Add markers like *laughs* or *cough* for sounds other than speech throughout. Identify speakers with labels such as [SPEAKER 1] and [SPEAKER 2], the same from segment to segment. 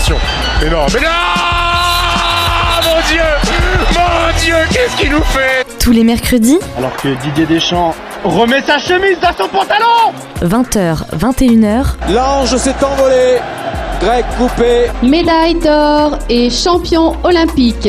[SPEAKER 1] Mais non, mais non Mon Dieu Mon Dieu, qu'est-ce qu'il nous fait
[SPEAKER 2] Tous les mercredis,
[SPEAKER 3] Alors que Didier Deschamps remet sa chemise dans son pantalon
[SPEAKER 2] 20h, 21h,
[SPEAKER 4] L'ange s'est envolé. Grec coupé.
[SPEAKER 5] médaille d'or et champion olympique.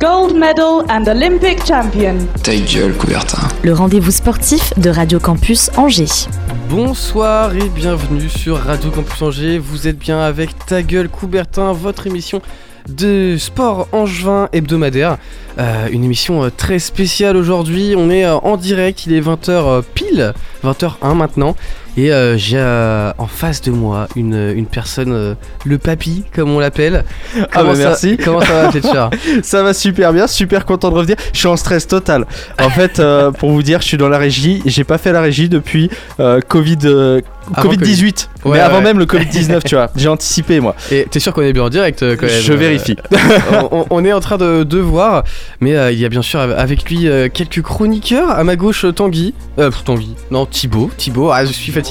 [SPEAKER 6] gold medal and Olympic champion.
[SPEAKER 7] Ta gueule, Coubertin.
[SPEAKER 2] le rendez-vous sportif de Radio Campus Angers.
[SPEAKER 8] Bonsoir et bienvenue sur Radio Campus Angers. Vous êtes bien avec Ta gueule Coubertin, votre émission de sport angevin hebdomadaire. Euh, une émission euh, très spéciale aujourd'hui. On est euh, en direct, il est 20h pile, 20h1 maintenant. Et euh, j'ai euh, en face de moi une, une personne, euh, le papy comme on l'appelle. Comment ça-
[SPEAKER 9] Ah, bah, merci.
[SPEAKER 8] Comment
[SPEAKER 9] *laughs*
[SPEAKER 8] ça va, Fletcher
[SPEAKER 9] Ça va super bien, super content de revenir. Je suis en stress total.
[SPEAKER 8] *laughs*
[SPEAKER 9] En fait, euh, pour vous dire, je suis dans la régie. J'ai pas fait la régie depuis euh, Covid, euh,
[SPEAKER 8] Avant
[SPEAKER 9] Covid 18.
[SPEAKER 8] Ouais,
[SPEAKER 9] mais avant
[SPEAKER 8] ouais. même *laughs*
[SPEAKER 9] même le Covid 19, tu vois. J'ai anticipé moi.
[SPEAKER 8] Et t'es sûr qu'on est bien en direct euh, quand même
[SPEAKER 9] je
[SPEAKER 8] euh,
[SPEAKER 9] vérifie.
[SPEAKER 8] on, on est en train de, de voir, mais euh, il y a bien sûr avec lui euh, quelques chroniqueurs. À ma gauche, Tanguy. Euh, pff, Tanguy. Non, Thibaut. Thibaut. Ah, je suis fatigué.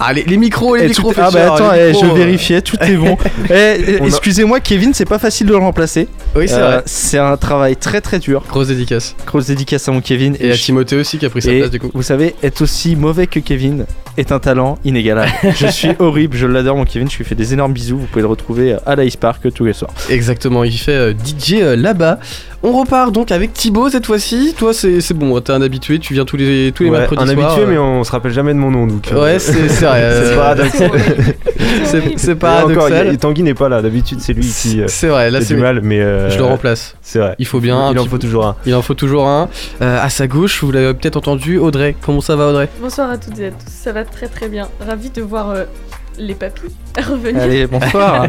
[SPEAKER 8] Ah, les, les micros, les
[SPEAKER 9] Et
[SPEAKER 8] micros.
[SPEAKER 9] tout- ah bah
[SPEAKER 8] Fletcher,
[SPEAKER 9] attends,
[SPEAKER 8] les
[SPEAKER 9] eh,
[SPEAKER 8] micros,
[SPEAKER 9] je
[SPEAKER 8] euh,
[SPEAKER 9] vérifiais, tout est
[SPEAKER 8] *laughs*
[SPEAKER 9] bon. Eh, eh,
[SPEAKER 8] On a-
[SPEAKER 9] Excusez-moi, Kevin, c'est pas facile de le remplacer.
[SPEAKER 8] Oui, c'est
[SPEAKER 9] Euh,
[SPEAKER 8] vrai.
[SPEAKER 9] C'est un travail très très dur.
[SPEAKER 8] Grosse dédicace.
[SPEAKER 9] Grosse dédicace à mon Kevin.
[SPEAKER 8] Et à
[SPEAKER 9] je-
[SPEAKER 8] Timothée aussi qui a pris sa
[SPEAKER 9] Et
[SPEAKER 8] place du coup.
[SPEAKER 9] Vous savez, être aussi mauvais que Kevin est un talent *laughs* inégalable. je suis horrible, je l'adore mon Kevin, je lui fais des énormes bisous. Vous pouvez le retrouver à l'Ice Park tous les soirs.
[SPEAKER 8] Exactement, il fait euh, DJ euh, là-bas. On repart donc avec Thibaut cette fois-ci. Toi, c'est c'est bon, t'es un habitué, tu viens tous les, tous les
[SPEAKER 10] Ouais,
[SPEAKER 8] mercredis
[SPEAKER 10] un
[SPEAKER 8] soirs,
[SPEAKER 10] habitué,
[SPEAKER 8] euh.
[SPEAKER 10] mais on se rappelle jamais de mon nom. Donc, euh,
[SPEAKER 8] Ouais, c'est *laughs* c'est vrai. euh,
[SPEAKER 10] c'est paradoxal.
[SPEAKER 8] c'est- C'est
[SPEAKER 10] Et encore,
[SPEAKER 8] paradoxal.
[SPEAKER 10] il- Tanguy n'est pas là. D'habitude, c'est lui qui euh,
[SPEAKER 8] C'est vrai, là
[SPEAKER 10] fait
[SPEAKER 8] c'est.
[SPEAKER 10] du mal, mais euh,
[SPEAKER 8] Je le remplace.
[SPEAKER 10] C'est vrai.
[SPEAKER 8] Il faut bien. un
[SPEAKER 10] il en
[SPEAKER 8] petit
[SPEAKER 10] faut
[SPEAKER 8] peu-
[SPEAKER 10] toujours un.
[SPEAKER 8] il en faut toujours un. Euh, à sa gauche, vous l'avez peut-être entendu, Audrey. Comment ça va, Audrey
[SPEAKER 11] Bonsoir à toutes et à tous, ça va très très bien. Ravi de voir euh, les papis *laughs* revenir.
[SPEAKER 9] Allez, bonsoir.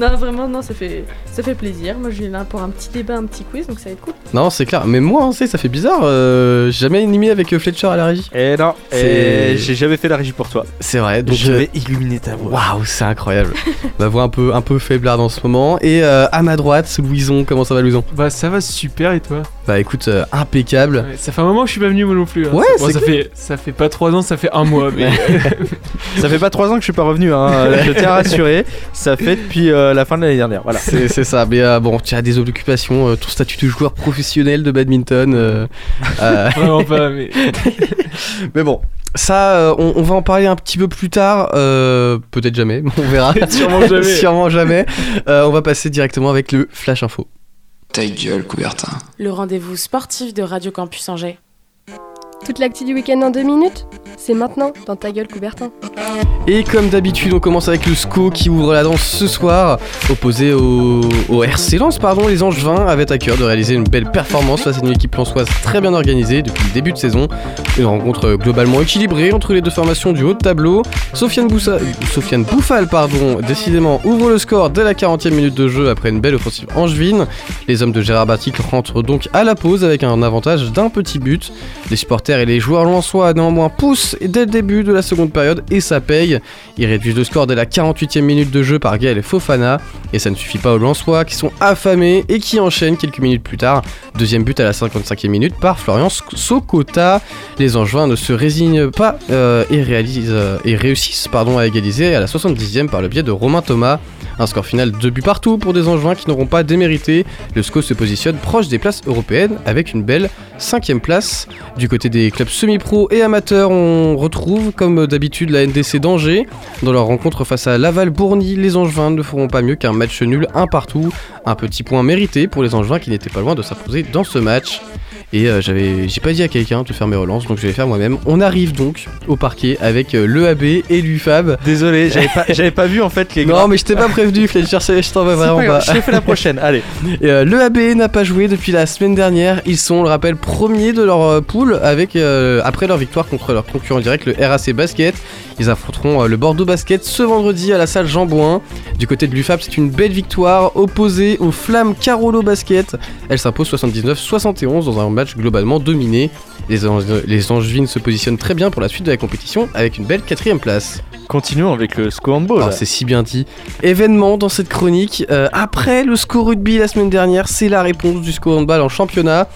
[SPEAKER 11] Non, vraiment, non, ça fait, ça fait plaisir. Moi, je suis là pour un petit débat, un petit quiz, donc ça va être cool.
[SPEAKER 8] Non, c'est clair. Mais moi, hein, c'est- ça fait bizarre. euh, j'ai jamais animé avec euh, Fletcher à la régie.
[SPEAKER 9] et Eh non,
[SPEAKER 8] C'est-
[SPEAKER 9] et j'ai jamais fait la régie pour toi.
[SPEAKER 8] C'est vrai. Donc,
[SPEAKER 9] je
[SPEAKER 8] euh,
[SPEAKER 9] vais illuminer ta voix.
[SPEAKER 8] waouh, c'est
[SPEAKER 10] *laughs*
[SPEAKER 8] incroyable. Ma voix un peu, un peu faiblarde en ce moment. Et euh, à ma droite, Louison. Comment ça va, Louison
[SPEAKER 10] Bah, ça va super, et toi
[SPEAKER 8] Bah, écoute, euh, impeccable.
[SPEAKER 10] Ça fait un moment que je suis pas venu, moi non plus.
[SPEAKER 8] Ouais, c'est cool.
[SPEAKER 10] fait, ça fait pas 3 ans, ça fait un mois.
[SPEAKER 8] *laughs*
[SPEAKER 10] Mais...
[SPEAKER 9] Ça fait pas trois ans que je suis pas revenu, *laughs* hein. je t'ai rassuré. Ça fait depuis euh, la fin de l'année dernière. Voilà.
[SPEAKER 8] C'est c'est ça, mais euh, bon, tu as des occupations, euh, ton statut de joueur professionnel de badminton.
[SPEAKER 10] *laughs*
[SPEAKER 8] euh, euh,
[SPEAKER 10] Vraiment pas,
[SPEAKER 8] *laughs*
[SPEAKER 10] mais.
[SPEAKER 8] Mais bon, ça, euh, on, on va en parler un petit peu plus tard. euh, Peut-être jamais, *laughs* on verra.
[SPEAKER 10] Sûrement jamais.
[SPEAKER 8] Sûrement jamais. Euh, on va passer directement avec le Flash Info.
[SPEAKER 7] Ta gueule, Coubertin.
[SPEAKER 6] Le rendez-vous sportif de Radio Campus Angers.
[SPEAKER 11] Toute l'actu du week-end en deux minutes C'est maintenant, dans ta gueule, Coubertin.
[SPEAKER 8] Et comme d'habitude, on commence avec le SCO qui ouvre la danse ce soir, opposé au, au RC Lens, pardon, les Angevins avaient à cœur de réaliser une belle performance face à une équipe lançoise très bien organisée depuis le début de saison. Une rencontre euh, globalement équilibrée entre les deux formations du haut de tableau. Sofiane, Boussa- euh, Sofiane Bouffal, pardon, décidément ouvre le score dès la 40e minute de jeu après une belle offensive angevine. Les hommes de Gérard Batic rentrent donc à la pause avec un avantage d'un petit but. Les supporters et les joueurs lensois néanmoins poussent dès le début de la seconde période et ça paye. Ils réduisent le score dès la 48e minute de jeu par Gaël et Fofana, et ça ne suffit pas aux Lensois qui sont affamés et qui enchaînent quelques minutes plus tard. Deuxième but à la 55e minute par Florian Sk- Sokota. Les Angevins ne se résignent pas euh, et, réalisent, euh, et réussissent pardon, à égaliser à la 70e par le biais de Romain Thomas. Un score final deux buts partout pour des Angevins qui n'auront pas démérité. Le SCO se positionne proche des places européennes avec une belle 5 place. Du côté des clubs semi-pro et amateurs, on retrouve comme d'habitude la NDC d'Angers dans leur rencontre face à Laval-Bourny, les Angevins ne feront pas mieux qu'un match nul un partout. Un petit point mérité pour les Angevins qui n'étaient pas loin de s'imposer dans ce match. Et euh, j'avais, j'ai pas dit à quelqu'un de faire mes relances, donc je vais les faire moi-même. On arrive donc au parquet avec euh, l'EAB et l'UFAB.
[SPEAKER 9] Désolé, j'avais pas, j'avais pas vu en fait les gars.
[SPEAKER 8] Non mais je t'ai pas prévenu, Fletcher, c'est- je t'en
[SPEAKER 9] *laughs*
[SPEAKER 8] veux
[SPEAKER 9] C'est pas
[SPEAKER 8] vraiment pas.
[SPEAKER 9] grave, je l'ai fait la prochaine. Allez,
[SPEAKER 8] Et, euh, L'EAB n'a pas joué depuis la semaine dernière. Ils sont, on le rappelle, premiers de leur euh, poule avec, euh, après leur victoire contre leur concurrent direct, le RAC Basket. Ils affronteront euh, le Bordeaux Basket ce vendredi à la salle Jean Bouin. Du côté de l'UFAP, c'est une belle victoire opposée aux Flammes Carolo Basket. Elle s'impose 79-71 dans un match globalement dominé. Les, Ang- les Angevines se positionnent très bien pour la suite de la compétition avec une belle quatrième place.
[SPEAKER 9] continuons avec le score handball.
[SPEAKER 8] Ah, c'est si bien dit. Événement dans cette chronique. euh, après le score rugby la semaine dernière, c'est la réponse du score handball en championnat.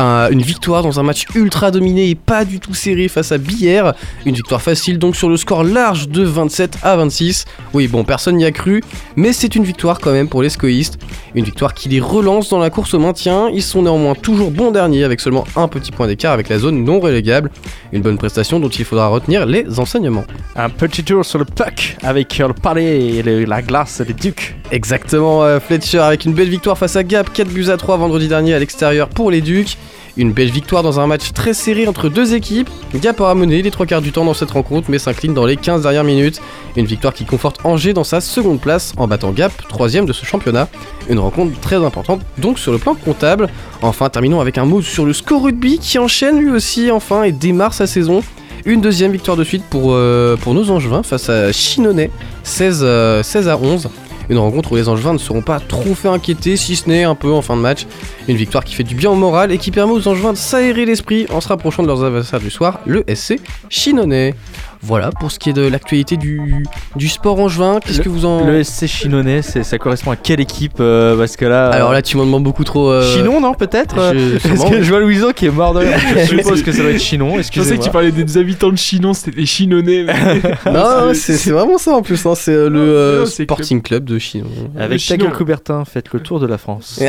[SPEAKER 8] un- une victoire dans un match ultra dominé et pas du tout serré face à Bière. Une victoire facile donc sur le score large de 27 à 26. Oui, bon, personne n'y a cru, mais c'est une victoire quand même pour les scoïstes. Une victoire qui les relance dans la course au maintien. Ils sont néanmoins toujours bons derniers avec seulement un petit point d'écart avec la zone non relégable. Une bonne prestation dont il faudra retenir les enseignements.
[SPEAKER 9] Un petit tour sur le puck avec euh, le palais et le- la glace des Ducs.
[SPEAKER 8] Exactement, euh, Fletcher, avec une belle victoire face à Gap, 4 buts à 3 vendredi dernier à l'extérieur pour les Ducs. Une belle victoire dans un match très serré entre deux équipes. Gap aura mené les trois quarts du temps dans cette rencontre, mais s'incline dans les 15 dernières minutes. Une victoire qui conforte Angers dans sa seconde place en battant Gap, troisième de ce championnat. Une rencontre très importante, donc sur le plan comptable. Enfin, terminons avec un mot sur le score rugby qui enchaîne lui aussi, enfin, et démarre sa saison. Une deuxième victoire de suite pour, euh, pour nos Angevins face à Chinonnet, 16, euh, 16 à 11. Une rencontre où les Angevins ne seront pas trop fait inquiéter, si ce n'est un peu en fin de match. Une victoire qui fait du bien au moral et qui permet aux Angevins de s'aérer l'esprit en se rapprochant de leurs adversaires du soir, le SC Chinonnet. Voilà pour ce qui est de l'actualité du, du sport angevin. Qu'est-ce que vous en.
[SPEAKER 9] Le SC Chinonais, c'est- ça correspond à quelle équipe euh, Parce que là.
[SPEAKER 8] Alors là, tu m'en demandes beaucoup trop. euh,
[SPEAKER 9] Chinon, non, peut-être
[SPEAKER 8] je-
[SPEAKER 9] Parce
[SPEAKER 8] sûrement.
[SPEAKER 9] que je vois Louison qui est mort de rire. *laughs* Je suppose que ça doit être Chinon,
[SPEAKER 10] Je pensais que tu
[SPEAKER 9] excusez-moi.
[SPEAKER 10] parlais des habitants de Chinon, c'était des Chinonnais.
[SPEAKER 8] *laughs*
[SPEAKER 10] mais-
[SPEAKER 8] Non, non, c'est c'est vraiment ça en plus. hein, C'est euh, le
[SPEAKER 10] Non,
[SPEAKER 8] euh,
[SPEAKER 10] c'est que-
[SPEAKER 8] Sporting Club de Chinon.
[SPEAKER 9] Avec ta
[SPEAKER 10] Chinon.
[SPEAKER 9] gueule, Coubertin, faites le tour de la France.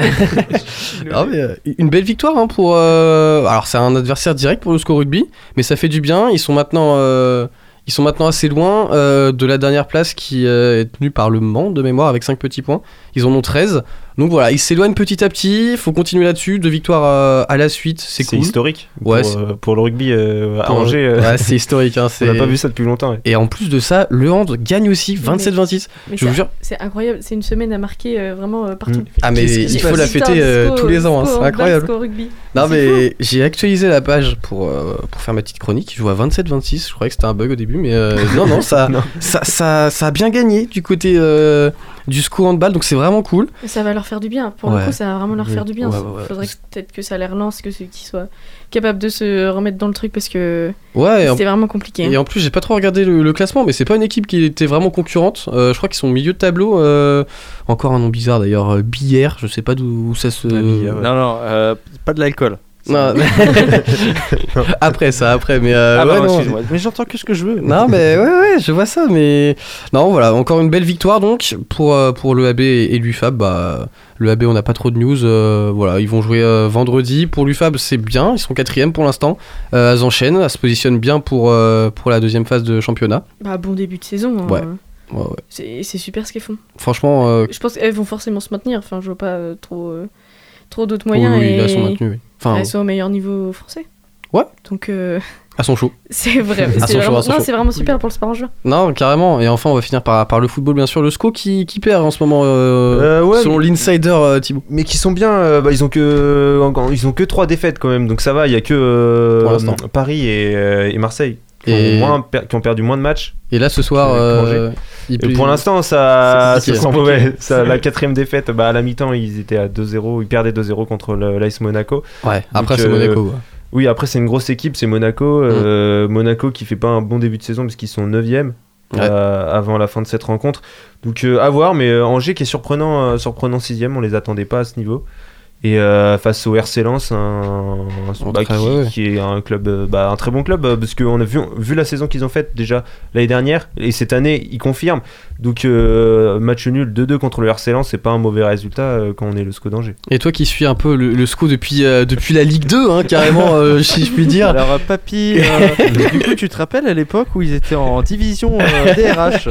[SPEAKER 8] Ah, mais, euh, une belle victoire hein, pour. euh, Alors c'est un adversaire direct pour le score rugby, mais ça fait du bien. Ils sont maintenant, euh, ils sont maintenant assez loin euh, de la dernière place qui euh, est tenue par le Mans de mémoire avec 5 petits points. Ils en ont 13. Donc voilà, ils s'éloignent petit à petit. Il faut continuer là-dessus. Deux victoires euh, à la suite, c'est cool.
[SPEAKER 12] historique
[SPEAKER 8] Ouais,
[SPEAKER 12] pour,
[SPEAKER 8] c'est-
[SPEAKER 12] euh, pour le rugby euh, à
[SPEAKER 8] Pour-
[SPEAKER 12] Angers. euh,
[SPEAKER 8] Ouais, c'est historique. *laughs* hein,
[SPEAKER 12] on
[SPEAKER 8] c'est-
[SPEAKER 12] n'a pas vu ça depuis longtemps. ouais.
[SPEAKER 8] Et en plus de ça, le Hand gagne aussi
[SPEAKER 11] mais-
[SPEAKER 8] 27-26.
[SPEAKER 11] Mais
[SPEAKER 8] Je vous
[SPEAKER 11] c'est-
[SPEAKER 8] jure.
[SPEAKER 11] C'est incroyable, c'est une semaine à marquer euh, vraiment euh, partout.
[SPEAKER 8] Mm. Ah, mais
[SPEAKER 11] Qu'est-ce qui
[SPEAKER 8] il
[SPEAKER 11] se
[SPEAKER 8] faut
[SPEAKER 11] passe
[SPEAKER 8] la fêter,
[SPEAKER 11] Putain,
[SPEAKER 8] euh,
[SPEAKER 11] disco,
[SPEAKER 8] tous les ans, hein,
[SPEAKER 11] disco,
[SPEAKER 8] c'est
[SPEAKER 11] handball,
[SPEAKER 8] incroyable.
[SPEAKER 11] disco, rugby.
[SPEAKER 8] Non
[SPEAKER 11] C'est
[SPEAKER 8] mais j'ai actualisé la page pour, euh, pour faire ma petite chronique. Je vois 27-26. Je croyais que c'était un bug au début, mais euh, non, non, ça,
[SPEAKER 11] *laughs*
[SPEAKER 12] Non.
[SPEAKER 8] Ça, ça, ça a bien gagné du côté euh, du score handball, donc c'est vraiment cool.
[SPEAKER 11] fou. Ça va leur faire du bien. Pour
[SPEAKER 8] Ouais.
[SPEAKER 11] le coup, ça va vraiment leur
[SPEAKER 8] Oui.
[SPEAKER 11] faire du bien.
[SPEAKER 8] Ouais, ouais, ouais.
[SPEAKER 11] Faudrait que- peut-être que ça les relance, que ceux qui soient capables de se remettre dans le truc parce que
[SPEAKER 8] Ouais, et en-
[SPEAKER 11] c'était vraiment compliqué. hein.
[SPEAKER 8] Et en plus, j'ai pas trop regardé le, le classement, mais c'est pas une équipe qui était vraiment concurrente. Euh, je crois qu'ils sont au milieu de tableau. euh, encore un nom bizarre d'ailleurs, euh, Billère, je sais pas d'où ça
[SPEAKER 9] *laughs*
[SPEAKER 8] se.
[SPEAKER 9] Non, non, euh, pas de l'alcool.
[SPEAKER 11] *laughs*
[SPEAKER 8] Non, *laughs* mais- après ça, après, mais. euh,
[SPEAKER 9] ah,
[SPEAKER 8] ouais,
[SPEAKER 9] bah,
[SPEAKER 8] non.
[SPEAKER 9] excuse-moi. Mais j'entends que ce que je veux.
[SPEAKER 8] Non, mais ouais, ouais, je vois ça, mais. Non, voilà, encore une belle victoire donc pour, euh, pour l'EAB et, et l'UFAB. Bah, L'EAB, on n'a pas trop de news. euh, voilà, ils vont jouer euh, vendredi. Pour l'UFAB, c'est bien, ils sont quatrième pour l'instant. Euh, elles enchaînent, elles se positionnent bien pour, euh, pour la deuxième phase de championnat.
[SPEAKER 11] Bah, bon début de saison. hein.
[SPEAKER 8] Ouais. Ouais, ouais.
[SPEAKER 11] C'est c'est super ce qu'ils font.
[SPEAKER 8] Franchement, euh,
[SPEAKER 11] Je pense qu'elles vont forcément se maintenir. Enfin, je vois pas euh, trop, euh, trop d'autres
[SPEAKER 8] oui,
[SPEAKER 11] moyens.
[SPEAKER 8] Oh oui,
[SPEAKER 11] et...
[SPEAKER 8] là, elles sont maintenues, oui. Enfin, hein.
[SPEAKER 11] elles sont au meilleur niveau français.
[SPEAKER 8] Ouais. Ah,
[SPEAKER 11] Donc euh, *laughs*
[SPEAKER 8] à son show.
[SPEAKER 11] c'est vrai.
[SPEAKER 8] À
[SPEAKER 11] c'est
[SPEAKER 8] son
[SPEAKER 11] vraiment,
[SPEAKER 8] choix, à son
[SPEAKER 11] non,
[SPEAKER 8] choix.
[SPEAKER 11] c'est vraiment super pour le sport en
[SPEAKER 10] *laughs*
[SPEAKER 11] juin.
[SPEAKER 8] Non, carrément. Et enfin, on va finir par, par le football, bien sûr. Le SCO qui, qui perd en ce moment, euh,
[SPEAKER 12] Euh, ouais,
[SPEAKER 8] selon l'insider euh, Thibaut.
[SPEAKER 12] Mais qui sont bien, euh, bah, ils ont que encore- ils ont que trois défaites quand même, donc ça va. Il y a que euh,
[SPEAKER 8] Pour l'instant.
[SPEAKER 12] Paris et, euh, et Marseille qui,
[SPEAKER 8] Et-
[SPEAKER 12] ont moins per- qui ont perdu moins de matchs.
[SPEAKER 8] Et là, ce soir,
[SPEAKER 12] Avec
[SPEAKER 8] euh,
[SPEAKER 12] Angers.
[SPEAKER 8] il-
[SPEAKER 12] Et pour l'instant, ça,
[SPEAKER 8] C'est
[SPEAKER 12] ça
[SPEAKER 8] compliqué.
[SPEAKER 12] sent
[SPEAKER 8] *laughs*
[SPEAKER 12] mauvais. Ça, la quatrième défaite, bah, à la mi-temps, ils étaient à 2-0, ils perdaient 2-0 contre le- l'AS Monaco.
[SPEAKER 8] Ouais, après,
[SPEAKER 12] Donc,
[SPEAKER 8] c'est
[SPEAKER 12] euh,
[SPEAKER 8] Monaco. ouais.
[SPEAKER 12] Oui, après, c'est une grosse équipe, c'est Monaco. euh, Monaco qui fait pas un bon début de saison parce qu'ils sont 9 e
[SPEAKER 8] Mm. Ouais.
[SPEAKER 12] avant la fin de cette rencontre. Donc euh, à voir, mais euh, Angers qui est surprenant, euh, surprenant 6 on les attendait pas à ce niveau. Et euh, face au RC Lens, un, un- bah,
[SPEAKER 8] très-
[SPEAKER 12] qui,
[SPEAKER 8] ouais, ouais.
[SPEAKER 12] qui est un club, euh, bah, un très bon club, euh, parce qu'on a vu, vu la saison qu'ils ont faite déjà l'année dernière, et cette année ils confirment. Donc euh, match nul 2-2 contre le RC Lens, c'est pas un mauvais résultat euh, quand on est le SCO d'Angers.
[SPEAKER 8] Et toi qui suis un peu le, le SCO depuis, euh, depuis la Ligue 2, hein,
[SPEAKER 12] *laughs*
[SPEAKER 8] carrément, euh, si je puis dire.
[SPEAKER 9] Alors, euh, papy, euh, du coup, tu te rappelles à l'époque où ils étaient en division euh, DRH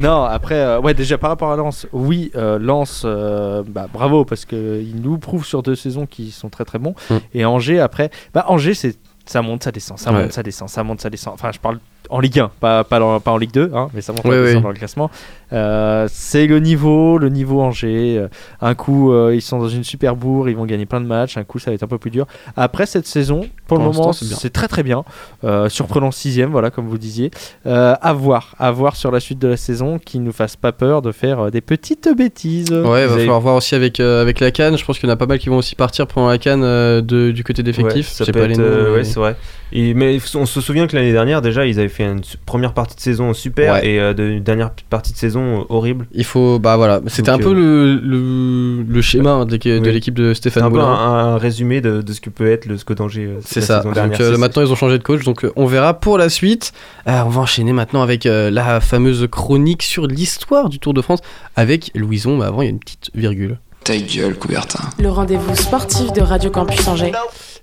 [SPEAKER 9] Non, après, euh, ouais, déjà par rapport à Lens, oui, euh, Lens, euh, bah, bravo, parce qu'ils nous prouvent sur deux saisons qu'ils sont très très bons.
[SPEAKER 8] Mm.
[SPEAKER 9] Et Angers, après, bah, Angers, c'est ça monte, ça descend, ça
[SPEAKER 8] Ouais.
[SPEAKER 9] monte, ça descend, ça monte, ça descend. Enfin, je parle en Ligue 1, pas, pas, dans- pas en Ligue 2, hein, mais ça monte, ça
[SPEAKER 8] Ouais,
[SPEAKER 9] descend
[SPEAKER 8] ouais.
[SPEAKER 9] dans le classement. Euh, c'est le niveau, le niveau Angers. euh, un coup, euh, ils sont dans une super bourre, ils vont gagner plein de matchs. Un coup, ça va être un peu plus dur. Après cette saison, pour, le
[SPEAKER 8] Pour l'instant,
[SPEAKER 9] moment,
[SPEAKER 8] c'est bien.
[SPEAKER 9] c'est très très bien. Euh, surprenant sixième, voilà, comme vous disiez. Euh, à voir, à voir sur la suite de la saison, qu'ils nous fassent pas peur de faire euh, des petites bêtises.
[SPEAKER 8] Ouais, va
[SPEAKER 12] Vous avez-
[SPEAKER 8] falloir voir aussi avec, euh, avec la Cannes. Je pense qu'il y en a pas mal qui vont aussi partir pendant la Cannes euh, de- du côté d'effectifs.
[SPEAKER 12] Ouais, ça
[SPEAKER 8] J'ai
[SPEAKER 12] peut
[SPEAKER 8] pas les
[SPEAKER 12] être,
[SPEAKER 8] noms,
[SPEAKER 12] euh,
[SPEAKER 8] mais-
[SPEAKER 12] ouais, c'est vrai. Et, mais on se souvient que l'année dernière, déjà, ils avaient fait une su- première partie de saison super
[SPEAKER 8] Ouais.
[SPEAKER 12] et euh, de- une dernière petite partie de saison euh, horrible.
[SPEAKER 8] Il faut, bah voilà, c'était un
[SPEAKER 12] Donc, euh,
[SPEAKER 8] peu le, le, le schéma hein, de l'équi- de
[SPEAKER 12] oui.
[SPEAKER 8] l'équipe de
[SPEAKER 12] C'est un
[SPEAKER 8] Stéphane
[SPEAKER 12] peu un,
[SPEAKER 8] Moulin.
[SPEAKER 12] un résumé de, de ce que peut être le Scodanger euh,
[SPEAKER 8] C'est
[SPEAKER 12] la
[SPEAKER 8] ça.
[SPEAKER 12] saison
[SPEAKER 8] Donc
[SPEAKER 12] dernière.
[SPEAKER 8] euh,
[SPEAKER 12] C'est-
[SPEAKER 8] maintenant ils ont changé de coach, donc euh, on verra pour la suite. Euh, on va enchaîner maintenant avec euh, la fameuse chronique sur l'histoire du Tour de France avec Louison. Mais avant il y a une petite virgule.
[SPEAKER 7] Ta gueule, Coubertin.
[SPEAKER 6] Le rendez-vous sportif de Radio Campus Angers.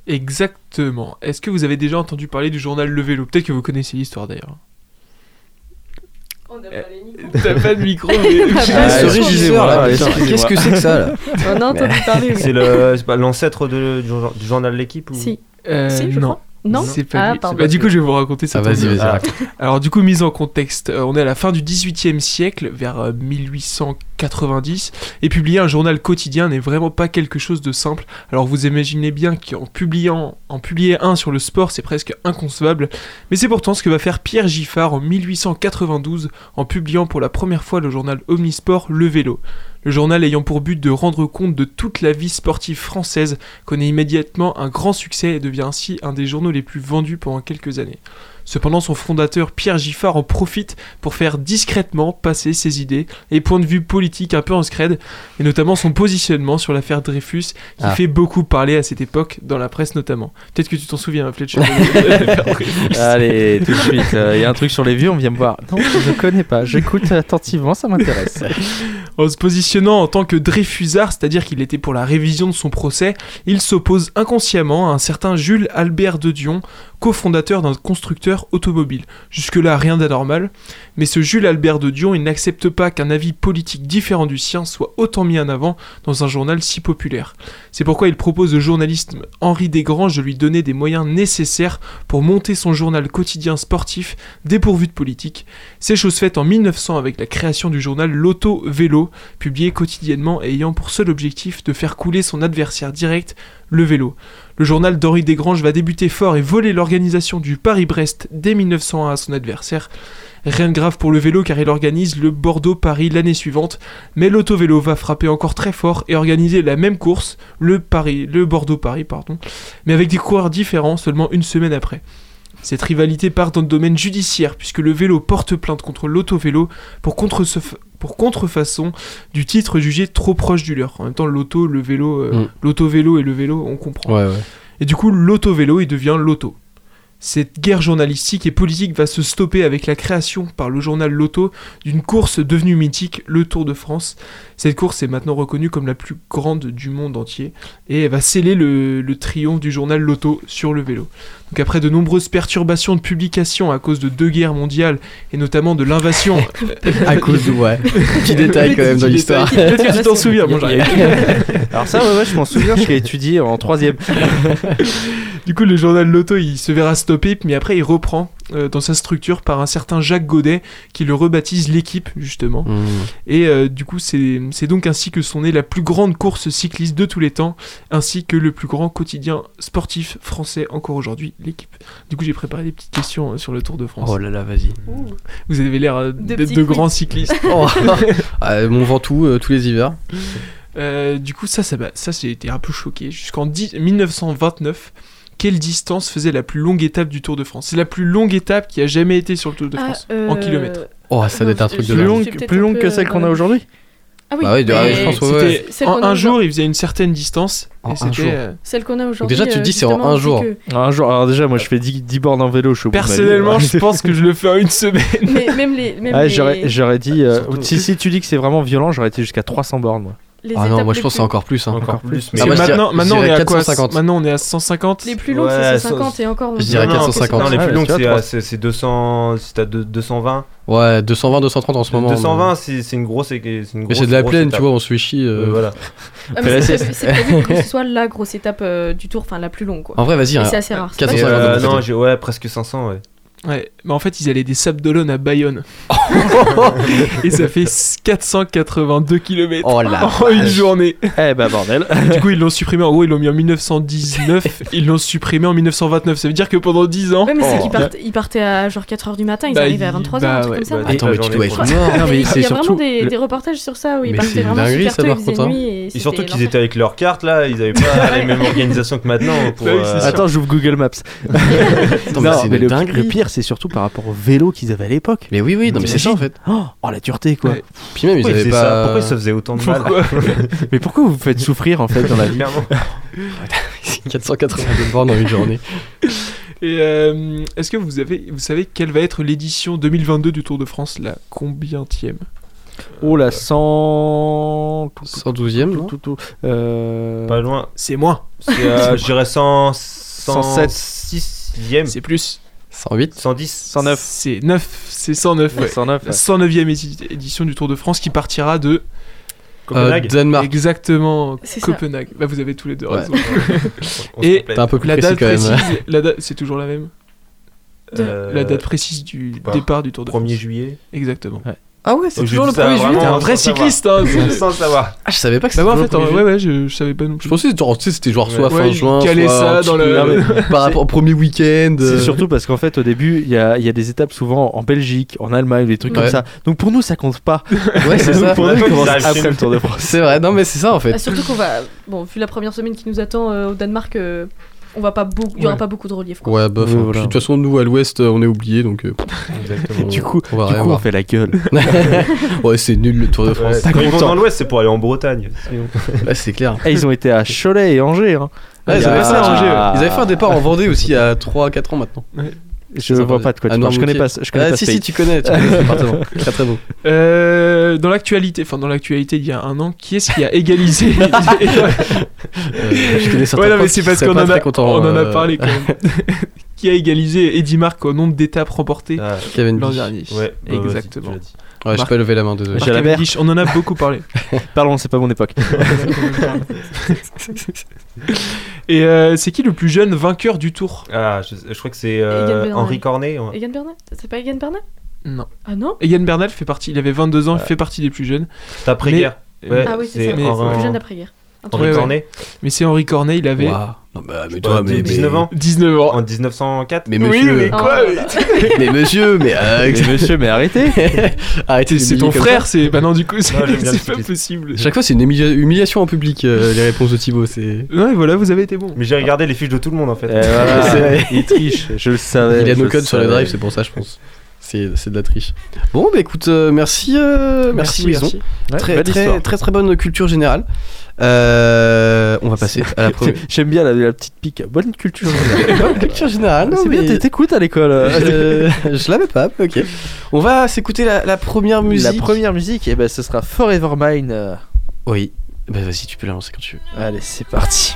[SPEAKER 10] Exactement. Est-ce que vous avez déjà entendu parler du journal Le Vélo Peut-être que vous connaissez l'histoire d'ailleurs. On n'a pas de micro, mais.
[SPEAKER 11] *laughs* Ah,
[SPEAKER 8] ce régisseur, là,
[SPEAKER 12] Ah,
[SPEAKER 8] putain,
[SPEAKER 12] excusez-moi.
[SPEAKER 8] qu'est-ce que c'est que ça, là
[SPEAKER 11] On a entendu parler, oui.
[SPEAKER 12] C'est le- euh, c'est pas l'ancêtre de- du, jour- du journal L'équipe ou...
[SPEAKER 11] Si.
[SPEAKER 10] Euh,
[SPEAKER 11] Si, je
[SPEAKER 10] non.
[SPEAKER 11] crois. Non
[SPEAKER 10] C'est pas
[SPEAKER 11] Ah,
[SPEAKER 10] lui.
[SPEAKER 11] pardon.
[SPEAKER 10] Bah, du coup, je vais vous raconter ça.
[SPEAKER 8] Ah,
[SPEAKER 10] tombe
[SPEAKER 8] vas-y,
[SPEAKER 10] bien.
[SPEAKER 8] vas-y,
[SPEAKER 12] Ah.
[SPEAKER 8] raconte.
[SPEAKER 10] Alors, du coup, mise en contexte, euh, on est à la fin du 18e siècle, vers euh, 1890, et publier un journal quotidien n'est vraiment pas quelque chose de simple. Alors, vous imaginez bien qu'en publiant, en publier un sur le sport, c'est presque inconcevable, mais c'est pourtant ce que va faire Pierre Giffard en 1892 en publiant pour la première fois le journal Omnisport Le Vélo. Le journal ayant pour but de rendre compte de toute la vie sportive française connaît immédiatement un grand succès et devient ainsi un des journaux les plus vendus pendant quelques années. Cependant, son fondateur Pierre Giffard en profite pour faire discrètement passer ses idées et points de vue politiques un peu en scred, et notamment son positionnement sur l'affaire Dreyfus, qui
[SPEAKER 8] Ah.
[SPEAKER 10] fait beaucoup parler à cette époque, dans la presse notamment. Peut-être que tu t'en souviens, Fletcher.
[SPEAKER 9] *laughs*
[SPEAKER 10] *laughs*
[SPEAKER 9] Allez, *laughs* tout de suite. Euh, Il y a un truc sur les vues, on vient me voir. Non, je connais pas. J'écoute attentivement, ça *laughs* m'intéresse.
[SPEAKER 10] En se positionnant en tant que Dreyfusard, c'est-à-dire qu'il était pour la révision de son procès, il s'oppose inconsciemment à un certain Jules Albert de Dion, cofondateur d'un constructeur automobile. Jusque-là, rien d'anormal. Mais ce Jules Albert de Dion, il n'accepte pas qu'un avis politique différent du sien soit autant mis en avant dans un journal si populaire. C'est pourquoi il propose au journaliste Henri Desgranges de lui donner des moyens nécessaires pour monter son journal quotidien sportif dépourvu de politique c'est chose faite en 1900 avec la création du journal L'Auto Vélo, publié quotidiennement et ayant pour seul objectif de faire couler son adversaire direct, le vélo. Le journal d'Henri Desgranges va débuter fort et voler l'organisation du Paris-Brest dès 1901 à son adversaire. Rien de grave pour le vélo car il organise le Bordeaux-Paris l'année suivante, mais l'autovélo va frapper encore très fort et organiser la même course, le Paris, le Bordeaux-Paris pardon, mais avec des coureurs différents seulement une semaine après. Cette rivalité part dans le domaine judiciaire puisque le vélo porte plainte contre l'autovélo pour, contrefaf- pour contrefaçon du titre jugé trop proche du leur. En même temps, l'auto, le vélo, euh,
[SPEAKER 8] Mm.
[SPEAKER 10] l'autovélo et le vélo, on comprend.
[SPEAKER 8] Ouais, ouais.
[SPEAKER 10] Et du coup, l'auto-vélo, il devient l'auto. Cette guerre journalistique et politique va se stopper avec la création par le journal L'Auto d'une course devenue mythique, le Tour de France. Cette course est maintenant reconnue comme la plus grande du monde entier et elle va sceller le, le triomphe du journal L'Auto sur le vélo. Donc après de nombreuses perturbations de publication à cause de deux guerres mondiales et notamment de l'invasion...
[SPEAKER 8] *laughs* *laughs* À cause
[SPEAKER 10] *laughs*
[SPEAKER 8] de ouais. Petit détail quand même dans
[SPEAKER 10] Petit
[SPEAKER 8] l'histoire.
[SPEAKER 10] détail. Peut-être que tu t'en souviens, bon, j'arrive.
[SPEAKER 9] Alors, ça, ouais, ouais, je m'en souviens, je l'ai étudié en troisième.
[SPEAKER 10] Du coup, le journal Loto, il se verra stopper, mais après, il reprend euh, dans sa structure par un certain Jacques Godet, qui le rebaptise l'équipe, justement.
[SPEAKER 8] Mmh.
[SPEAKER 10] Et euh, du coup, c'est c'est donc ainsi que sont nées la plus grande course cycliste de tous les temps, ainsi que le plus grand quotidien sportif français encore aujourd'hui, l'équipe. Du coup, j'ai préparé des petites questions euh, sur le Tour de France.
[SPEAKER 8] Oh là là, vas-y.
[SPEAKER 11] Ouh.
[SPEAKER 10] Vous avez l'air euh,
[SPEAKER 11] De
[SPEAKER 10] d'être
[SPEAKER 11] petits
[SPEAKER 10] de
[SPEAKER 11] quiz.
[SPEAKER 10] grands cyclistes.
[SPEAKER 8] *laughs* Oh. Ah, mon Ventoux euh, tous les hivers.
[SPEAKER 10] Euh, du coup, ça, ça, m'a- ça, j'ai été un peu choqué. Jusqu'en 10 1929, quelle distance faisait la plus longue étape du Tour de France C'est la plus longue étape qui a jamais été sur le Tour de
[SPEAKER 11] Ah,
[SPEAKER 10] France,
[SPEAKER 11] euh,
[SPEAKER 10] en kilomètres.
[SPEAKER 8] Oh, ça doit être un
[SPEAKER 11] Je-
[SPEAKER 8] truc de
[SPEAKER 11] je-
[SPEAKER 9] Plus
[SPEAKER 11] je
[SPEAKER 8] dingue.
[SPEAKER 11] suis
[SPEAKER 9] longue,
[SPEAKER 11] peut-être
[SPEAKER 9] plus
[SPEAKER 11] un
[SPEAKER 9] longue
[SPEAKER 11] peu
[SPEAKER 9] que celle qu'on a
[SPEAKER 11] dans-
[SPEAKER 9] aujourd'hui.
[SPEAKER 11] Ah oui,
[SPEAKER 8] Bah oui,
[SPEAKER 11] mais
[SPEAKER 8] je pense, ouais, ouais.
[SPEAKER 10] C'était
[SPEAKER 11] celle
[SPEAKER 10] en
[SPEAKER 11] qu'on a
[SPEAKER 10] un
[SPEAKER 11] aujourd'hui-
[SPEAKER 10] jour, il faisait une certaine distance.
[SPEAKER 8] En un
[SPEAKER 10] et c'était
[SPEAKER 8] jour.
[SPEAKER 10] euh,
[SPEAKER 11] Celle qu'on a aujourd'hui.
[SPEAKER 8] Déjà, tu te dis,
[SPEAKER 11] euh,
[SPEAKER 8] c'est en
[SPEAKER 11] justement,
[SPEAKER 8] un
[SPEAKER 11] c'est
[SPEAKER 8] jour.
[SPEAKER 11] que-
[SPEAKER 9] Un jour, alors déjà, moi, je fais 10, bornes en vélo, je suis au bout de ma vie.
[SPEAKER 10] Personnellement, je pense que je le fais en une semaine.
[SPEAKER 11] Mais même les,
[SPEAKER 10] Ah,
[SPEAKER 11] même
[SPEAKER 9] Ouais,
[SPEAKER 11] les,
[SPEAKER 9] j'aurais, j'aurais dit. euh,
[SPEAKER 12] Surtout-
[SPEAKER 9] si, si tu dis que c'est vraiment violent, j'aurais été jusqu'à 300 bornes, moi.
[SPEAKER 11] les
[SPEAKER 8] Ah
[SPEAKER 11] étapes
[SPEAKER 8] non, moi je
[SPEAKER 11] les
[SPEAKER 8] pense que c'est
[SPEAKER 11] plus-
[SPEAKER 8] encore plus. hein.
[SPEAKER 12] Encore plus, mais
[SPEAKER 8] Ah,
[SPEAKER 10] C'est
[SPEAKER 8] moi, je
[SPEAKER 10] maintenant,
[SPEAKER 8] dirais-
[SPEAKER 10] maintenant,
[SPEAKER 8] je
[SPEAKER 10] on est
[SPEAKER 8] dirais
[SPEAKER 10] à quoi
[SPEAKER 8] 450.
[SPEAKER 10] Maintenant, on est à 150.
[SPEAKER 11] Les plus longues,
[SPEAKER 12] Ouais,
[SPEAKER 11] c'est 150 et encore.
[SPEAKER 8] Je dirais
[SPEAKER 12] Non, non,
[SPEAKER 8] 450.
[SPEAKER 12] Non, les
[SPEAKER 9] Ah, Ouais,
[SPEAKER 12] plus longues,
[SPEAKER 9] tu vois,
[SPEAKER 12] c'est,
[SPEAKER 9] trois-
[SPEAKER 12] euh, c'est, c'est 200. Si t'as de- 220.
[SPEAKER 8] Ouais, 220, 230 en ce moment.
[SPEAKER 12] 220,
[SPEAKER 8] mais-
[SPEAKER 12] c'est, c'est une grosse. C'est, c'est une
[SPEAKER 8] Mais
[SPEAKER 12] grosse,
[SPEAKER 8] c'est de la
[SPEAKER 12] grosse
[SPEAKER 8] plaine,
[SPEAKER 12] étape.
[SPEAKER 8] tu vois, on se fait chier. euh.
[SPEAKER 12] Euh, voilà.
[SPEAKER 11] Ah,
[SPEAKER 9] Fais la
[SPEAKER 11] mais C'est prévu- c'est prévu que ce soit la grosse étape euh, du tour, enfin la plus longue. quoi.
[SPEAKER 8] En vrai, vas-y,
[SPEAKER 11] Et
[SPEAKER 8] hein.
[SPEAKER 11] C'est assez rare. c'est pas
[SPEAKER 8] 400.
[SPEAKER 12] Et,
[SPEAKER 11] cher.
[SPEAKER 12] euh,
[SPEAKER 8] 450,
[SPEAKER 12] non,
[SPEAKER 8] peut-être.
[SPEAKER 12] j'ai, ouais, presque 500, ouais.
[SPEAKER 10] Ouais, mais en fait, ils allaient des Sables d'Olonne
[SPEAKER 8] *laughs*
[SPEAKER 10] à Bayonne. et ça fait 482 km
[SPEAKER 8] Oh la
[SPEAKER 10] en une
[SPEAKER 8] vache.
[SPEAKER 10] journée.
[SPEAKER 9] Eh bah, bordel.
[SPEAKER 10] Et du coup, ils l'ont supprimé. En gros, ils l'ont mis en
[SPEAKER 11] *laughs*
[SPEAKER 10] 1919. ils l'ont supprimé en 1929. Ça veut dire que pendant 10 ans.
[SPEAKER 11] Ouais, mais c'est
[SPEAKER 9] Oh.
[SPEAKER 11] qu'ils partent- ils partaient à genre 4h du matin, ils
[SPEAKER 10] Bah,
[SPEAKER 11] arrivaient à
[SPEAKER 10] il-
[SPEAKER 11] 23h,
[SPEAKER 10] bah,
[SPEAKER 11] un truc
[SPEAKER 10] ouais,
[SPEAKER 11] comme ça.
[SPEAKER 12] bah,
[SPEAKER 11] non
[SPEAKER 8] Attends, mais tu dois
[SPEAKER 12] Je crois-
[SPEAKER 8] être mort.
[SPEAKER 9] Non, mais
[SPEAKER 11] Il y a-
[SPEAKER 9] c'est
[SPEAKER 11] il y a
[SPEAKER 9] surtout
[SPEAKER 11] vraiment des,
[SPEAKER 9] le-
[SPEAKER 11] des reportages sur ça où ils
[SPEAKER 8] Mais c'est
[SPEAKER 11] partaient
[SPEAKER 8] une
[SPEAKER 11] vraiment
[SPEAKER 8] dinguerie,
[SPEAKER 11] super
[SPEAKER 8] ça,
[SPEAKER 11] tôt,
[SPEAKER 8] par
[SPEAKER 11] ils faisaient
[SPEAKER 8] contre, hein.
[SPEAKER 11] nuit et
[SPEAKER 12] Et
[SPEAKER 11] c'était
[SPEAKER 12] surtout qu'ils
[SPEAKER 11] l'enfer.
[SPEAKER 12] étaient avec leurs cartes là, ils avaient pas
[SPEAKER 11] *laughs*
[SPEAKER 12] les mêmes organisations que maintenant. Pour,
[SPEAKER 10] Bah oui,
[SPEAKER 12] euh,
[SPEAKER 10] c'est sûr.
[SPEAKER 9] Attends, j'ouvre Google Maps.
[SPEAKER 8] Attends, mais c'est une
[SPEAKER 9] le, le
[SPEAKER 8] dinguerie.
[SPEAKER 9] pire, c'est surtout par rapport au vélo qu'ils avaient à l'époque.
[SPEAKER 8] Mais oui, oui, non, mais c'est
[SPEAKER 9] *laughs*
[SPEAKER 8] ça en fait.
[SPEAKER 9] Oh, oh, la dureté quoi.
[SPEAKER 10] Ouais.
[SPEAKER 8] Puis même, ils
[SPEAKER 12] Pourquoi ils
[SPEAKER 8] avaient
[SPEAKER 12] faisaient
[SPEAKER 8] pas.
[SPEAKER 12] ça Pourquoi ils se faisaient autant de mal *laughs*
[SPEAKER 9] mais pourquoi vous vous faites souffrir en fait dans
[SPEAKER 8] *laughs*
[SPEAKER 9] la vie
[SPEAKER 12] Clairement.
[SPEAKER 8] 482 bornes en une journée.
[SPEAKER 10] *laughs* Et euh, est-ce que vous, avez, vous savez quelle va être l'édition 2022 du Tour de France La combientième
[SPEAKER 9] Oh la 100.
[SPEAKER 8] 112ème, non
[SPEAKER 9] Tout, tout, euh,
[SPEAKER 12] Pas loin.
[SPEAKER 10] C'est moins,
[SPEAKER 12] C'est, euh, je dirais 100,
[SPEAKER 9] 107.
[SPEAKER 12] 106e,
[SPEAKER 10] c'est plus.
[SPEAKER 8] 108
[SPEAKER 12] 110.
[SPEAKER 9] 109.
[SPEAKER 10] C'est 9, c'est 109. ouais.
[SPEAKER 9] 109.
[SPEAKER 10] La 109e édi- édition du Tour de France qui partira de
[SPEAKER 12] Copenhague.
[SPEAKER 8] Euh, Danemark.
[SPEAKER 10] exactement
[SPEAKER 11] C'est ça.
[SPEAKER 10] Copenhague. Bah, vous avez tous les deux
[SPEAKER 8] Ouais.
[SPEAKER 10] raison.
[SPEAKER 12] On se
[SPEAKER 10] Et-
[SPEAKER 12] complète.
[SPEAKER 8] T'es un peu plus
[SPEAKER 10] La
[SPEAKER 8] précis
[SPEAKER 10] date
[SPEAKER 8] quand même.
[SPEAKER 10] précise,
[SPEAKER 8] hein.
[SPEAKER 10] la date- c'est toujours la même.
[SPEAKER 12] Euh,
[SPEAKER 10] la date précise du
[SPEAKER 12] départ.
[SPEAKER 10] départ du Tour de
[SPEAKER 12] 1er
[SPEAKER 10] France.
[SPEAKER 12] juillet.
[SPEAKER 10] Exactement.
[SPEAKER 8] Ah ouais,
[SPEAKER 12] c'est Oh, j'ai toujours le dit ça, 1er juillet.
[SPEAKER 10] T'es
[SPEAKER 12] vraiment.
[SPEAKER 10] un vrai
[SPEAKER 12] Sans
[SPEAKER 10] cycliste, hein.
[SPEAKER 12] *laughs* Sans savoir.
[SPEAKER 8] Ah, je savais pas que
[SPEAKER 10] Bah,
[SPEAKER 8] c'était.
[SPEAKER 10] moi, en
[SPEAKER 8] toujours
[SPEAKER 10] fait,
[SPEAKER 8] le
[SPEAKER 10] en-
[SPEAKER 8] premier
[SPEAKER 10] ouais,
[SPEAKER 8] juillet.
[SPEAKER 10] ouais, je, je savais pas non
[SPEAKER 8] Je
[SPEAKER 10] plus.
[SPEAKER 8] pensais que genre, tu sais, c'était genre soit
[SPEAKER 10] Ouais,
[SPEAKER 8] fin
[SPEAKER 10] ouais,
[SPEAKER 8] juin,
[SPEAKER 10] caler
[SPEAKER 8] soit
[SPEAKER 10] ça
[SPEAKER 8] un petit
[SPEAKER 10] dans
[SPEAKER 8] peu-
[SPEAKER 10] le-
[SPEAKER 8] Non, mais par rapport au premier week-end.
[SPEAKER 9] C'est surtout parce qu'en fait, au début, il y a, il y a des étapes souvent en Belgique, en Allemagne, des trucs
[SPEAKER 8] Ouais.
[SPEAKER 9] comme ça. Donc pour nous, ça compte pas.
[SPEAKER 8] Ouais, *laughs* c'est ça.
[SPEAKER 9] Pour
[SPEAKER 12] On a
[SPEAKER 9] nous, il
[SPEAKER 12] pas qu'ils
[SPEAKER 9] commence
[SPEAKER 12] arrivent chez
[SPEAKER 9] après
[SPEAKER 12] nous.
[SPEAKER 9] le Tour de France.
[SPEAKER 8] C'est vrai, non, mais c'est ça en
[SPEAKER 11] Ah,
[SPEAKER 8] fait.
[SPEAKER 11] surtout qu'on va. Bon, vu la première semaine qui nous attend euh, au Danemark, euh, on va pas beaucoup. Il y aura
[SPEAKER 10] Ouais.
[SPEAKER 11] pas beaucoup de relief. Quoi.
[SPEAKER 8] Ouais, bof.
[SPEAKER 9] Oui,
[SPEAKER 8] hein.
[SPEAKER 9] voilà.
[SPEAKER 8] Puis, De toute façon, nous à l'ouest, euh, on est oubliés donc. euh,
[SPEAKER 12] Exactement.
[SPEAKER 9] Du coup,
[SPEAKER 8] on va
[SPEAKER 9] du
[SPEAKER 8] rien
[SPEAKER 9] coup on
[SPEAKER 8] voir.
[SPEAKER 9] fait la gueule.
[SPEAKER 8] ouais, c'est nul le Tour de France.
[SPEAKER 12] Ouais, quand ils vont dans l'ouest, c'est pour aller en Bretagne. Sinon-
[SPEAKER 8] Là, c'est clair.
[SPEAKER 9] Eh, ils ont été à Cholet et Angers. hein.
[SPEAKER 8] Ouais,
[SPEAKER 9] Il
[SPEAKER 8] ils
[SPEAKER 9] y a-
[SPEAKER 8] avaient fait ça à Angers, ouais. Ils avaient fait un départ en Vendée aussi il y a 3-4 ans maintenant.
[SPEAKER 9] Je
[SPEAKER 8] Ça
[SPEAKER 9] vois
[SPEAKER 8] va.
[SPEAKER 9] pas de quoi
[SPEAKER 8] À
[SPEAKER 9] tu parles. Je connais
[SPEAKER 8] Noirmoutier.
[SPEAKER 9] pas, ce- je connais
[SPEAKER 8] Ah,
[SPEAKER 9] pas
[SPEAKER 8] si,
[SPEAKER 9] ce
[SPEAKER 8] si,
[SPEAKER 9] pays.
[SPEAKER 8] tu connais, tu connais ce département. Très très beau.
[SPEAKER 10] Euh, dans l'actualité, enfin dans l'actualité, il y a un an, qui est-ce qui
[SPEAKER 8] *laughs*
[SPEAKER 10] a égalisé *laughs*
[SPEAKER 8] Euh, je connais certains
[SPEAKER 10] Ouais, non, mais
[SPEAKER 8] potes
[SPEAKER 10] c'est
[SPEAKER 8] qui
[SPEAKER 10] parce
[SPEAKER 8] seraient
[SPEAKER 10] qu'on
[SPEAKER 8] pas
[SPEAKER 10] en, a-
[SPEAKER 8] très contents,
[SPEAKER 10] on en a
[SPEAKER 8] euh,
[SPEAKER 10] parlé
[SPEAKER 8] *laughs*
[SPEAKER 10] quand même. *laughs* qui a égalisé Eddy Marc au nombre d'étapes remportées
[SPEAKER 8] Euh,
[SPEAKER 12] Ah,
[SPEAKER 8] Kevin
[SPEAKER 10] l'an
[SPEAKER 8] Beach.
[SPEAKER 10] dernier.
[SPEAKER 12] ouais, bah, vas-y,
[SPEAKER 10] Exactement.
[SPEAKER 12] tu l'as dit.
[SPEAKER 8] Ouais, j'ai pas levé la main, désolé.
[SPEAKER 10] Marc
[SPEAKER 9] Bah. J'ai la
[SPEAKER 10] Cavendish,
[SPEAKER 9] merde.
[SPEAKER 10] on en a
[SPEAKER 8] *laughs*
[SPEAKER 10] beaucoup parlé.
[SPEAKER 9] *laughs* Parlons, c'est pas mon époque.
[SPEAKER 10] Et euh, c'est qui le plus jeune vainqueur du tour
[SPEAKER 12] Ah, je, je crois que c'est
[SPEAKER 11] Et Egan
[SPEAKER 12] euh,
[SPEAKER 11] Bernal.
[SPEAKER 12] Henri Cornet. ouais.
[SPEAKER 11] Egan Bernal C'est pas Egan Bernal
[SPEAKER 10] Non.
[SPEAKER 11] Ah non
[SPEAKER 10] Egan Bernal fait partie, il avait 22
[SPEAKER 8] Euh.
[SPEAKER 10] ans, il fait partie des plus jeunes.
[SPEAKER 12] D'après-guerre. Ouais,
[SPEAKER 11] Ah oui, c'est ça.
[SPEAKER 10] mais-
[SPEAKER 11] Le plus
[SPEAKER 12] Henri
[SPEAKER 11] jeune d'après-guerre. Un truc
[SPEAKER 12] Henri
[SPEAKER 10] Ouais, ouais.
[SPEAKER 12] Cornet.
[SPEAKER 10] Mais c'est Henri Cornet, il avait
[SPEAKER 8] Waouh. Non, bah, mais
[SPEAKER 12] Ouais,
[SPEAKER 8] toi, mais. mais-
[SPEAKER 12] 19 ans.
[SPEAKER 10] 19 ans.
[SPEAKER 12] En 1904.
[SPEAKER 8] Mais
[SPEAKER 10] Oui, mais
[SPEAKER 8] monsieur. euh,
[SPEAKER 11] comme ça.
[SPEAKER 10] quoi
[SPEAKER 11] Oh là là.
[SPEAKER 8] *laughs* Mais monsieur, mais. euh,
[SPEAKER 9] *laughs* Mais monsieur, mais arrêtez.
[SPEAKER 8] *laughs* Arrêtez
[SPEAKER 10] C'est
[SPEAKER 8] de
[SPEAKER 10] c'est ton
[SPEAKER 8] m'humilier comme
[SPEAKER 10] frère, c'est. Bah non, du coup, c'est
[SPEAKER 12] j'aime bien
[SPEAKER 10] c'est
[SPEAKER 12] le
[SPEAKER 10] pas
[SPEAKER 12] cyclisme.
[SPEAKER 10] possible.
[SPEAKER 8] ça. Chaque fois, c'est une humilia- humiliation en public, euh, les réponses de Thibaut. C'est.
[SPEAKER 10] Ouais, voilà, vous avez été bon.
[SPEAKER 12] Mais j'ai regardé les fiches de tout le monde en fait.
[SPEAKER 9] Eh,
[SPEAKER 12] Ah, *laughs*
[SPEAKER 9] voilà,
[SPEAKER 8] *laughs* C'est vrai.
[SPEAKER 9] il triche, je le savais.
[SPEAKER 8] Il a
[SPEAKER 9] Ah, je
[SPEAKER 8] nos codes sur le
[SPEAKER 9] savais.
[SPEAKER 8] drive, c'est pour ça, je pense. C'est c'est de la triche. Bon, bah écoute, euh, merci, euh, merci, Louison.
[SPEAKER 9] Ouais,
[SPEAKER 8] Très,
[SPEAKER 9] belle
[SPEAKER 8] très,
[SPEAKER 9] histoire. *laughs*
[SPEAKER 8] très, très bonne culture générale. Euh, on va passer à
[SPEAKER 9] Ah, *laughs*
[SPEAKER 8] la première.
[SPEAKER 9] J'aime bien la, la petite pique. Bonne *laughs* culture. Ah,
[SPEAKER 8] Bonne *laughs* culture générale, non,
[SPEAKER 9] c'est
[SPEAKER 8] mais-
[SPEAKER 9] bien, t'é- t'écoutes à l'école. *laughs* euh.
[SPEAKER 8] Euh, je *laughs* l'avais pas, mais ok. On va s'écouter la, la première musique.
[SPEAKER 9] La première musique, eh ben, ce sera Forever Mine. euh.
[SPEAKER 8] Oui. Bah vas-y, tu peux la lancer quand tu veux.
[SPEAKER 9] Allez, c'est parti.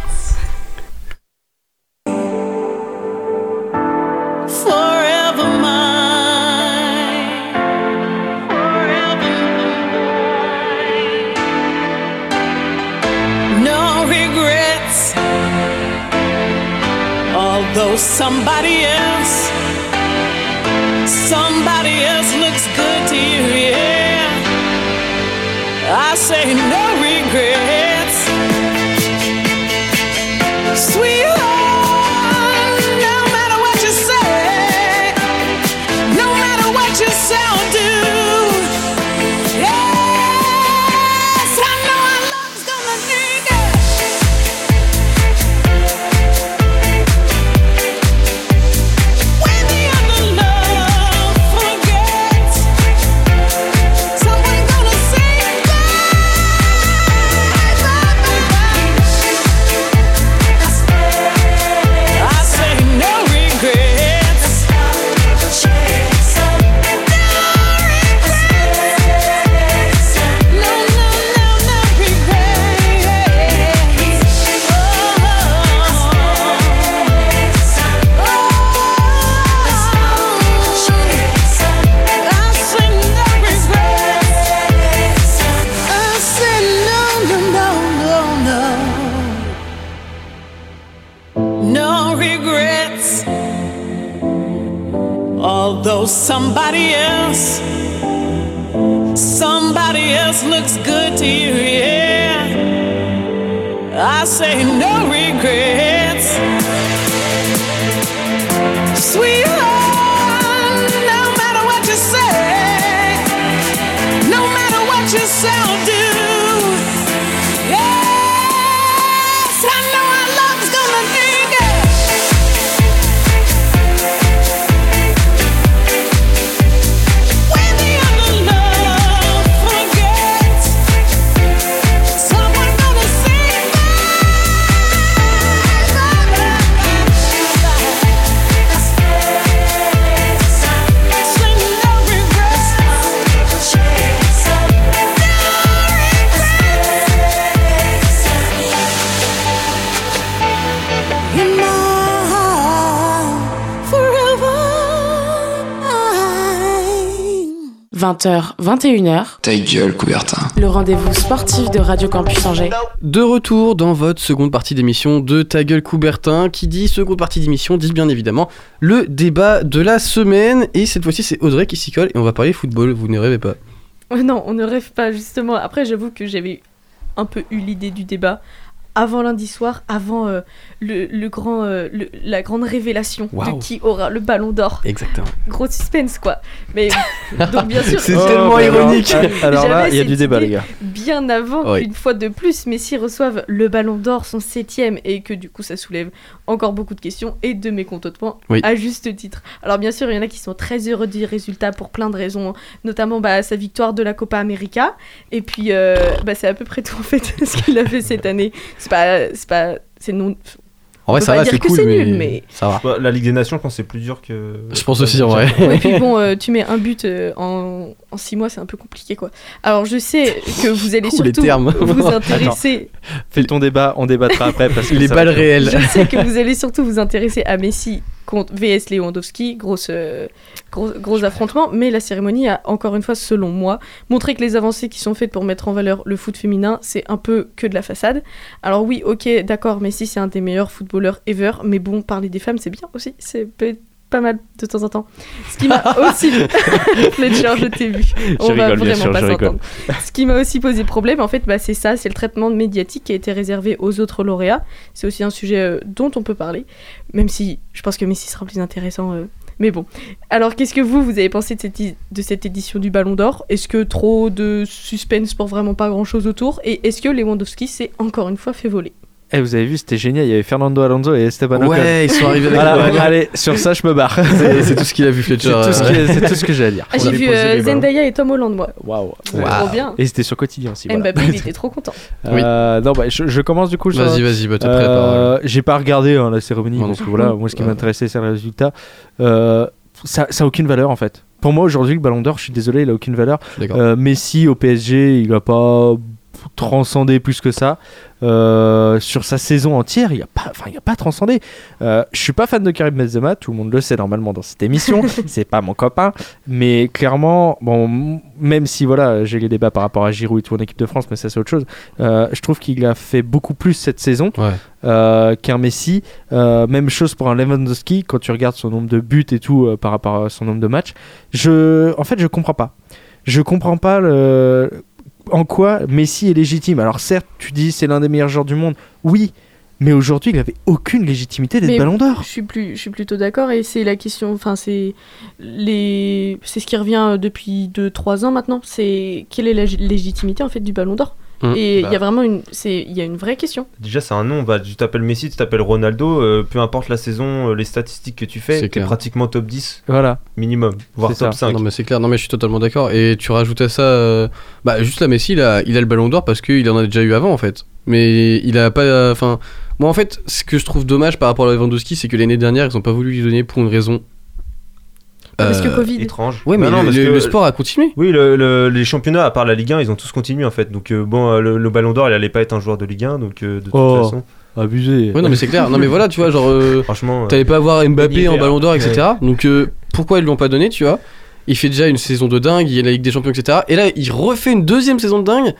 [SPEAKER 13] no regrets. Although somebody else, somebody else looks good to you, yeah. I say no regrets. Sweetheart, no matter what you say, no matter what you say or do, Yes, I know our love's gonna need it. When the other love forgets, someone gonna say bye, bye, bye, bye. I say no regrets. No regrets. Although somebody else, somebody else looks good to you, yeah. I say no regrets. Sweetheart, no matter what you say, no matter what you say or do, yes, I know our love's gonna dig it.
[SPEAKER 6] 20h, 21h,
[SPEAKER 7] Ta gueule, Coubertin.
[SPEAKER 6] le rendez-vous sportif de Radio Campus Angers.
[SPEAKER 8] De retour dans votre seconde partie d'émission de Ta gueule Coubertin, qui dit seconde partie d'émission, dit bien évidemment le débat de la semaine. Et cette fois-ci, c'est Audrey qui s'y colle et on va parler football, vous ne rêvez pas.
[SPEAKER 11] Ouais, Euh, Non, on ne rêve pas, justement. Après, j'avoue que j'avais un peu eu l'idée du débat avant lundi soir, avant euh, le, le grand, euh, le- la grande révélation
[SPEAKER 8] Waouh.
[SPEAKER 11] de qui aura le ballon d'or.
[SPEAKER 8] Exactement.
[SPEAKER 11] Gros suspense, quoi. Mais donc, bien
[SPEAKER 9] *laughs* *laughs*
[SPEAKER 11] sûr,
[SPEAKER 9] C'est tellement
[SPEAKER 11] bah
[SPEAKER 9] ironique. *laughs*
[SPEAKER 11] alors, euh,
[SPEAKER 9] Oh, Alors là,
[SPEAKER 11] j'avais
[SPEAKER 9] il y a
[SPEAKER 11] cette
[SPEAKER 9] du débat,
[SPEAKER 11] idée
[SPEAKER 9] les gars.
[SPEAKER 11] Bien avant
[SPEAKER 9] Oui.
[SPEAKER 11] qu'une fois de plus, Messi reçoive le ballon d'or, son septième, et que du coup, ça soulève encore beaucoup de questions et de mécontentements
[SPEAKER 14] Oui.
[SPEAKER 11] à juste titre. Alors, bien sûr, il y en a qui sont très heureux du résultat pour plein de raisons, notamment bah, sa victoire de la Copa América. Et puis, euh, bah, c'est à peu près *laughs* tout en fait ce qu'il a fait cette année. C'est pas. C'est pas. C'est non.
[SPEAKER 8] En vrai,
[SPEAKER 11] on peut
[SPEAKER 8] ça
[SPEAKER 11] pas
[SPEAKER 8] va,
[SPEAKER 11] dire
[SPEAKER 8] c'est
[SPEAKER 11] que
[SPEAKER 8] cool,
[SPEAKER 11] nul,
[SPEAKER 8] mais-
[SPEAKER 11] mais
[SPEAKER 8] Ça va.
[SPEAKER 12] Bah, la Ligue des Nations, je pense, c'est plus dur que.
[SPEAKER 8] Je pense aussi, en vrai.
[SPEAKER 11] Ouais, puis bon, euh, tu mets un but euh, en, en six mois, c'est un peu compliqué, quoi. Alors, je sais que vous allez
[SPEAKER 9] Ouh, les
[SPEAKER 11] surtout
[SPEAKER 9] termes. *laughs*
[SPEAKER 11] vous
[SPEAKER 9] Attends.
[SPEAKER 11] intéresser.
[SPEAKER 9] *laughs* Fais ton débat, on débattra après. Parce que
[SPEAKER 8] Les
[SPEAKER 9] ça
[SPEAKER 8] balles
[SPEAKER 9] va être long.
[SPEAKER 8] réelles.
[SPEAKER 11] Je sais que
[SPEAKER 9] *laughs*
[SPEAKER 11] vous allez surtout vous intéresser à Messi contre VS Lewandowski, grosse, euh, gros, gros affrontement. Mais la cérémonie a encore une fois, selon moi, montré que les avancées qui sont faites pour mettre en valeur le foot féminin, c'est un peu que de la façade. Alors oui, ok, d'accord, Messi c'est un des meilleurs footballeurs ever, mais bon, parler des femmes c'est bien aussi, c'est peut- pas mal de temps en temps. Ce
[SPEAKER 9] *laughs*
[SPEAKER 11] qui m'a aussi *laughs* Fletcher, je t'ai vu.
[SPEAKER 9] Je
[SPEAKER 11] On va
[SPEAKER 9] rigole, bien
[SPEAKER 11] vraiment
[SPEAKER 9] sûr,
[SPEAKER 11] pas
[SPEAKER 9] je rigole.
[SPEAKER 11] s'entendre. Ce qui m'a aussi posé problème, en fait, bah, c'est ça, c'est le traitement médiatique qui a été réservé aux autres lauréats. C'est aussi un sujet euh, dont on peut parler, même si je pense que Messi sera plus intéressant. euh, Mais bon. Alors, qu'est-ce que vous, vous avez pensé de cette, i- de cette édition du Ballon d'Or Est-ce que trop de suspense pour vraiment pas grand-chose autour Et est-ce que Lewandowski s'est encore une fois fait voler
[SPEAKER 9] Eh, vous avez vu, c'était génial. Il y avait Fernando Alonso et Esteban Ocon.
[SPEAKER 8] Ouais, ils sont arrivés avec
[SPEAKER 9] Voilà,
[SPEAKER 8] le ballon.
[SPEAKER 9] Allez, sur ça, je me barre. *laughs*
[SPEAKER 8] C'est- c'est tout ce qu'il a vu, Fletcher.
[SPEAKER 9] C'est tout ce que- c'est tout ce que j'ai à
[SPEAKER 11] *laughs*
[SPEAKER 9] dire.
[SPEAKER 11] Ah, J'ai vu euh, Zendaya et Tom Holland, moi.
[SPEAKER 9] Waouh.
[SPEAKER 11] Trop bien.
[SPEAKER 9] Et c'était sur quotidien aussi. voilà.
[SPEAKER 11] Mbappé,
[SPEAKER 9] *laughs*
[SPEAKER 11] il était trop content.
[SPEAKER 9] Euh, non, bah, je, je commence du coup. ça
[SPEAKER 8] Vas-y,
[SPEAKER 9] va
[SPEAKER 8] vas-y, bah, t'as pris la
[SPEAKER 9] J'ai pas regardé hein, la cérémonie
[SPEAKER 8] Moi non
[SPEAKER 9] parce que
[SPEAKER 8] plus.
[SPEAKER 9] voilà, moi ce qui m'intéressait c'est le résultat. Euh, ça, ça a aucune valeur en fait. Pour moi aujourd'hui, le Ballon d'Or, je suis désolé, il a aucune valeur.
[SPEAKER 8] D'accord.
[SPEAKER 9] Euh, Messi au PSG, il a pas transcendé plus que ça. Euh, sur sa saison entière, il n'y a pas, enfin, il a pas transcendé. Euh, je suis pas fan de Karim Benzema, tout le monde le sait normalement dans cette émission. c'est pas mon copain, mais clairement, bon, m- même si voilà, j'ai les débats par rapport à Giroud et tout en équipe de France, mais ça c'est autre chose. euh, je trouve qu'il a fait beaucoup plus cette saison euh, qu'un Messi. Euh, même chose pour un Lewandowski quand tu regardes son nombre de buts et tout euh, par rapport à son nombre de matchs. Je, en fait, je comprends pas. Je comprends pas le en quoi Messi est légitime. Alors certes, tu dis c'est l'un des meilleurs joueurs du monde. Oui, mais aujourd'hui, il avait aucune légitimité d'être
[SPEAKER 11] Mais
[SPEAKER 9] Ballon d'Or.
[SPEAKER 11] Je suis plus, je suis plutôt d'accord et c'est la question. Enfin, c'est les, c'est ce qui revient depuis 2-3 ans maintenant. C'est quelle est la g- légitimité en fait du Ballon d'Or
[SPEAKER 12] Mm.
[SPEAKER 11] Et il y
[SPEAKER 12] Bah.
[SPEAKER 11] a vraiment une, c'est, il y a une vraie question.
[SPEAKER 12] Déjà, c'est un nom. Bah, tu t'appelles Messi, tu t'appelles Ronaldo, euh, peu importe la saison, euh, les statistiques que tu
[SPEAKER 8] C'est
[SPEAKER 12] fais, t'es
[SPEAKER 8] clair.
[SPEAKER 12] pratiquement top 10
[SPEAKER 9] Voilà.
[SPEAKER 12] minimum, voire
[SPEAKER 8] C'est ça.
[SPEAKER 12] top 5.
[SPEAKER 8] Non mais c'est clair, non mais je suis totalement d'accord. Et tu rajoutes à ça, euh, bah juste là Messi, il a, il a le Ballon d'Or parce qu'il en a déjà eu avant en fait. Mais il a pas, enfin, moi en fait, ce que je trouve dommage par rapport à Lewandowski, c'est que l'année dernière ils ont pas voulu lui donner pour une raison.
[SPEAKER 11] Ah, Parce que
[SPEAKER 8] Euh,
[SPEAKER 11] Covid.
[SPEAKER 12] Étrange.
[SPEAKER 8] Ouais, mais
[SPEAKER 12] Bah non,
[SPEAKER 8] le-
[SPEAKER 12] parce
[SPEAKER 8] le-
[SPEAKER 12] que-
[SPEAKER 8] le sport a continué.
[SPEAKER 12] Oui, le- le- les championnats, à part la Ligue 1, ils ont tous continué en fait. Donc, euh, bon, euh, le, le Ballon d'Or, il allait pas être un joueur de Ligue 1, donc euh, de toute
[SPEAKER 9] Oh,
[SPEAKER 12] façon.
[SPEAKER 9] abusé.
[SPEAKER 8] Ouais non mais c'est clair, non mais voilà tu vois genre, euh,
[SPEAKER 12] Franchement, euh,
[SPEAKER 8] t'allais pas avoir Mbappé
[SPEAKER 12] univers.
[SPEAKER 8] en Ballon d'Or etc.
[SPEAKER 12] Ouais.
[SPEAKER 8] Donc euh, pourquoi ils l'ont pas donné tu vois Il fait déjà une saison de dingue, il y a la Ligue des Champions etc. Et là il refait une deuxième saison de dingue.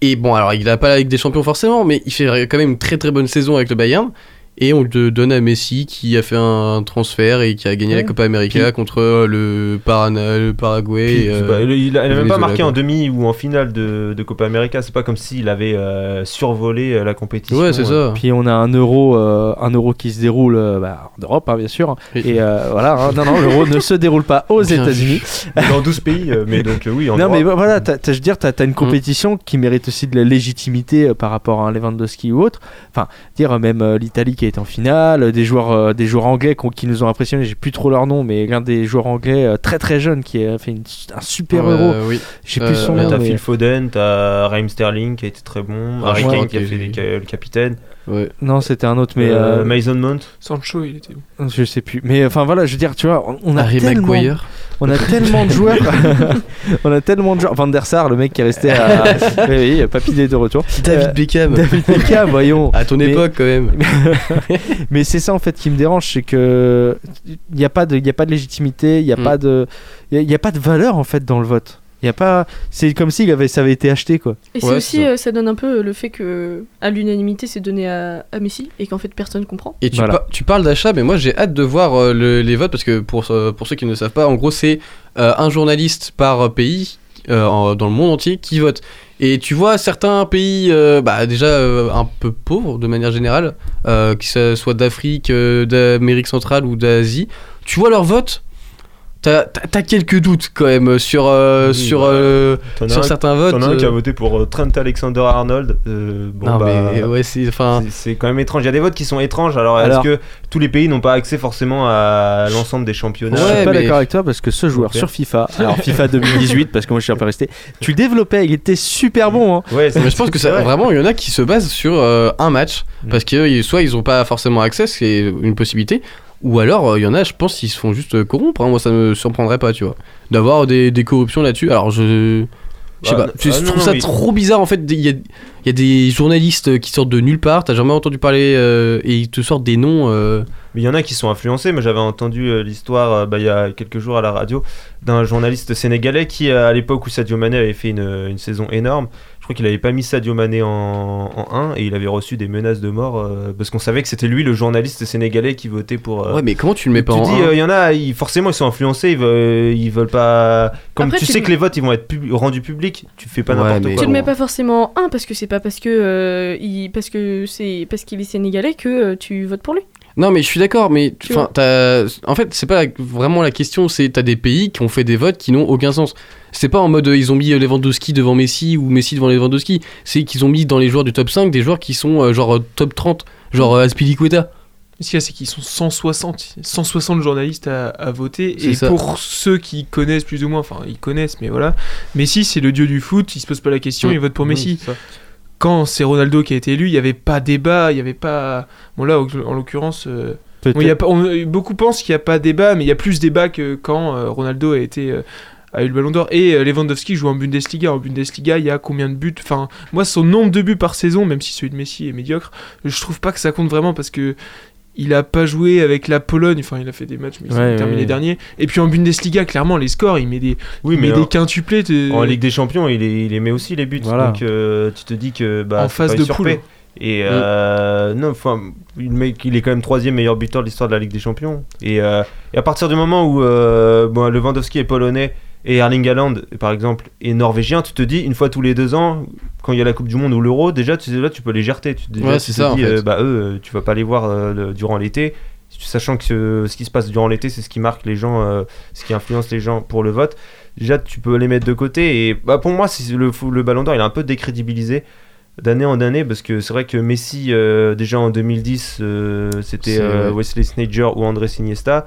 [SPEAKER 8] Et bon alors il a pas la Ligue des Champions forcément, mais il fait quand même une très très bonne saison avec le Bayern. Et on le donne à Messi qui a fait un transfert et qui a gagné
[SPEAKER 12] Ouais.
[SPEAKER 8] la Copa América
[SPEAKER 12] Puis-
[SPEAKER 8] contre euh, le, Parana, le Paraguay.
[SPEAKER 12] Puis,
[SPEAKER 8] et, euh,
[SPEAKER 12] bah, il- il a, elle a
[SPEAKER 8] le
[SPEAKER 12] même pas
[SPEAKER 8] Venezuela,
[SPEAKER 12] marqué
[SPEAKER 8] quoi.
[SPEAKER 12] en demi ou en finale de, de Copa América. C'est pas comme s'il avait euh, survolé euh, la compétition. euh.
[SPEAKER 9] Puis on a un euro, euh, un euro qui se déroule euh, bah, en Europe, hein, bien sûr. Et euh, voilà, hein. non, non, l'euro ne se déroule pas aux
[SPEAKER 12] Bien vu.
[SPEAKER 9] États-Unis.
[SPEAKER 12] Dans 12 pays, euh, mais donc euh, oui. En
[SPEAKER 9] Non,
[SPEAKER 12] Europe.
[SPEAKER 9] mais Mm. voilà, t'as- t'as- je veux dire, t'as as une compétition qui mérite aussi de la légitimité euh, par rapport à un Lewandowski ou autre. Enfin, dire euh, même euh, l'Italie qui est en finale, euh, des joueurs, euh, des joueurs anglais qu'on- qui nous ont impressionnés, j'ai plus trop leur nom, mais l'un des joueurs anglais euh, très très jeune qui a fait une- un super euro. J'ai
[SPEAKER 8] euh,
[SPEAKER 9] plus son
[SPEAKER 12] Là,
[SPEAKER 9] nom.
[SPEAKER 12] T'as
[SPEAKER 9] mais-
[SPEAKER 12] Phil Foden, t'as Raheem Sterling qui a été très bon,
[SPEAKER 8] Ah,
[SPEAKER 12] Harry
[SPEAKER 8] je crois
[SPEAKER 12] Kane qui a
[SPEAKER 8] que-
[SPEAKER 12] fait des- qui a- le capitaine.
[SPEAKER 9] Non, c'était un autre, mais.
[SPEAKER 12] Euh,
[SPEAKER 9] euh,
[SPEAKER 12] Mason Mount.
[SPEAKER 10] Sancho, il était où
[SPEAKER 9] Je sais plus. Mais enfin voilà, je veux dire, tu vois, on on a
[SPEAKER 8] Harry
[SPEAKER 9] tellement...
[SPEAKER 8] Maguire.
[SPEAKER 9] On a tellement de joueurs. *laughs* on a tellement de joueurs. Van der Sar, le mec qui est resté
[SPEAKER 8] *laughs*
[SPEAKER 9] à. oui, oui, Papy est de retour.
[SPEAKER 8] David
[SPEAKER 9] Euh,
[SPEAKER 8] Beckham.
[SPEAKER 9] David Beckham, *laughs* voyons.
[SPEAKER 8] À ton
[SPEAKER 9] Mais-
[SPEAKER 8] époque, quand même.
[SPEAKER 9] *laughs* Mais c'est ça en fait qui me dérange, c'est que il n'y a pas de, il a pas de légitimité,
[SPEAKER 8] Mm.
[SPEAKER 9] il n'y a pas de, il y a- il y a pas de valeur en fait dans le vote. Il y a pas, c'est comme si avait, ça avait été acheté quoi.
[SPEAKER 11] Et c'est aussi, euh, ça donne un peu le fait que à l'unanimité c'est donné à, à Messi et qu'en fait personne comprend.
[SPEAKER 8] Et tu,
[SPEAKER 9] Voilà.
[SPEAKER 8] par- tu parles d'achat, mais moi j'ai hâte de voir euh, le- les votes parce que pour, euh, pour ceux qui ne le savent pas, en gros c'est euh, un journaliste par pays euh, en- dans le monde entier qui vote. Et tu vois certains pays euh, bah, déjà euh, un peu pauvres de manière générale, euh, que ce soit d'Afrique, euh, d'Amérique centrale ou d'Asie, tu vois leur vote. T'as t'as- t'as quelques doutes quand même sur, euh, sur, euh,
[SPEAKER 12] bah, T'en as
[SPEAKER 8] sur
[SPEAKER 12] un-
[SPEAKER 8] certains votes.
[SPEAKER 12] T'en as un qui a
[SPEAKER 8] euh,
[SPEAKER 12] voté pour euh, Trent Alexander Arnold. euh, bon,
[SPEAKER 8] Non,
[SPEAKER 12] bah,
[SPEAKER 8] mais, ouais, c'est enfin.
[SPEAKER 12] c'est- c'est quand même étrange. Il y a des votes qui sont étranges. Alors,
[SPEAKER 9] Alors-
[SPEAKER 12] est-ce que tous les pays n'ont pas accès forcément à l'ensemble des championnats
[SPEAKER 9] je suis pas
[SPEAKER 8] mais-
[SPEAKER 9] d'accord avec toi parce que ce joueur
[SPEAKER 12] Ok.
[SPEAKER 9] sur FIFA,
[SPEAKER 8] *laughs*
[SPEAKER 9] alors FIFA 2018 parce que moi je suis un peu resté, tu le développais, il était super bon. Hein.
[SPEAKER 12] Ouais, c'est-
[SPEAKER 8] *laughs* Mais je pense que ça,
[SPEAKER 12] c'est vrai. Mm.
[SPEAKER 8] vraiment, il y en a qui se basent sur euh, un match parce que euh, soit ils n'ont pas forcément accès, c'est une possibilité, ou alors euh, il y en a, je pense, ils se font juste euh, corrompre. hein. Moi, ça me surprendrait pas, tu vois, d'avoir des, des corruptions là-dessus. Alors, je. Je sais
[SPEAKER 12] Bah,
[SPEAKER 8] pas,
[SPEAKER 12] non,
[SPEAKER 8] je
[SPEAKER 12] ah, non,
[SPEAKER 8] trouve
[SPEAKER 12] non,
[SPEAKER 8] ça
[SPEAKER 12] mais-
[SPEAKER 8] trop bizarre en fait. Il y a, il y a des journalistes euh, qui sortent de nulle part, t'as jamais entendu parler euh, et ils te sortent des noms. euh,
[SPEAKER 12] Mais il y en a qui sont influencés. Moi, j'avais entendu euh, l'histoire euh, bah, il y a quelques jours à la radio d'un journaliste sénégalais qui, euh, à l'époque où Sadio Mané avait fait une, une saison énorme, je crois qu'il n'avait pas mis Sadio Mané en, en 1 et il avait reçu des menaces de mort euh, parce qu'on savait que c'était lui le journaliste sénégalais qui votait pour. euh,
[SPEAKER 8] Ouais, mais comment tu le mets pas
[SPEAKER 12] tu
[SPEAKER 8] en.
[SPEAKER 12] dis,
[SPEAKER 8] un
[SPEAKER 12] euh, il y en a, ils- forcément, ils sont influencés, ils veulent, ils veulent pas. Comme
[SPEAKER 11] Après,
[SPEAKER 12] tu
[SPEAKER 11] tu
[SPEAKER 12] sais
[SPEAKER 11] le-
[SPEAKER 12] que les votes, ils vont être pub- rendus publics, tu fais pas
[SPEAKER 8] Ouais,
[SPEAKER 12] n'importe
[SPEAKER 8] mais-
[SPEAKER 12] quoi.
[SPEAKER 11] Tu
[SPEAKER 8] Pardon.
[SPEAKER 11] le mets pas forcément en un parce que c'est pas parce que euh, il, parce que c'est parce qu'il est sénégalais que euh, tu votes pour lui.
[SPEAKER 8] Non, mais je suis d'accord, mais
[SPEAKER 11] Tu
[SPEAKER 8] enfin,
[SPEAKER 11] vois.
[SPEAKER 8] t'as- en fait, c'est pas vraiment la question, c'est t'as des pays qui ont fait des votes qui n'ont aucun sens. C'est pas en mode euh, ils ont mis euh, Lewandowski devant Messi ou Messi devant Lewandowski, c'est qu'ils ont mis dans les joueurs du top 5 des joueurs qui sont euh, genre euh, top 30, genre euh, Azpilicueta.
[SPEAKER 10] Ce qu'il y a, c'est qu'ils sont 160, 160 journalistes à, à voter.
[SPEAKER 8] C'est
[SPEAKER 10] Et
[SPEAKER 8] ça.
[SPEAKER 10] pour ceux qui connaissent plus ou moins, enfin, ils connaissent, mais voilà. Messi, c'est le dieu du foot, ils se posent pas la question,
[SPEAKER 8] Mm.
[SPEAKER 10] ils votent pour
[SPEAKER 12] Oui,
[SPEAKER 10] Messi.
[SPEAKER 12] c'est ça.
[SPEAKER 10] Quand c'est Ronaldo qui a été élu, il n'y avait pas débat, il n'y avait pas. Bon, là, en l'occurrence. euh,
[SPEAKER 9] Peut-être.
[SPEAKER 10] bon, il y a pas- on- beaucoup pensent qu'il n'y a pas débat, mais il y a plus débat que quand euh, Ronaldo a été. euh, a eu le ballon d'or et euh, Lewandowski joue en Bundesliga. En Bundesliga, il y a combien de buts Enfin, moi, son nombre de buts par saison, même si celui de Messi est médiocre, je trouve pas que ça compte vraiment parce que il a pas joué avec la Pologne. Enfin, il a fait des matchs, mais il s'est
[SPEAKER 9] Ouais,
[SPEAKER 10] terminé
[SPEAKER 9] ouais.
[SPEAKER 10] dernier. Et puis en Bundesliga, clairement, les scores, il met des,
[SPEAKER 12] Oui,
[SPEAKER 10] il met
[SPEAKER 12] mais
[SPEAKER 10] des
[SPEAKER 12] en,
[SPEAKER 10] quintuplés. de-
[SPEAKER 12] en Ligue des Champions, il, est- il les met aussi les buts.
[SPEAKER 9] Voilà.
[SPEAKER 12] Donc euh, tu te dis que. Bah,
[SPEAKER 10] En
[SPEAKER 12] faut
[SPEAKER 10] phase
[SPEAKER 12] pas y
[SPEAKER 10] de
[SPEAKER 12] surper.
[SPEAKER 10] poule.
[SPEAKER 12] Et
[SPEAKER 8] Mm.
[SPEAKER 12] euh, non, enfin, le mec, il est quand même troisième meilleur buteur de l'histoire de la Ligue des Champions. Et, euh, et à partir du moment où euh, bon, Lewandowski est polonais et Erling Haaland, par exemple, est norvégien, tu te dis une fois tous les deux ans, quand il y a la Coupe du Monde ou l'Euro, déjà, tu, là, tu peux les jarter. Tu, déjà,
[SPEAKER 8] Ouais,
[SPEAKER 12] tu
[SPEAKER 8] c'est
[SPEAKER 12] te
[SPEAKER 8] ça, en
[SPEAKER 12] dis,
[SPEAKER 8] fait.
[SPEAKER 12] euh, bah eux, euh, tu vas pas les voir euh, le- durant l'été. Sachant que euh, ce qui se passe durant l'été, c'est ce qui marque les gens, euh, ce qui influence les gens pour le vote. Déjà, tu peux les mettre de côté. Et bah, pour moi, c'est le, fou- le Ballon d'Or, il est un peu décrédibilisé d'année en année parce que c'est vrai que Messi euh, déjà en 2010 euh, c'était
[SPEAKER 8] C'est-
[SPEAKER 12] euh, Wesley Sneijder ou André Iniesta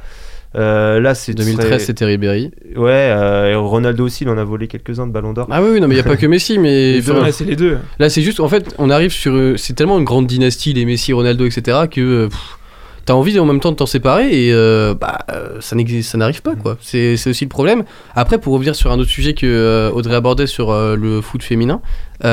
[SPEAKER 12] Euh, là c'est
[SPEAKER 8] 2013,
[SPEAKER 12] ce
[SPEAKER 8] c'était Ribéry.
[SPEAKER 12] serait- ouais euh, et Ronaldo aussi il en a volé quelques-uns de Ballon d'Or
[SPEAKER 8] Ah oui, oui, non, mais il y a pas que Messi, mais. enfin,
[SPEAKER 10] Ouais, c'est les deux.
[SPEAKER 8] Là, c'est juste, en fait, on arrive sur. euh, C'est tellement une grande dynastie, les Messi, Ronaldo, etc., que. euh, pff, T'as envie en même temps de t'en séparer et euh, bah, euh, ça n'existe- ça n'arrive pas quoi. C'est c'est aussi le problème. Après, pour revenir sur un autre sujet que euh, Audrey abordait sur euh, le foot féminin.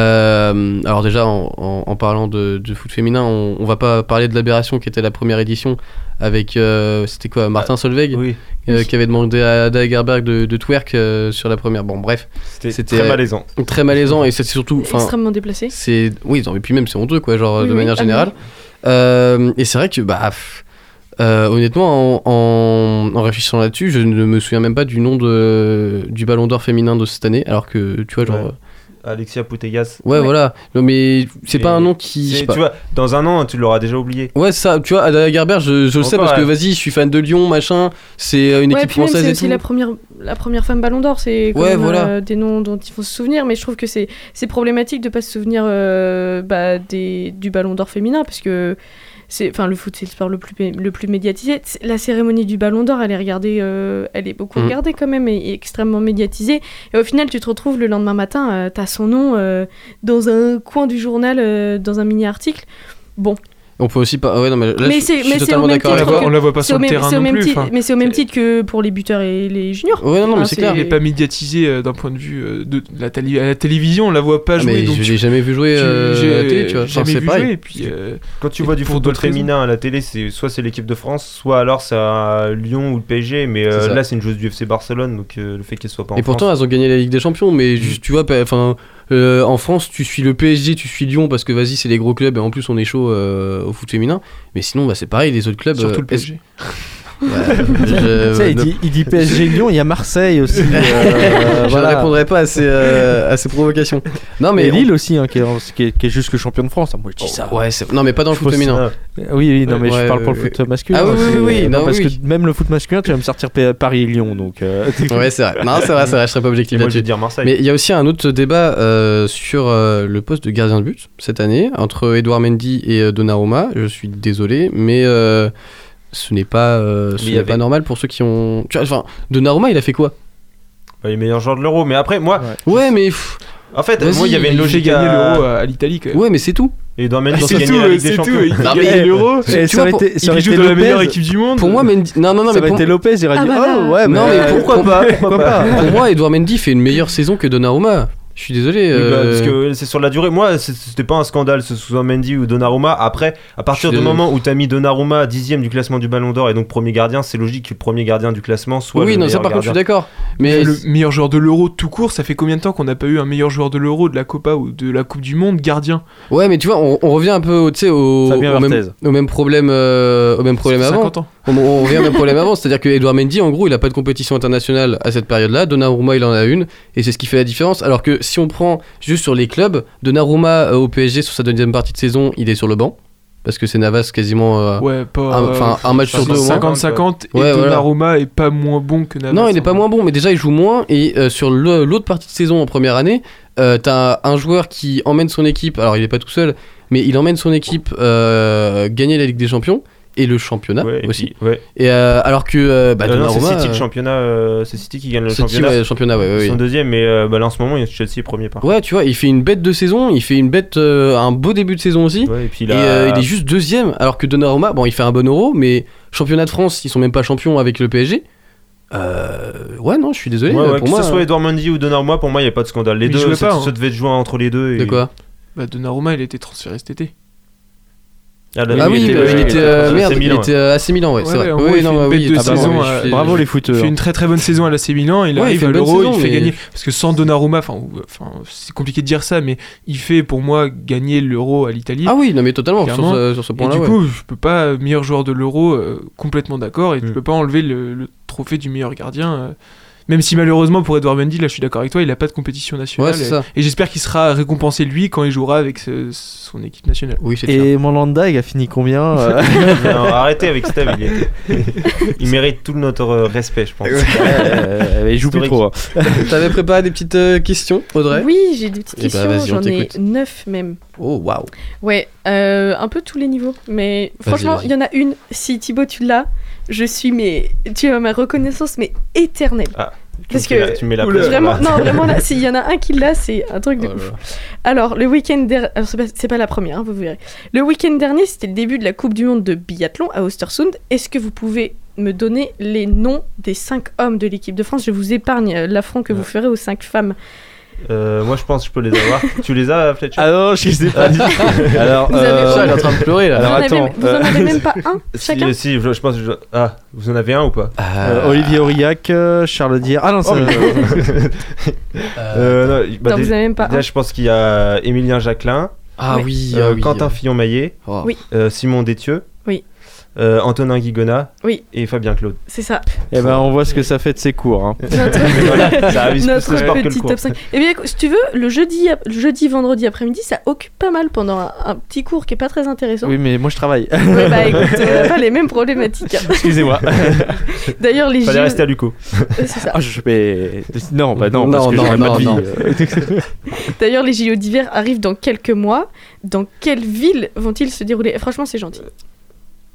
[SPEAKER 8] euh, alors déjà, en, en- en parlant de, de foot féminin, on, on va pas parler de l'aberration qui était la première édition avec euh, c'était quoi Martin Solveig
[SPEAKER 12] Ah, oui
[SPEAKER 8] euh, qui avait demandé à Dagerberg de, de twerk euh, sur la première. Bon, bref,
[SPEAKER 12] c'était
[SPEAKER 8] C'était-
[SPEAKER 12] très malaisant
[SPEAKER 8] très malaisant et c'est surtout. enfin,
[SPEAKER 11] Extrêmement déplacé.
[SPEAKER 8] c'est oui non, et puis même c'est honteux quoi genre
[SPEAKER 11] Oui,
[SPEAKER 8] de
[SPEAKER 11] oui,
[SPEAKER 8] manière
[SPEAKER 11] ah,
[SPEAKER 8] générale Euh, et c'est vrai que bah pff, euh, honnêtement en, en- en réfléchissant là-dessus je ne me souviens même pas du nom de du Ballon d'Or féminin de cette année alors que tu vois genre
[SPEAKER 12] Ouais. Alexia Putellas
[SPEAKER 8] ouais, voilà non mais c'est
[SPEAKER 12] Et
[SPEAKER 8] pas un nom qui je sais
[SPEAKER 12] tu
[SPEAKER 8] pas.
[SPEAKER 12] vois dans un an tu l'auras déjà oublié
[SPEAKER 8] ouais ça tu vois Ada Gerber je, je le sais
[SPEAKER 12] Encore,
[SPEAKER 8] parce que
[SPEAKER 12] ouais.
[SPEAKER 8] vas-y je suis fan de Lyon machin c'est euh, une
[SPEAKER 11] ouais,
[SPEAKER 8] équipe
[SPEAKER 11] puis même
[SPEAKER 8] française
[SPEAKER 11] c'est
[SPEAKER 8] et
[SPEAKER 11] aussi
[SPEAKER 8] tout
[SPEAKER 11] la première, la première femme Ballon d'Or, c'est quand
[SPEAKER 8] Ouais,
[SPEAKER 11] même,
[SPEAKER 8] voilà.
[SPEAKER 11] euh, des noms dont il faut se souvenir, mais je trouve que c'est c'est problématique de pas se souvenir euh, bah, des, du Ballon d'Or féminin, parce que c'est, enfin, le foot c'est le sport le plus, mé- le plus médiatisé. C'est- La cérémonie du Ballon d'Or, elle est regardée, euh, elle est beaucoup
[SPEAKER 8] Mhm.
[SPEAKER 11] regardée quand même, et, et extrêmement médiatisée. Et au final, tu te retrouves le lendemain matin, euh, t'as son nom euh, dans un coin du journal, euh, dans un mini article. Bon,
[SPEAKER 8] On peut aussi pas. Ouais, non, mais là,
[SPEAKER 11] Mais
[SPEAKER 8] je,
[SPEAKER 11] c'est
[SPEAKER 8] je suis
[SPEAKER 11] mais c'est au
[SPEAKER 8] totalement
[SPEAKER 11] même
[SPEAKER 8] d'accord
[SPEAKER 11] titre.
[SPEAKER 8] avec
[SPEAKER 11] que-
[SPEAKER 8] toi.
[SPEAKER 11] c'est au même- c'est au même titre- Mais c'est au même titre que pour les buteurs et les juniors.
[SPEAKER 8] Ouais, non, non, mais
[SPEAKER 11] Hein,
[SPEAKER 8] c'est clair.
[SPEAKER 10] Elle est pas médiatisée euh, d'un point de vue euh, de la, télé- à la télévision, on la voit pas
[SPEAKER 8] Ah,
[SPEAKER 10] jouer.
[SPEAKER 8] mais
[SPEAKER 10] donc
[SPEAKER 8] je
[SPEAKER 10] tu-
[SPEAKER 8] l'ai jamais vu jouer
[SPEAKER 10] tu-
[SPEAKER 8] euh,
[SPEAKER 10] j'ai
[SPEAKER 8] à la télé, tu vois. Enfin,
[SPEAKER 10] jamais
[SPEAKER 8] c'est
[SPEAKER 10] vu
[SPEAKER 8] pareil.
[SPEAKER 10] jouer, et puis, euh,
[SPEAKER 12] Quand tu vois du
[SPEAKER 10] pour
[SPEAKER 12] football
[SPEAKER 10] d'autres raisons.
[SPEAKER 12] féminin à la télé, c'est soit c'est l'équipe de France, soit alors c'est à Lyon ou le PSG. Mais euh,
[SPEAKER 8] C'est ça.
[SPEAKER 12] là, c'est une joueuse du FC Barcelone, donc euh, le fait qu'elle soit pas en
[SPEAKER 8] Et pourtant,
[SPEAKER 12] France. Mm.
[SPEAKER 8] elles ont gagné la Ligue des Champions, mais juste, tu vois, pa- enfin, euh, en France, tu suis le PSG, tu suis Lyon, parce que vas-y, c'est les gros clubs, et en plus, on est chaud euh, au foot féminin. Mais sinon, bah, c'est pareil, les autres clubs.
[SPEAKER 10] Surtout
[SPEAKER 8] euh,
[SPEAKER 10] le PSG.
[SPEAKER 8] *laughs*
[SPEAKER 9] *laughs*
[SPEAKER 8] Ouais,
[SPEAKER 9] Tu sais,
[SPEAKER 8] je- euh,
[SPEAKER 9] il,
[SPEAKER 8] ne-
[SPEAKER 9] dit, il dit PSG Lyon, il y a Marseille
[SPEAKER 8] *laughs*
[SPEAKER 9] aussi. euh,
[SPEAKER 8] je
[SPEAKER 9] voilà.
[SPEAKER 8] ne répondrai pas à ces, euh, *laughs* à ces provocations. Non, mais. Oh,
[SPEAKER 9] Et Lille aussi, hein, qui, est, en- qui, est, qui est juste que champion de France. Ah, Moi, je dis ça.
[SPEAKER 8] Ouais, c'est- non, mais pas dans le
[SPEAKER 9] Je
[SPEAKER 8] foot
[SPEAKER 9] pense-
[SPEAKER 8] féminin.
[SPEAKER 12] Ah,
[SPEAKER 9] Oui, oui, non, mais
[SPEAKER 8] Ouais,
[SPEAKER 9] je parle pour le
[SPEAKER 8] ouais,
[SPEAKER 9] foot
[SPEAKER 8] ouais.
[SPEAKER 9] masculin.
[SPEAKER 8] Ah oui, oui,
[SPEAKER 9] c'est-
[SPEAKER 8] oui,
[SPEAKER 9] non,
[SPEAKER 8] non,
[SPEAKER 9] parce
[SPEAKER 8] oui.
[SPEAKER 9] que même le foot masculin, tu vas me sortir P- Paris et Lyon, donc. euh, *laughs*
[SPEAKER 8] Ouais, c'est vrai. Non, c'est vrai, c'est vrai, je serais pas objectif
[SPEAKER 12] Et moi, je
[SPEAKER 8] là-dessus.
[SPEAKER 12] vais dire Marseille.
[SPEAKER 8] Mais il y a aussi un autre débat euh, sur euh, le poste de gardien de but cette année entre Edouard Mendy et euh, Donnarumma. Je suis désolé, mais euh, ce n'est pas, euh, ce
[SPEAKER 12] Mais il y
[SPEAKER 8] n'est
[SPEAKER 12] avait-
[SPEAKER 8] pas normal pour ceux qui ont. Tu vois, enfin, Donnarumma, il a fait quoi
[SPEAKER 12] Bah, les meilleurs joueurs de l'Euro. Mais après, moi,
[SPEAKER 8] Ouais, mais pff,
[SPEAKER 12] en fait,
[SPEAKER 8] Vas-y,
[SPEAKER 12] moi, il y avait une
[SPEAKER 10] il fait
[SPEAKER 12] logique
[SPEAKER 10] gagner
[SPEAKER 12] à-
[SPEAKER 10] l'euro à à l'Italie quand même.
[SPEAKER 8] ouais, mais c'est tout.
[SPEAKER 12] Et dans
[SPEAKER 10] Ah,
[SPEAKER 12] Mendy,
[SPEAKER 10] c'est
[SPEAKER 12] gagner
[SPEAKER 10] tout,
[SPEAKER 12] la Ligue
[SPEAKER 10] c'est
[SPEAKER 12] des
[SPEAKER 10] tout,
[SPEAKER 12] Champions.
[SPEAKER 10] il fait
[SPEAKER 8] Non, mais-
[SPEAKER 10] gagner l'euro.
[SPEAKER 9] Et
[SPEAKER 8] tu
[SPEAKER 9] ça aurait
[SPEAKER 8] vois,
[SPEAKER 9] été, ça
[SPEAKER 10] Il
[SPEAKER 9] aurait
[SPEAKER 10] joue
[SPEAKER 9] été
[SPEAKER 10] dans la
[SPEAKER 9] Lopez.
[SPEAKER 10] meilleure équipe du monde.
[SPEAKER 8] Pour moi, Mendy. Non, non, non,
[SPEAKER 9] ça
[SPEAKER 8] mais
[SPEAKER 9] aurait
[SPEAKER 8] pour...
[SPEAKER 9] été Lopez, il aurait
[SPEAKER 11] Ah
[SPEAKER 9] dit
[SPEAKER 11] bah là.
[SPEAKER 9] Oh, ouais,
[SPEAKER 8] Non, mais
[SPEAKER 9] euh,
[SPEAKER 8] pourquoi
[SPEAKER 12] pas,
[SPEAKER 9] Pourquoi pas
[SPEAKER 8] pour moi, Edouard Mendy fait une meilleure saison que Donnarumma. Je suis désolé.
[SPEAKER 12] Oui, bah,
[SPEAKER 8] euh,
[SPEAKER 12] parce que c'est sur la durée. Moi, c'est- c'était pas un scandale, ce soit Mendy ou Donnarumma. Après, à partir
[SPEAKER 8] Je-
[SPEAKER 12] du moment où t'as mis Donnarumma dixième du classement du Ballon d'Or et donc premier gardien, c'est logique que le premier gardien du classement soit.
[SPEAKER 8] Oui,
[SPEAKER 12] le
[SPEAKER 8] non, ça
[SPEAKER 12] meilleur
[SPEAKER 8] par contre, je suis
[SPEAKER 12] gardien.
[SPEAKER 8] d'accord. Mais
[SPEAKER 10] le meilleur joueur de l'euro tout court, ça fait combien de temps qu'on n'a pas eu un meilleur joueur de l'euro, de la Copa ou de la Coupe du Monde gardien
[SPEAKER 8] ouais, mais tu vois, on, on revient un peu, au- tu sais, au,
[SPEAKER 9] Fabien
[SPEAKER 8] au même,
[SPEAKER 9] Barthez.
[SPEAKER 8] au même problème, euh, au même problème
[SPEAKER 10] Ça fait
[SPEAKER 8] avant.
[SPEAKER 10] 50 ans.
[SPEAKER 8] On, on revient au même problème avant, c'est-à-dire que Edouard Mendy, en gros, il a pas de compétition internationale à cette période-là. Donnarumma, il en a une, et c'est ce qui fait la différence. Alors que si on prend juste sur les clubs, Donnarumma euh, au PSG sur sa deuxième partie de saison, il est sur le banc parce que c'est Navas quasiment, euh,
[SPEAKER 10] Ouais, pas.
[SPEAKER 8] un- enfin, un match
[SPEAKER 12] ça
[SPEAKER 8] sur deux au moins.
[SPEAKER 10] 50-50 et
[SPEAKER 8] Ouais, voilà.
[SPEAKER 10] Donnarumma est pas moins bon que Navas. hein.
[SPEAKER 8] Non, il est pas moins bon, mais déjà il joue moins. Et euh, sur le- l'autre partie de saison en première année, euh, t'as un joueur qui emmène son équipe. Alors il est pas tout seul, mais il emmène son équipe euh, gagner la Ligue des Champions et le championnat
[SPEAKER 12] Ouais, et
[SPEAKER 8] aussi.
[SPEAKER 12] puis- ouais.
[SPEAKER 8] Et euh, alors que euh, bah,
[SPEAKER 12] Euh, non, c'est
[SPEAKER 8] Donnarumma,
[SPEAKER 12] City le
[SPEAKER 8] euh,
[SPEAKER 12] championnat. euh, c'est City qui gagne le
[SPEAKER 8] City,
[SPEAKER 12] championnat.
[SPEAKER 8] ouais, le championnat, ouais, ouais,
[SPEAKER 12] Ils sont
[SPEAKER 8] ouais.
[SPEAKER 12] deuxième, mais euh, bah, là en ce moment, il y a Chelsea premier par.
[SPEAKER 8] Ouais, tu vois, il fait une bête de saison, il fait une bête, euh, un beau début de saison aussi.
[SPEAKER 12] Ouais, et puis
[SPEAKER 8] Et
[SPEAKER 12] là,
[SPEAKER 8] euh, il est juste deuxième, alors que Donnarumma, bon, il fait un bon euro, mais championnat de France, ils sont même pas champions avec le PSG. Euh, ouais, non, je suis désolé.
[SPEAKER 12] Ouais, ouais,
[SPEAKER 8] pour
[SPEAKER 12] que
[SPEAKER 8] moi, hein.
[SPEAKER 12] ce soit Edouard Mendy ou Donnarumma, pour moi, il n'y a pas de scandale. Les
[SPEAKER 10] Mais il
[SPEAKER 12] deux,
[SPEAKER 10] jouait
[SPEAKER 12] ça
[SPEAKER 10] pas, hein.
[SPEAKER 12] ça devait être joué entre les deux.
[SPEAKER 8] de
[SPEAKER 12] et-
[SPEAKER 8] quoi
[SPEAKER 10] Bah, Donnarumma, il était transféré cet été.
[SPEAKER 12] Ah, la
[SPEAKER 8] Ah
[SPEAKER 12] même,
[SPEAKER 8] oui, bah, il était euh,
[SPEAKER 12] c'est
[SPEAKER 8] merde, il
[SPEAKER 12] Milan, ouais.
[SPEAKER 8] était euh, assez Milan, ouais,
[SPEAKER 10] Ouais,
[SPEAKER 8] c'est
[SPEAKER 10] ouais,
[SPEAKER 8] vrai.
[SPEAKER 10] en
[SPEAKER 8] Oui,
[SPEAKER 10] gros, il
[SPEAKER 8] non,
[SPEAKER 10] fait une
[SPEAKER 8] bah
[SPEAKER 10] bête
[SPEAKER 8] oui,
[SPEAKER 10] de
[SPEAKER 8] ah bah,
[SPEAKER 10] saison,
[SPEAKER 8] oui,
[SPEAKER 10] euh,
[SPEAKER 8] je suis-
[SPEAKER 9] Bravo les hein.
[SPEAKER 10] Il
[SPEAKER 9] footeurs.
[SPEAKER 10] fait une très très bonne saison à l'AC Milan, il
[SPEAKER 8] Hein. Ouais, il
[SPEAKER 10] arrive
[SPEAKER 8] fait une
[SPEAKER 10] à
[SPEAKER 8] bonne
[SPEAKER 10] l'Euro,
[SPEAKER 8] saison,
[SPEAKER 10] il fait
[SPEAKER 8] mais-
[SPEAKER 10] gagner. Parce que sans Donnarumma, enfin, ou- enfin, c'est compliqué de dire ça, mais il fait pour moi gagner l'Euro à l'Italie.
[SPEAKER 8] Ah oui, non mais totalement sur
[SPEAKER 10] Clairement.
[SPEAKER 8] ce, sur ce
[SPEAKER 10] et
[SPEAKER 8] point-là.
[SPEAKER 10] du
[SPEAKER 8] ouais.
[SPEAKER 10] coup, je peux pas meilleur joueur de l'Euro, euh, complètement d'accord, et tu
[SPEAKER 12] Mm.
[SPEAKER 10] peux pas enlever le, le trophée du meilleur gardien. euh, même si malheureusement pour Edouard Mendy, là je suis d'accord avec toi, il a pas de compétition nationale.
[SPEAKER 8] Ouais, c'est
[SPEAKER 10] et-
[SPEAKER 8] ça.
[SPEAKER 10] et j'espère qu'il sera récompensé lui quand il jouera avec ce- son équipe nationale.
[SPEAKER 8] Oui, c'est clair.
[SPEAKER 9] Et Mandanda, il a fini combien euh, *laughs*
[SPEAKER 12] Non, arrêtez avec Steve, il, est-
[SPEAKER 8] *laughs*
[SPEAKER 12] il mérite tout notre euh, respect, je pense.
[SPEAKER 9] euh, Il joue plus
[SPEAKER 12] Historique.
[SPEAKER 9] trop. hein.
[SPEAKER 8] T'avais préparé des petites euh, questions, Audrey
[SPEAKER 11] Oui, j'ai des petites
[SPEAKER 8] Eh bah,
[SPEAKER 11] questions,
[SPEAKER 8] vas-y, on
[SPEAKER 11] j'en ai
[SPEAKER 8] t'écoute.
[SPEAKER 11] neuf même.
[SPEAKER 8] Oh waouh.
[SPEAKER 11] Ouais, euh, un peu tous les niveaux. Mais
[SPEAKER 8] Vas-y,
[SPEAKER 11] franchement,
[SPEAKER 8] vas-y.
[SPEAKER 11] il y en a une. Si Thibaut, tu l'as, je suis, mais tu as ma reconnaissance, mais éternelle.
[SPEAKER 12] Ah, Tu
[SPEAKER 11] Parce
[SPEAKER 12] me fais
[SPEAKER 11] que
[SPEAKER 12] la- tu me mets la
[SPEAKER 10] Oula.
[SPEAKER 12] pression,
[SPEAKER 11] Vraiment,
[SPEAKER 12] là. *laughs*
[SPEAKER 11] non, vraiment, là, s'il y en a un qui l'a, c'est un truc de
[SPEAKER 8] Oh là
[SPEAKER 11] ouf.
[SPEAKER 8] là.
[SPEAKER 11] Alors, le week-end dernier, c'est pas, c'est pas la première, hein, vous verrez. Le week-end dernier, c'était le début de la Coupe du Monde de biathlon à Ostersund. Est-ce que vous pouvez me donner les noms des cinq hommes de l'équipe de France Je vous épargne euh, l'affront que vous ferez aux cinq femmes.
[SPEAKER 12] Euh, moi, je pense que je peux les
[SPEAKER 8] *laughs*
[SPEAKER 12] avoir. tu les as, Fletcher
[SPEAKER 9] Ah non, je sais pas.
[SPEAKER 12] *laughs*
[SPEAKER 9] Alors,
[SPEAKER 11] Vous avez-
[SPEAKER 8] Charles Euh, est en train de pleurer là.
[SPEAKER 9] Alors,
[SPEAKER 11] vous, en avez,
[SPEAKER 9] attends,
[SPEAKER 11] vous en
[SPEAKER 12] euh,
[SPEAKER 11] avez *laughs* même pas un chacun
[SPEAKER 12] Si, si, je, je pense que je- Ah, vous en avez un ou pas
[SPEAKER 9] *laughs* euh, Olivier Aurillac, euh, Charles Dier. Ah non, c'est.
[SPEAKER 12] Oh, mais-
[SPEAKER 8] *laughs*
[SPEAKER 12] Euh, non, bah,
[SPEAKER 11] Non, vous
[SPEAKER 12] déjà-
[SPEAKER 11] en avez même pas
[SPEAKER 12] déjà,
[SPEAKER 11] un.
[SPEAKER 12] je pense qu'il y a Émilien Jacquelin,
[SPEAKER 8] Ah oui,
[SPEAKER 12] euh,
[SPEAKER 8] ah oui.
[SPEAKER 12] Quentin Fillon-Maillet,
[SPEAKER 8] Oh.
[SPEAKER 11] Oui.
[SPEAKER 12] euh, Simon Détieux,
[SPEAKER 11] Oui.
[SPEAKER 12] euh, Antonin Guigona
[SPEAKER 11] Oui.
[SPEAKER 12] et Fabien Claude. *laughs*
[SPEAKER 11] C'est ça.
[SPEAKER 9] Eh ben, on voit ce que ça fait de ses cours. hein.
[SPEAKER 12] Voilà, ça avise plus
[SPEAKER 11] *laughs* Notre
[SPEAKER 12] le sport que le
[SPEAKER 11] petit
[SPEAKER 12] cours.
[SPEAKER 11] top 5. Eh bien, écoute, si tu veux, le jeudi, le jeudi vendredi après-midi, ça occupe pas mal pendant un, un petit cours qui est pas très intéressant.
[SPEAKER 9] Oui, mais moi je travaille.
[SPEAKER 11] Ouais,
[SPEAKER 12] *laughs*
[SPEAKER 11] bah écoute, on n'a pas les mêmes problématiques. hein.
[SPEAKER 9] *laughs* Excusez-moi.
[SPEAKER 11] D'ailleurs, les
[SPEAKER 12] Fallait
[SPEAKER 11] JO
[SPEAKER 12] rester à Luco.
[SPEAKER 11] *laughs* c'est ça.
[SPEAKER 9] *laughs* Ah, je vais. Non, bah non,
[SPEAKER 8] Non,
[SPEAKER 9] parce que
[SPEAKER 8] non,
[SPEAKER 9] j'aurais
[SPEAKER 8] non,
[SPEAKER 9] pas de
[SPEAKER 8] non.
[SPEAKER 9] vie.
[SPEAKER 11] D'ailleurs, les JO d'hiver arrivent dans quelques mois. Dans quelle ville vont-ils se dérouler Et Franchement, c'est gentil.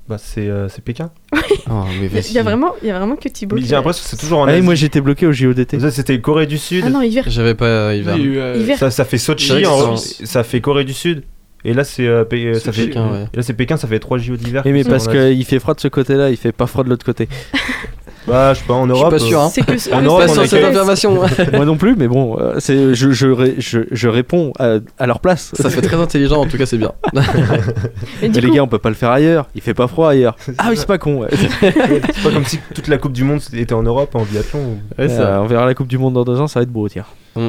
[SPEAKER 12] Bah, c'est euh, c'est Pékin.
[SPEAKER 8] Oh, mais
[SPEAKER 11] Il y a-
[SPEAKER 8] vas-y.
[SPEAKER 11] il y a vraiment, il y a vraiment que Thibaut.
[SPEAKER 12] Mais
[SPEAKER 11] qui-
[SPEAKER 12] J'ai l'impression que c'est toujours en
[SPEAKER 9] Ah oui,
[SPEAKER 12] Asie.
[SPEAKER 9] moi j'étais bloqué au JODT.
[SPEAKER 12] Ça, C'était Corée du Sud.
[SPEAKER 11] Ah non, hiver.
[SPEAKER 8] J'avais pas euh,
[SPEAKER 10] Il y a
[SPEAKER 8] Ivan.
[SPEAKER 10] eu, euh,
[SPEAKER 11] Hiver.
[SPEAKER 12] Ça, ça fait
[SPEAKER 10] C'est vrai
[SPEAKER 12] Sochi,
[SPEAKER 10] que
[SPEAKER 12] en-
[SPEAKER 10] c'est-
[SPEAKER 12] ça fait Corée du Sud. Et là, c'est euh, Pé- ça fait-
[SPEAKER 8] Pékin, ouais.
[SPEAKER 12] et là, c'est Pékin, ça fait 3 JO d'hiver.
[SPEAKER 9] Eh Oui, mais parce
[SPEAKER 12] qu'on a-
[SPEAKER 9] qu'il fait froid de ce côté-là, il fait pas froid de l'autre *laughs* côté.
[SPEAKER 12] Bah, je sais pas, en Europe.
[SPEAKER 9] pas sûr,
[SPEAKER 12] euh,
[SPEAKER 9] hein.
[SPEAKER 12] *laughs*
[SPEAKER 9] C'est que-
[SPEAKER 12] En
[SPEAKER 9] c'est
[SPEAKER 12] Europe,
[SPEAKER 9] pas
[SPEAKER 12] on
[SPEAKER 9] sûr,
[SPEAKER 12] a
[SPEAKER 9] cette
[SPEAKER 12] quelques-
[SPEAKER 8] information.
[SPEAKER 9] Moi non plus, mais bon, euh, c'est, je, je, ré- je, je réponds à, à leur place.
[SPEAKER 8] *laughs* Ça fait très intelligent, en tout cas, c'est bien.
[SPEAKER 9] Mais
[SPEAKER 8] du
[SPEAKER 9] les
[SPEAKER 8] coup-
[SPEAKER 9] gars, on peut pas le faire ailleurs, il fait pas froid ailleurs. ah oui, c'est pas *laughs* con. ouais.
[SPEAKER 12] euh, C'est pas comme si toute la Coupe du Monde était en Europe, en biathlon.
[SPEAKER 9] Ouais, ça, Euh, on verra la Coupe du Monde dans deux ans, ça va être beau, tiens.
[SPEAKER 8] Mm,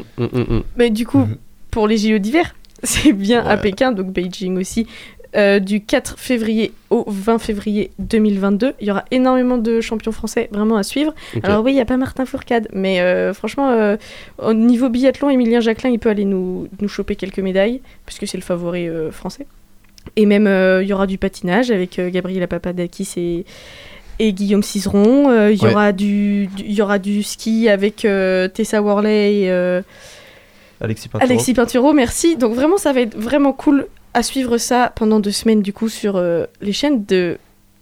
[SPEAKER 11] Mais du coup, pour les JO d'hiver, *laughs* c'est bien à Pékin, donc Beijing aussi. euh, du 4 février au 20 février 2022, il y aura énormément de champions français vraiment à suivre.
[SPEAKER 14] Ok.
[SPEAKER 11] Alors oui, il n'y a pas Martin Fourcade, mais euh, franchement, euh, au niveau biathlon, Emilien Jacquelin, il peut aller nous, nous choper quelques médailles, puisque c'est le favori euh, français. Et même, euh, il y aura du patinage avec euh, Gabriela Papadakis et, et Guillaume Cizeron. Euh, il, y
[SPEAKER 12] Ouais.
[SPEAKER 11] aura du, du- il y aura du ski avec euh, Tessa Worley et... euh,
[SPEAKER 12] Alexis Pinturo.
[SPEAKER 11] Alexis Pinturo, merci. Donc vraiment, ça va être vraiment cool à suivre ça pendant deux semaines du coup sur euh, les chaînes de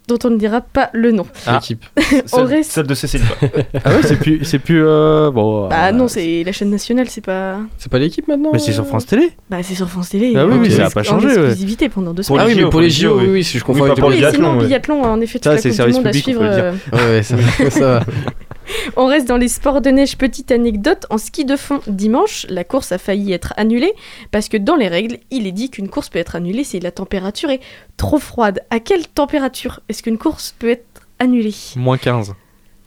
[SPEAKER 11] dont on ne dira pas le nom.
[SPEAKER 8] L'équipe.
[SPEAKER 11] On reste-
[SPEAKER 12] Celle de Cécile.
[SPEAKER 9] *laughs* Ah ouais, c'est plus. C'est plus euh, bon,
[SPEAKER 11] Bah non, c'est la chaîne nationale, c'est pas.
[SPEAKER 8] C'est pas l'équipe maintenant
[SPEAKER 9] Mais c'est sur France Télé.
[SPEAKER 11] Bah c'est sur France Télé.
[SPEAKER 9] Ah oui,
[SPEAKER 11] en
[SPEAKER 9] oui, ça a
[SPEAKER 11] ex-
[SPEAKER 9] pas changé,
[SPEAKER 11] En
[SPEAKER 9] ouais.
[SPEAKER 11] exclusivité pendant deux
[SPEAKER 9] Pour
[SPEAKER 11] semaines. Ah
[SPEAKER 9] les Ah oui, mais JO, pour les
[SPEAKER 8] JO, euh oui, oui, si je confonds
[SPEAKER 12] Oui,
[SPEAKER 8] avec
[SPEAKER 12] pas
[SPEAKER 8] le
[SPEAKER 12] pour
[SPEAKER 11] Oui,
[SPEAKER 12] le
[SPEAKER 11] sinon,
[SPEAKER 12] biathlon. ouais.
[SPEAKER 11] biathlon, en effet, toute
[SPEAKER 9] Ça,
[SPEAKER 11] la
[SPEAKER 9] c'est
[SPEAKER 11] Coupe du
[SPEAKER 9] service
[SPEAKER 11] Monde à
[SPEAKER 9] public, on
[SPEAKER 11] suivre.
[SPEAKER 9] peut le dire.
[SPEAKER 11] euh,
[SPEAKER 8] Ouais, ouais, ça, ça va.
[SPEAKER 11] On reste dans les sports de neige. Petite anecdote, en ski de fond, dimanche, la course a failli être annulée parce que dans les règles, il est dit qu'une course peut être annulée si la température est trop froide. À quelle température est-ce qu'une course peut être annulée
[SPEAKER 9] Moins 15.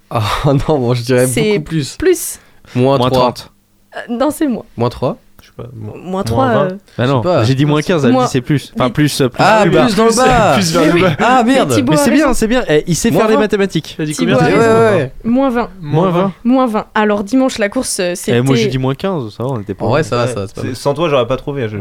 [SPEAKER 8] Ah non, moi je dirais
[SPEAKER 11] C'est
[SPEAKER 8] beaucoup plus.
[SPEAKER 11] Plus
[SPEAKER 8] Moins,
[SPEAKER 9] Moins
[SPEAKER 8] 3.
[SPEAKER 9] 30.
[SPEAKER 11] Euh, Non, c'est moins.
[SPEAKER 8] Moins 3
[SPEAKER 12] Je sais pas.
[SPEAKER 11] Moins euh, 3.
[SPEAKER 9] Bah non, j'ai dit moins 15, elle
[SPEAKER 11] Moins-
[SPEAKER 9] dit c'est plus. Enfin, plus. euh,
[SPEAKER 8] Ah,
[SPEAKER 9] oui, bah,
[SPEAKER 8] plus dans le bas.
[SPEAKER 9] Plus vers
[SPEAKER 8] Mais
[SPEAKER 9] le
[SPEAKER 8] oui.
[SPEAKER 9] bas.
[SPEAKER 8] Ah, merde. Mais Thibaut
[SPEAKER 9] Mais
[SPEAKER 11] a
[SPEAKER 9] c'est bien,
[SPEAKER 11] raison.
[SPEAKER 9] c'est bien. Eh, Il sait
[SPEAKER 8] Moins
[SPEAKER 9] faire les
[SPEAKER 8] 20.
[SPEAKER 9] mathématiques.
[SPEAKER 11] Thibaut a raison. Moins 20.
[SPEAKER 9] Moins 20.
[SPEAKER 11] Moins 20. Alors dimanche, la course, euh, c'était.
[SPEAKER 9] Eh, moi j'ai dit moins 15, ça va, on était pas. Ah.
[SPEAKER 8] En vrai, ça va, ça va, c'est pas
[SPEAKER 12] C'est- Sans toi, j'aurais pas trouvé. Je,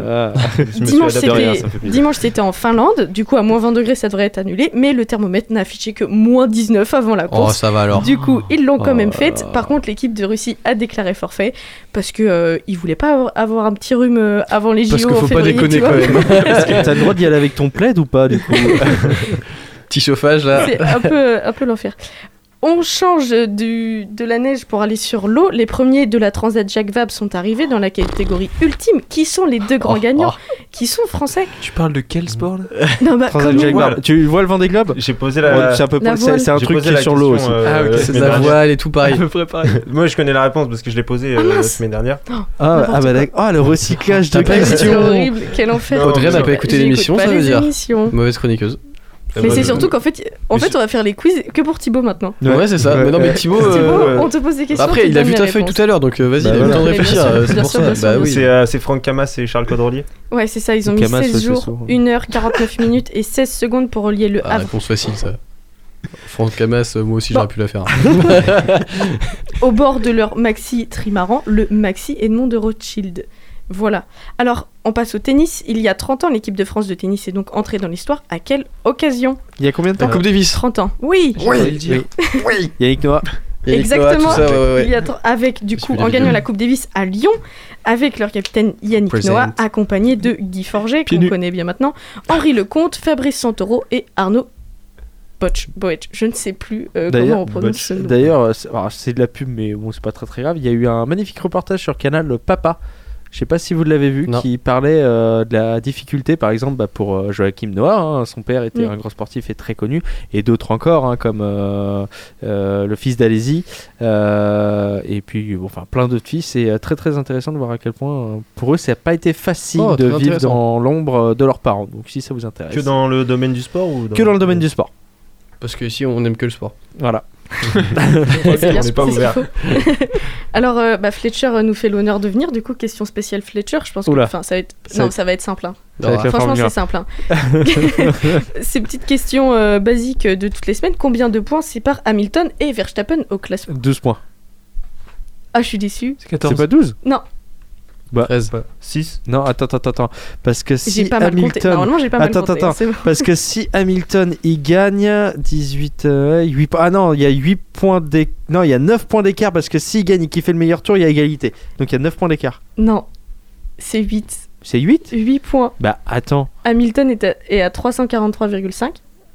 [SPEAKER 12] *laughs* je me suis
[SPEAKER 11] Dimanche
[SPEAKER 12] adapté à rien, ça me fait
[SPEAKER 11] c'était,
[SPEAKER 12] plaisir.
[SPEAKER 11] dimanche c'était en Finlande, du coup à moins 20 degrés ça devrait être annulé, mais le thermomètre n'a affiché que moins 19 avant la course.
[SPEAKER 8] Oh, ça va alors.
[SPEAKER 11] Du coup ils l'ont quand
[SPEAKER 8] Oh
[SPEAKER 11] même
[SPEAKER 8] là
[SPEAKER 11] faite.
[SPEAKER 8] là.
[SPEAKER 11] Par contre l'équipe de Russie a déclaré forfait parce que euh, ils voulaient pas avoir- avoir un petit rhume euh, avant les JO.
[SPEAKER 9] Parce qu'il
[SPEAKER 11] en
[SPEAKER 9] faut pas
[SPEAKER 11] février,
[SPEAKER 9] déconner
[SPEAKER 11] tu
[SPEAKER 9] quand
[SPEAKER 11] vois.
[SPEAKER 9] même. Parce que t'as le droit d'y aller avec ton plaid ou pas du coup
[SPEAKER 8] Petit chauffage là.
[SPEAKER 11] *laughs* C'est un peu, un peu l'enfer. On change du, de la neige pour aller sur l'eau. Les premiers de la Transat Jacques Vabre sont arrivés dans la catégorie ultime. Qui sont les deux
[SPEAKER 8] Oh,
[SPEAKER 11] grands gagnants Qui sont français
[SPEAKER 10] Tu parles de quel sport là
[SPEAKER 11] Non, bah,
[SPEAKER 9] Transat
[SPEAKER 11] comme
[SPEAKER 9] Jacques
[SPEAKER 11] nous.
[SPEAKER 9] Vabre. Tu vois le Vendée Globe
[SPEAKER 12] J'ai posé la.
[SPEAKER 9] Ouais, c'est à peu près-
[SPEAKER 11] La voile.
[SPEAKER 9] c'est- c'est un
[SPEAKER 12] Euh, J'ai
[SPEAKER 9] truc
[SPEAKER 12] posé
[SPEAKER 9] qui est
[SPEAKER 12] la
[SPEAKER 9] sur l'eau aussi.
[SPEAKER 12] question, euh,
[SPEAKER 8] ah, ok,
[SPEAKER 12] la
[SPEAKER 8] c'est de
[SPEAKER 12] semaine
[SPEAKER 8] la
[SPEAKER 12] dernière.
[SPEAKER 8] voile et tout pareil.
[SPEAKER 12] *laughs* Moi, je connais la réponse parce que je l'ai posée euh, la
[SPEAKER 11] mince.
[SPEAKER 12] semaine dernière. euh,
[SPEAKER 9] Ah, ah bah d'accord. Ah, le recyclage de
[SPEAKER 8] T'as *laughs* pas
[SPEAKER 9] questions.
[SPEAKER 11] C'est horrible, quel enfer.
[SPEAKER 12] Non,
[SPEAKER 8] Audrey n'a
[SPEAKER 12] j'écoute
[SPEAKER 8] pas écouté
[SPEAKER 11] pas
[SPEAKER 8] l'émission, ça
[SPEAKER 11] les
[SPEAKER 8] veut dire. Euh,
[SPEAKER 11] émissions.
[SPEAKER 8] Mauvaise chroniqueuse.
[SPEAKER 11] Mais c'est surtout qu'en fait, en fait, on va faire les quiz que pour Thibaut maintenant.
[SPEAKER 8] Ouais, c'est ça. Mais non, mais Thibaut.
[SPEAKER 11] Thibaut,
[SPEAKER 8] euh,
[SPEAKER 11] on te pose des questions.
[SPEAKER 8] Après,
[SPEAKER 11] tu
[SPEAKER 8] il a
[SPEAKER 11] donnes
[SPEAKER 8] vu
[SPEAKER 11] les
[SPEAKER 8] ta feuille
[SPEAKER 11] réponses.
[SPEAKER 8] tout à l'heure, donc euh, vas-y, il a eu le
[SPEAKER 11] voilà.
[SPEAKER 8] temps de
[SPEAKER 11] Mais bien
[SPEAKER 8] réfléchir.
[SPEAKER 11] sûr,
[SPEAKER 8] euh,
[SPEAKER 11] bien
[SPEAKER 8] C'est pour
[SPEAKER 11] sûr,
[SPEAKER 8] ça.
[SPEAKER 11] bien sûr,
[SPEAKER 8] Bah
[SPEAKER 11] bien
[SPEAKER 8] oui.
[SPEAKER 12] C'est euh, c'est Franck Camas et Charles Caudrelier.
[SPEAKER 11] Ouais, c'est ça, ils ont mis
[SPEAKER 8] Camas, ouais,
[SPEAKER 11] 16
[SPEAKER 8] ce
[SPEAKER 11] jours,
[SPEAKER 8] soir.
[SPEAKER 11] 1h49 *laughs* minutes et 16 secondes pour relier le
[SPEAKER 8] Ah,
[SPEAKER 11] Havre.
[SPEAKER 8] réponse facile ça. Franck Camas, euh, moi aussi j'aurais pu la faire.
[SPEAKER 11] au bord de leur maxi trimaran, le maxi Edmond de Rothschild. Voilà. Alors, on passe au tennis. Il y a 30 ans, l'équipe de France de tennis est donc entrée dans l'histoire. À quelle occasion
[SPEAKER 9] Il y a combien de temps
[SPEAKER 8] La
[SPEAKER 10] Euh,
[SPEAKER 8] Coupe Davis.
[SPEAKER 11] 30 ans. Oui,
[SPEAKER 9] Oui. Oui. Yannick Noah.
[SPEAKER 11] Exactement.
[SPEAKER 8] tout ça, ouais, ouais, ouais.
[SPEAKER 11] Il y a tr- avec, du coup,
[SPEAKER 8] suis
[SPEAKER 11] en
[SPEAKER 8] désolé.
[SPEAKER 11] gagnant la Coupe Davis à Lyon, avec leur capitaine Yannick
[SPEAKER 8] Present.
[SPEAKER 11] Noah, accompagné de Guy Forget, qu'on
[SPEAKER 8] nus.
[SPEAKER 11] connaît bien maintenant, Henri Lecomte, Fabrice Santoro et Arnaud Boetsch. Boetsch. Je ne sais plus euh, comment on
[SPEAKER 9] D'ailleurs,
[SPEAKER 11] prononce ce nom.
[SPEAKER 9] d'ailleurs, euh, c'est alors, c'est de la pub, mais bon, c'est pas très très grave. Il y a eu un magnifique reportage sur Canal euh, Papa. Je sais pas si vous l'avez vu,
[SPEAKER 8] Non.
[SPEAKER 9] qui parlait euh, de la difficulté, par exemple, bah, pour euh, Joachim Noah. hein, son père était
[SPEAKER 8] Mm.
[SPEAKER 9] un grand sportif et très connu, et d'autres encore, hein, comme euh, euh, le fils d'Alési, euh, et puis bon, enfin plein d'autres fils. C'est euh, très très intéressant de voir à quel point euh, pour eux, ça n'a pas été facile
[SPEAKER 8] Oh,
[SPEAKER 9] de
[SPEAKER 8] très
[SPEAKER 9] vivre
[SPEAKER 8] intéressant.
[SPEAKER 9] dans l'ombre euh, de leurs parents. Donc si ça vous intéresse,
[SPEAKER 12] Que dans le domaine du sport ou
[SPEAKER 9] que dans le domaine du sport.
[SPEAKER 8] Parce que ici on aime que le sport.
[SPEAKER 9] Voilà.
[SPEAKER 11] C'est bien,
[SPEAKER 12] On n'est pas
[SPEAKER 11] c'est ce qu'il
[SPEAKER 12] ouvert.
[SPEAKER 11] faut. *laughs* Alors, euh, bah, Fletcher euh, nous fait l'honneur de venir. Du coup, question spéciale Fletcher. Je pense que
[SPEAKER 9] Oula.
[SPEAKER 11] enfin, ça va être.
[SPEAKER 9] Ça va
[SPEAKER 11] non,
[SPEAKER 9] être-
[SPEAKER 11] ça va être simple. hein.
[SPEAKER 9] Ça va être la
[SPEAKER 11] Franchement,
[SPEAKER 9] Formule
[SPEAKER 11] c'est
[SPEAKER 9] un.
[SPEAKER 11] simple. hein.
[SPEAKER 9] *laughs*
[SPEAKER 11] Ces petites questions euh, basiques de toutes les semaines. Combien de points séparent Hamilton et Verstappen au classement
[SPEAKER 9] 12 points.
[SPEAKER 11] Ah, je suis déçu.
[SPEAKER 9] C'est pas 12
[SPEAKER 11] Non,
[SPEAKER 9] Bah,
[SPEAKER 12] 6
[SPEAKER 9] Non, attends, attends, attends. Parce que si
[SPEAKER 11] J'ai pas mal compté.
[SPEAKER 9] Hamilton.
[SPEAKER 11] Normalement, j'ai pas mal
[SPEAKER 9] attends,
[SPEAKER 11] compté, hein,
[SPEAKER 9] Attends,
[SPEAKER 11] c'est
[SPEAKER 9] attends.
[SPEAKER 11] bon.
[SPEAKER 9] Parce que si Hamilton il gagne 18. 8... Ah non, il y a 8 points d'écart. Non, il y a 9 points d'écart parce que s'il gagne et qu'il fait le meilleur tour, il y a égalité. Donc il y a 9 points d'écart.
[SPEAKER 11] non. C'est 8.
[SPEAKER 9] C'est 8
[SPEAKER 11] 8 points.
[SPEAKER 9] Bah attends.
[SPEAKER 11] Hamilton est à, est à 343,5.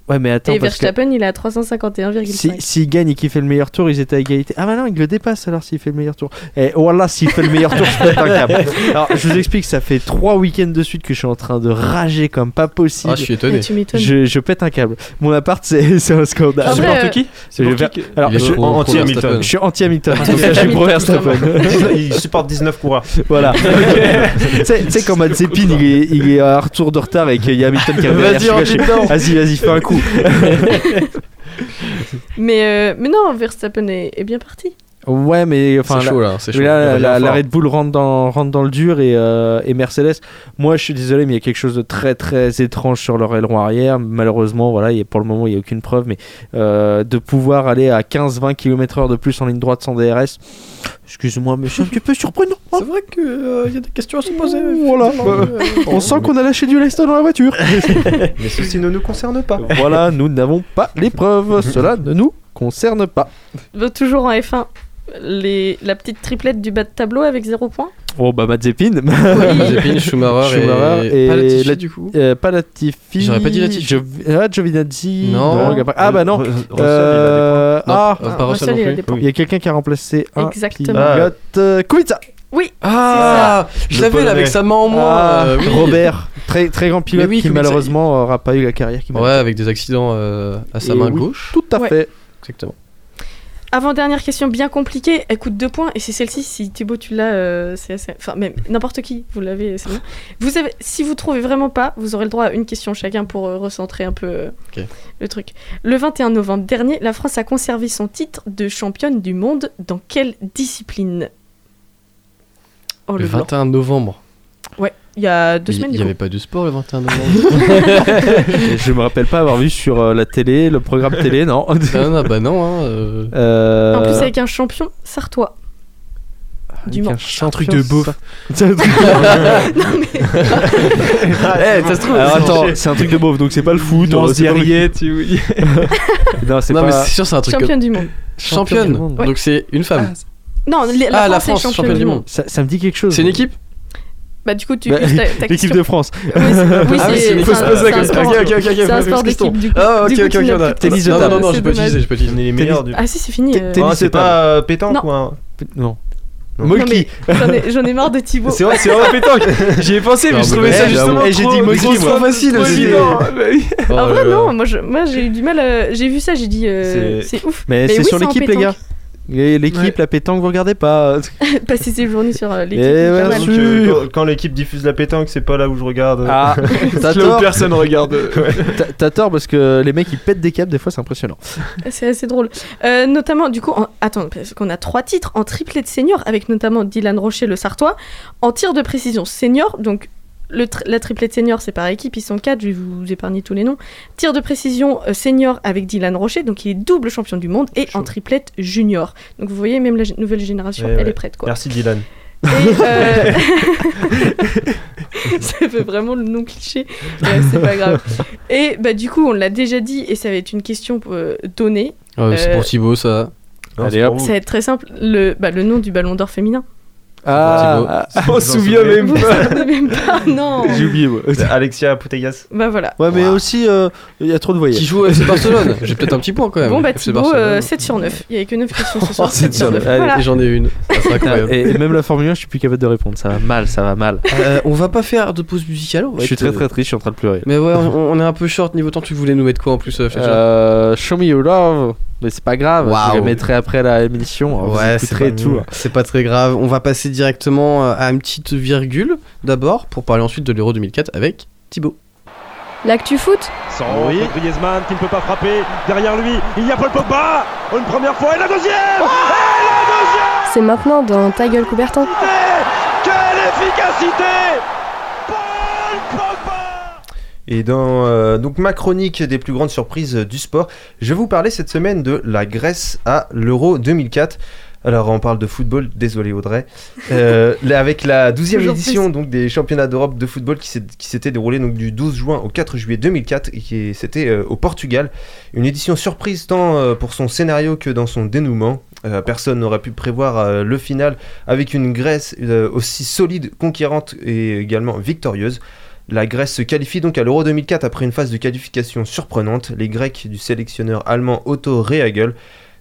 [SPEAKER 9] Ouais, mais attends,
[SPEAKER 11] Et
[SPEAKER 9] parce que
[SPEAKER 11] Verstappen, il est à 351,5.
[SPEAKER 9] si- s'il gagne et qu'il fait le meilleur tour, ils étaient à égalité. Ah, bah non, il le dépasse alors s'il fait le meilleur tour. Et voilà, s'il fait le meilleur tour, je pète un
[SPEAKER 8] *laughs*
[SPEAKER 9] câble.
[SPEAKER 12] *laughs*
[SPEAKER 9] Alors, je vous explique, ça fait trois week-ends de suite que je suis en train de rager comme pas possible.
[SPEAKER 8] Ah, je suis étonné. Ah, tu m'étonnes.
[SPEAKER 9] Je, je pète un câble. Mon appart, c'est *laughs* c'est un scandale.
[SPEAKER 10] Tu supportes Après, qui
[SPEAKER 9] C'est le
[SPEAKER 10] Pour qui
[SPEAKER 9] Ver-
[SPEAKER 10] que-
[SPEAKER 9] Alors,
[SPEAKER 12] Il est
[SPEAKER 9] je
[SPEAKER 12] pro- pro
[SPEAKER 9] anti Hamilton.
[SPEAKER 12] Verstappen.
[SPEAKER 9] Je suis anti Hamilton.
[SPEAKER 12] Ah,
[SPEAKER 9] Donc,
[SPEAKER 12] c'est
[SPEAKER 9] je suis pro
[SPEAKER 12] Hamilton.
[SPEAKER 9] Verstappen.
[SPEAKER 12] il supporte 19 coureurs.
[SPEAKER 9] *laughs* Voilà. *laughs* Tu sais- tu sais, quand Mazepin il est, il est à un retour de retard et qu'il y a Hamilton qui arrive
[SPEAKER 8] Vas-y,
[SPEAKER 9] derrière, je suis
[SPEAKER 8] Hamilton.
[SPEAKER 9] gâché. Vas-y, vas-y, fais un coup.
[SPEAKER 11] Mais, euh, mais non, Verstappen est, est bien parti.
[SPEAKER 9] ouais, mais enfin.
[SPEAKER 8] C'est
[SPEAKER 9] là-
[SPEAKER 8] chaud, là, c'est
[SPEAKER 9] mais
[SPEAKER 8] chaud.
[SPEAKER 9] là,
[SPEAKER 8] Il
[SPEAKER 9] la-
[SPEAKER 8] revient
[SPEAKER 9] la, la
[SPEAKER 8] fort.
[SPEAKER 9] Red Bull rentre dans, rentre dans le dur et, euh, et Mercedes. Moi, je suis désolé, mais il y a quelque chose de très très étrange sur leur aileron arrière. Malheureusement, voilà, il y a- pour le moment, il n'y a aucune preuve, mais euh, de pouvoir aller à 15-20 km/h de plus en ligne droite sans DRS, excuse-moi, mais c'est un petit peu surprenant.
[SPEAKER 8] C'est vrai qu'il y a des questions à se poser.
[SPEAKER 9] Voilà. *laughs* On sent qu'on a lâché du lest dans la voiture.
[SPEAKER 12] Mais ceci ne nous concerne pas.
[SPEAKER 9] *laughs* voilà, nous n'avons pas les *laughs* preuves. Cela ne nous concerne pas.
[SPEAKER 11] Bah, toujours en F1. Les, la petite triplette du bas de tableau avec 0 points.
[SPEAKER 9] Bon, bah, Mazepin.
[SPEAKER 8] Mazepin, Schumacher et-
[SPEAKER 9] et.
[SPEAKER 8] pas Latifi,
[SPEAKER 9] Lat-
[SPEAKER 8] du coup.
[SPEAKER 9] *laughs* euh, pas Latifi.
[SPEAKER 8] J'aurais pas dit Latifi.
[SPEAKER 9] Jo- Ah, Giovinazzi.
[SPEAKER 8] Non.
[SPEAKER 9] donc après- Ah, bah non.
[SPEAKER 12] Russell, il a des
[SPEAKER 9] Euh,
[SPEAKER 8] points.
[SPEAKER 9] Ah,
[SPEAKER 8] Non, pas Russell non
[SPEAKER 11] il a
[SPEAKER 8] plus.
[SPEAKER 11] des points.
[SPEAKER 9] il y a quelqu'un qui a remplacé un
[SPEAKER 11] Exactement.
[SPEAKER 9] pilote. Euh, Kubica.
[SPEAKER 11] Oui,
[SPEAKER 8] Ah, je
[SPEAKER 12] Le
[SPEAKER 8] l'avais là
[SPEAKER 12] Polonais.
[SPEAKER 8] avec sa main en moins.
[SPEAKER 9] Ah,
[SPEAKER 8] euh, oui.
[SPEAKER 9] Robert. Très, très grand pilote
[SPEAKER 8] Mais oui,
[SPEAKER 9] qui
[SPEAKER 8] Kubica,
[SPEAKER 9] malheureusement n'aura pas eu la carrière qu'il
[SPEAKER 8] Ouais, avec des accidents euh, à sa
[SPEAKER 9] Et
[SPEAKER 8] main
[SPEAKER 9] oui.
[SPEAKER 8] gauche.
[SPEAKER 9] Tout à
[SPEAKER 8] *laughs*
[SPEAKER 11] Ouais.
[SPEAKER 9] fait.
[SPEAKER 8] Exactement.
[SPEAKER 11] Avant-dernière question bien compliquée, elle coûte 2 points et c'est celle-ci. Si Thibaut, tu l'as, euh, c'est assez. Enfin, même n'importe qui, vous l'avez, c'est bon. Vous avez... Si vous trouvez vraiment pas, vous aurez le droit à une question chacun pour euh, recentrer un peu euh,
[SPEAKER 8] Ok.
[SPEAKER 11] le truc. Le 21 novembre dernier, la France a conservé son titre de championne du monde dans quelle discipline Oh,
[SPEAKER 8] Le
[SPEAKER 11] le blanc.
[SPEAKER 8] 21 novembre.
[SPEAKER 11] Ouais, il y a deux
[SPEAKER 8] Il
[SPEAKER 11] semaines.
[SPEAKER 8] il
[SPEAKER 11] du
[SPEAKER 8] y
[SPEAKER 11] coup.
[SPEAKER 8] avait pas de sport le 21 novembre.
[SPEAKER 9] Et je me rappelle pas avoir vu sur euh, la télé, le programme télé, non.
[SPEAKER 8] non, non, bah non. hein, euh,
[SPEAKER 9] Euh,
[SPEAKER 11] En plus, avec un champion sartois.
[SPEAKER 8] Ah,
[SPEAKER 11] Du Mans.
[SPEAKER 9] un
[SPEAKER 10] truc de
[SPEAKER 9] *laughs*
[SPEAKER 10] beauf.
[SPEAKER 9] C'est un truc de-
[SPEAKER 11] *laughs*
[SPEAKER 8] Eh, ça se trouve.
[SPEAKER 9] Alors
[SPEAKER 8] c'est-
[SPEAKER 9] attends, Ah, c'est un truc de beauf, donc c'est pas le foot.
[SPEAKER 10] Non,
[SPEAKER 9] euh, c'est pas le-
[SPEAKER 10] Ziriette, oui.
[SPEAKER 9] *laughs* Non, c'est
[SPEAKER 8] Non, mais
[SPEAKER 9] pas.
[SPEAKER 8] c'est sûr, c'est un truc.
[SPEAKER 11] Championne du monde.
[SPEAKER 8] Championne.
[SPEAKER 9] Championne du monde.
[SPEAKER 8] Donc c'est une femme.
[SPEAKER 11] Non, la,
[SPEAKER 8] Ah, la
[SPEAKER 11] France, est
[SPEAKER 8] France,
[SPEAKER 11] championne du monde.
[SPEAKER 9] Ça, ça me dit quelque chose.
[SPEAKER 8] C'est une équipe
[SPEAKER 11] Bah, du coup, tu.
[SPEAKER 9] Bah,
[SPEAKER 11] uses ta- ta
[SPEAKER 9] L'équipe
[SPEAKER 11] question.
[SPEAKER 9] de France.
[SPEAKER 11] Oui, c'est-
[SPEAKER 9] *laughs*
[SPEAKER 11] oui,
[SPEAKER 8] Ah oui,
[SPEAKER 11] c'est-
[SPEAKER 8] une équipe.
[SPEAKER 11] c'est un-
[SPEAKER 8] Ah,
[SPEAKER 11] c'est un
[SPEAKER 8] ok,
[SPEAKER 11] sport.
[SPEAKER 8] ok, ok, ok,
[SPEAKER 11] C'est un
[SPEAKER 8] parce que
[SPEAKER 11] sport
[SPEAKER 8] je piston.
[SPEAKER 11] d'équipe, du coup.
[SPEAKER 8] Ah, ok,
[SPEAKER 11] Du coup,
[SPEAKER 8] ok,
[SPEAKER 11] tu
[SPEAKER 8] ok.
[SPEAKER 11] n'as
[SPEAKER 8] on a-
[SPEAKER 11] plus de tennis de
[SPEAKER 8] Non, non,
[SPEAKER 11] table,
[SPEAKER 8] non, non, j'ai
[SPEAKER 11] c'est
[SPEAKER 8] pas
[SPEAKER 11] dommage.
[SPEAKER 8] utilisé, j'ai pas
[SPEAKER 12] On
[SPEAKER 8] utilisé.
[SPEAKER 12] est les meilleurs du.
[SPEAKER 11] Ah si, c'est fini. euh.
[SPEAKER 9] T'es-
[SPEAKER 12] Ah, c'est
[SPEAKER 9] tennis,
[SPEAKER 12] pas euh, pétanque
[SPEAKER 11] Non.
[SPEAKER 12] ou un.
[SPEAKER 9] Non.
[SPEAKER 12] Non.
[SPEAKER 11] Non, mais
[SPEAKER 9] Molki.
[SPEAKER 11] J'en ai, j'en ai marre de Thibaut.
[SPEAKER 12] C'est vrai, c'est vrai, pétanque.
[SPEAKER 10] J'y ai pensé, mais
[SPEAKER 8] Non,
[SPEAKER 10] je
[SPEAKER 8] mais
[SPEAKER 10] trouvais ça
[SPEAKER 9] ouais,
[SPEAKER 10] justement.
[SPEAKER 9] j'avoue. Eh, j'ai
[SPEAKER 10] trop-
[SPEAKER 9] dit Mogi,
[SPEAKER 10] trop-
[SPEAKER 9] moi.
[SPEAKER 10] trop facile.
[SPEAKER 9] Mogi,
[SPEAKER 10] j'ai dit-
[SPEAKER 9] non.
[SPEAKER 10] Bah oui.
[SPEAKER 8] Oh
[SPEAKER 11] Ah
[SPEAKER 8] là
[SPEAKER 11] ouais,
[SPEAKER 8] là.
[SPEAKER 11] non, moi je- moi, j'ai eu du mal. euh, J'ai vu ça, j'ai dit euh,
[SPEAKER 12] C'est-
[SPEAKER 11] c'est ouf. *laughs*
[SPEAKER 9] Mais, c'est
[SPEAKER 11] oui,
[SPEAKER 9] sur
[SPEAKER 11] en
[SPEAKER 9] l'équipe, les gars.
[SPEAKER 11] pétanque.
[SPEAKER 9] Et L'équipe,
[SPEAKER 10] Ouais.
[SPEAKER 9] la pétanque, vous regardez pas.
[SPEAKER 11] Passer ses journées sur euh, l'équipe.
[SPEAKER 9] Eh
[SPEAKER 11] c'est
[SPEAKER 9] ouais,
[SPEAKER 11] pas mal.
[SPEAKER 12] Donc,
[SPEAKER 9] sûr.
[SPEAKER 12] euh, quand- Quand l'équipe diffuse la pétanque, c'est pas là où je regarde.
[SPEAKER 9] *laughs*
[SPEAKER 12] *laughs*
[SPEAKER 9] Ah, *laughs* t'as
[SPEAKER 10] Là où
[SPEAKER 9] tort.
[SPEAKER 10] personne regarde.
[SPEAKER 9] T'as- T'as tort parce que les mecs ils pètent des câbles, des fois c'est impressionnant.
[SPEAKER 11] C'est assez drôle. Euh, notamment, du coup, en- attends, parce qu'on a trois titres en triplé de senior, avec notamment Dylan Rocher, le Sartois, en tir de précision senior, donc le tri- la triplé de senior, c'est par équipe, ils sont quatre, je vais vous épargner tous les noms. Tir de précision euh, senior avec Dylan Rocher, donc il est double champion du monde, et en triplette junior. Donc vous voyez, même la g- nouvelle génération,
[SPEAKER 12] Ouais,
[SPEAKER 11] elle
[SPEAKER 12] ouais.
[SPEAKER 11] est prête, quoi.
[SPEAKER 12] Merci Dylan.
[SPEAKER 11] Et,
[SPEAKER 12] *laughs*
[SPEAKER 11] euh, *laughs* ça fait vraiment le non cliché. Bref, c'est pas grave. Et bah du coup, on l'a déjà dit, et ça va être une question euh, donnée.
[SPEAKER 8] Ouais, C'est pour Thibaut, ça.
[SPEAKER 12] Non,
[SPEAKER 9] Allez,
[SPEAKER 12] c'est
[SPEAKER 9] hop.
[SPEAKER 12] pour vous.
[SPEAKER 11] Ça va être très simple. Le, bah, le nom du ballon d'or féminin.
[SPEAKER 9] Ah,
[SPEAKER 12] C'est pour
[SPEAKER 10] On
[SPEAKER 12] vous
[SPEAKER 10] se
[SPEAKER 12] en
[SPEAKER 10] souvient
[SPEAKER 12] souvenir.
[SPEAKER 10] même
[SPEAKER 11] Vous
[SPEAKER 10] pas.
[SPEAKER 11] savez même pas, non.
[SPEAKER 9] *laughs* j'ai oublié. moi.
[SPEAKER 12] C'est Alexia Putellas.
[SPEAKER 11] Bah voilà.
[SPEAKER 9] Ouais, mais aussi euh, il y a trop de
[SPEAKER 8] Qui
[SPEAKER 9] voyages.
[SPEAKER 8] joue au FC Barcelone J'ai peut-être un petit point quand même.
[SPEAKER 11] Bon bah
[SPEAKER 8] FC
[SPEAKER 11] Thibaut, euh,
[SPEAKER 8] Barcelone.
[SPEAKER 11] 7 sur 9. Il n'y avait que 9 questions
[SPEAKER 8] *laughs*
[SPEAKER 11] ce
[SPEAKER 8] Oh,
[SPEAKER 11] soir.
[SPEAKER 8] 7 sur 9.
[SPEAKER 9] Allez,
[SPEAKER 11] Voilà.
[SPEAKER 8] Et j'en ai une. Ça, C'est incroyable.
[SPEAKER 9] Et et même la Formule 1, je suis plus capable de répondre. Ça va mal, ça va mal.
[SPEAKER 8] *laughs* Euh, on va pas faire de pause musicale. on va
[SPEAKER 9] Je suis
[SPEAKER 8] être,
[SPEAKER 9] très
[SPEAKER 8] euh,
[SPEAKER 9] très triste, je suis en train de pleurer.
[SPEAKER 8] Mais ouais, on, on est un peu short niveau temps. Tu voulais nous mettre quoi en plus, euh, Fletcher
[SPEAKER 9] Euh, show me your love, mais c'est pas grave,
[SPEAKER 8] Waouh.
[SPEAKER 9] je le mettrai après la émission. Oh,
[SPEAKER 8] Ouais, Oh, c'est hein.
[SPEAKER 9] c'est
[SPEAKER 8] pas,
[SPEAKER 9] tout.
[SPEAKER 8] c'est pas très grave. On va passer directement euh, à une petite virgule d'abord pour parler ensuite de l'Euro 2004 avec Thibaut.
[SPEAKER 5] L'actu foot
[SPEAKER 12] Sans Ah oui.
[SPEAKER 3] Griezmann qui ne peut pas frapper. Derrière lui, il y a Paul Pogba. Une première fois et la deuxième.
[SPEAKER 12] Ah,
[SPEAKER 5] C'est maintenant dans Ta gueule Coubertin.
[SPEAKER 3] Quelle efficacité Paul Pogba
[SPEAKER 12] Et dans euh, donc ma chronique des plus grandes surprises euh, du sport, je vais vous parler cette semaine de la Grèce à l'Euro 2004. Alors on parle de football, désolé Audrey. Euh, là, avec la 12e
[SPEAKER 11] Toujours
[SPEAKER 12] édition donc des championnats d'Europe de football qui s'est- qui s'était déroulée donc du 12 juin au 4 juillet 2004 et qui est- c'était euh, au Portugal, une édition surprise tant euh, pour son scénario que dans son dénouement. Euh, personne n'aurait pu prévoir euh, le final avec une Grèce euh, aussi solide, conquérante et également victorieuse. La Grèce se qualifie donc à l'Euro 2004 après une phase de qualification surprenante. Les Grecs du sélectionneur allemand Otto Rehagel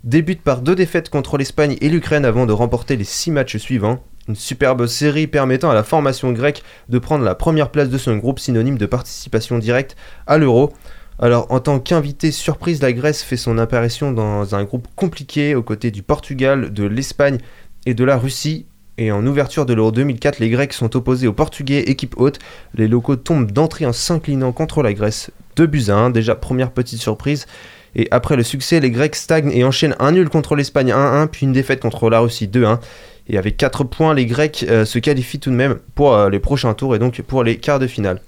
[SPEAKER 12] débutent par deux défaites contre l'Espagne et l'Ukraine avant de remporter les six matchs suivants. Une superbe série permettant à la formation grecque de prendre la première place de son groupe synonyme de participation directe à l'Euro. Alors en tant qu'invité surprise, la Grèce fait son apparition dans un groupe compliqué aux côtés du Portugal, de l'Espagne et de la Russie. Et en ouverture de l'Euro 2004, les Grecs sont opposés aux Portugais, équipe haute. Les locaux tombent d'entrée en s'inclinant contre la Grèce. 2 buts à 1, déjà première petite surprise. Et après le succès, les Grecs stagnent et enchaînent un nul contre l'Espagne 1-1, puis une défaite contre la Russie 2-1. Et avec 4 points, les Grecs euh, se qualifient tout de même pour euh, les prochains tours et donc pour les quarts de finale.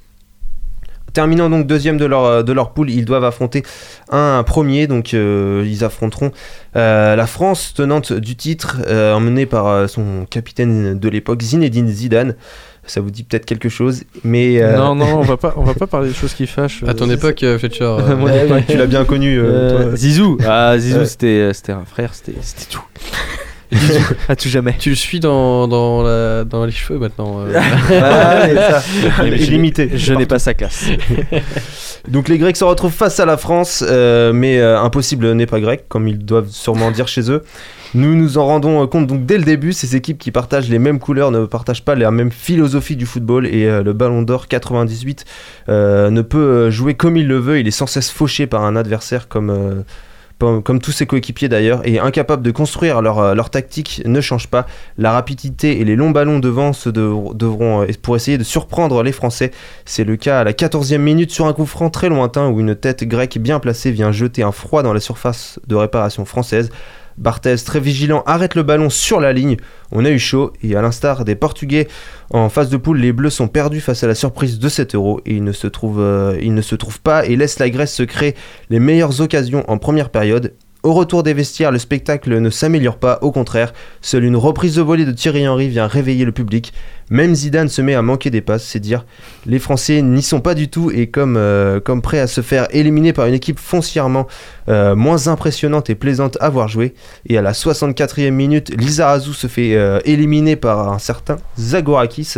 [SPEAKER 12] Terminant donc deuxième de leur, euh, de leur poule, ils doivent affronter un premier, donc euh, ils affronteront euh, la France tenante du titre, euh, emmenée par euh, son capitaine de l'époque, Zinedine Zidane. Ça vous dit peut-être quelque chose, mais... euh,
[SPEAKER 9] Non, *laughs* non, on va pas, on va pas parler des choses qui fâchent.
[SPEAKER 8] À ton
[SPEAKER 9] euh,
[SPEAKER 8] époque,
[SPEAKER 12] *laughs*
[SPEAKER 8] euh, Fletcher.
[SPEAKER 12] À
[SPEAKER 8] euh,
[SPEAKER 12] mon époque, tu l'as bien connu, euh,
[SPEAKER 9] Euh,
[SPEAKER 12] toi.
[SPEAKER 9] Zizou. Ah, Zizou,
[SPEAKER 12] Ouais.
[SPEAKER 9] c'était, c'était un frère, c'était, c'était tout. *laughs* à tout jamais.
[SPEAKER 8] Tu le suis dans, dans, la- dans les cheveux
[SPEAKER 12] *laughs*
[SPEAKER 8] maintenant. euh.
[SPEAKER 9] *laughs*
[SPEAKER 12] Ah, c'est ça.
[SPEAKER 9] Mais je-
[SPEAKER 12] Illimité.
[SPEAKER 9] Je n'ai pas sa classe.
[SPEAKER 12] *laughs* Donc les Grecs se retrouvent face à la France, euh, mais euh, impossible n'est pas grec, comme ils doivent sûrement dire chez eux. Nous nous en rendons euh, compte donc dès le début, ces équipes qui partagent les mêmes couleurs ne partagent pas la même philosophie du football et euh, le Ballon d'Or 98 euh, ne peut euh, jouer comme il le veut, il est sans cesse fauché par un adversaire comme... euh, pom- comme tous ses coéquipiers d'ailleurs, et incapables de construire leur, euh, leur tactique ne change pas. La rapidité et les longs ballons devant se dev- devront, euh, pour essayer de surprendre les Français. C'est le cas à la 14e minute sur un coup franc très lointain où une tête grecque bien placée vient jeter un froid dans la surface de réparation française. Barthez, très vigilant, arrête le ballon sur la ligne. On a eu chaud, et à l'instar des Portugais, en phase de poule, les Bleus sont perdus face à la surprise de 7 euros. Et ils ne, se trouvent, euh, ils ne se trouvent pas et laissent la Grèce se créer les meilleures occasions en première période. Au retour des vestiaires, le spectacle ne s'améliore pas, au contraire, seule une reprise de volée de Thierry Henry vient réveiller le public. Même Zidane se met à manquer des passes, c'est dire les Français n'y sont pas du tout et comme, euh, comme prêts à se faire éliminer par une équipe foncièrement euh, moins impressionnante et plaisante à voir jouer. Et à la 64e minute, Lizarazu se fait euh, éliminer par un certain Zagorakis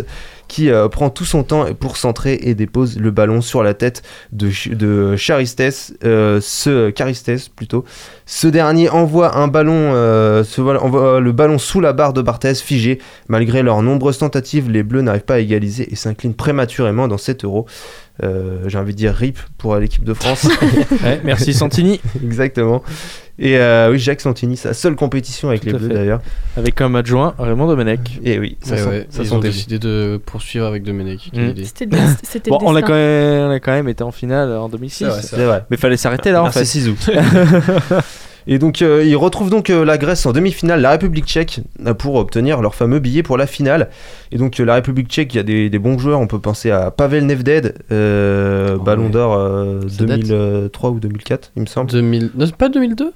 [SPEAKER 12] qui euh, prend tout son temps pour centrer et dépose le ballon sur la tête de, Ch- de Charistes, euh, ce Charistes plutôt. Ce dernier envoie un ballon, euh, ce vol- envoie le ballon sous la barre de Barthez figé. Malgré leurs nombreuses tentatives, les Bleus n'arrivent pas à égaliser et s'inclinent prématurément dans 7 euros. Euh, J'ai envie de dire rip pour l'équipe de France.
[SPEAKER 9] *laughs* Ouais, merci Santini.
[SPEAKER 12] Exactement. Et euh, oui, Jacques Santini, sa seule compétition avec les
[SPEAKER 9] à
[SPEAKER 12] Bleus
[SPEAKER 9] fait.
[SPEAKER 12] d'ailleurs.
[SPEAKER 9] Avec comme adjoint Raymond Domenech.
[SPEAKER 12] Et oui, ça
[SPEAKER 8] Ouais,
[SPEAKER 12] sent,
[SPEAKER 8] ouais,
[SPEAKER 12] ça
[SPEAKER 8] ils
[SPEAKER 12] sent
[SPEAKER 8] ont
[SPEAKER 12] des-
[SPEAKER 8] décidé de poursuivre avec Domenech. quelle
[SPEAKER 9] Mm.
[SPEAKER 8] idée.
[SPEAKER 11] C'était le des- c'était le
[SPEAKER 9] Bon, on a,
[SPEAKER 11] destin.
[SPEAKER 9] quand même, on a quand même été en finale en 2006.
[SPEAKER 8] C'est vrai,
[SPEAKER 12] C'est vrai.
[SPEAKER 9] Mais fallait s'arrêter là en
[SPEAKER 12] Merci
[SPEAKER 9] fait.
[SPEAKER 12] Zizou. Et donc euh, ils retrouvent donc euh, la Grèce en demi-finale, la République tchèque, euh, pour obtenir leur fameux billet pour la finale. Et donc euh, la République tchèque, il y a des, des bons joueurs, on peut penser à Pavel Nevded, euh,
[SPEAKER 8] Oh,
[SPEAKER 12] Ballon
[SPEAKER 8] ouais.
[SPEAKER 12] d'Or euh,
[SPEAKER 8] Ça date.
[SPEAKER 12] 2003 ou 2004, il me semble.
[SPEAKER 8] 2000... Non, c'est pas 2002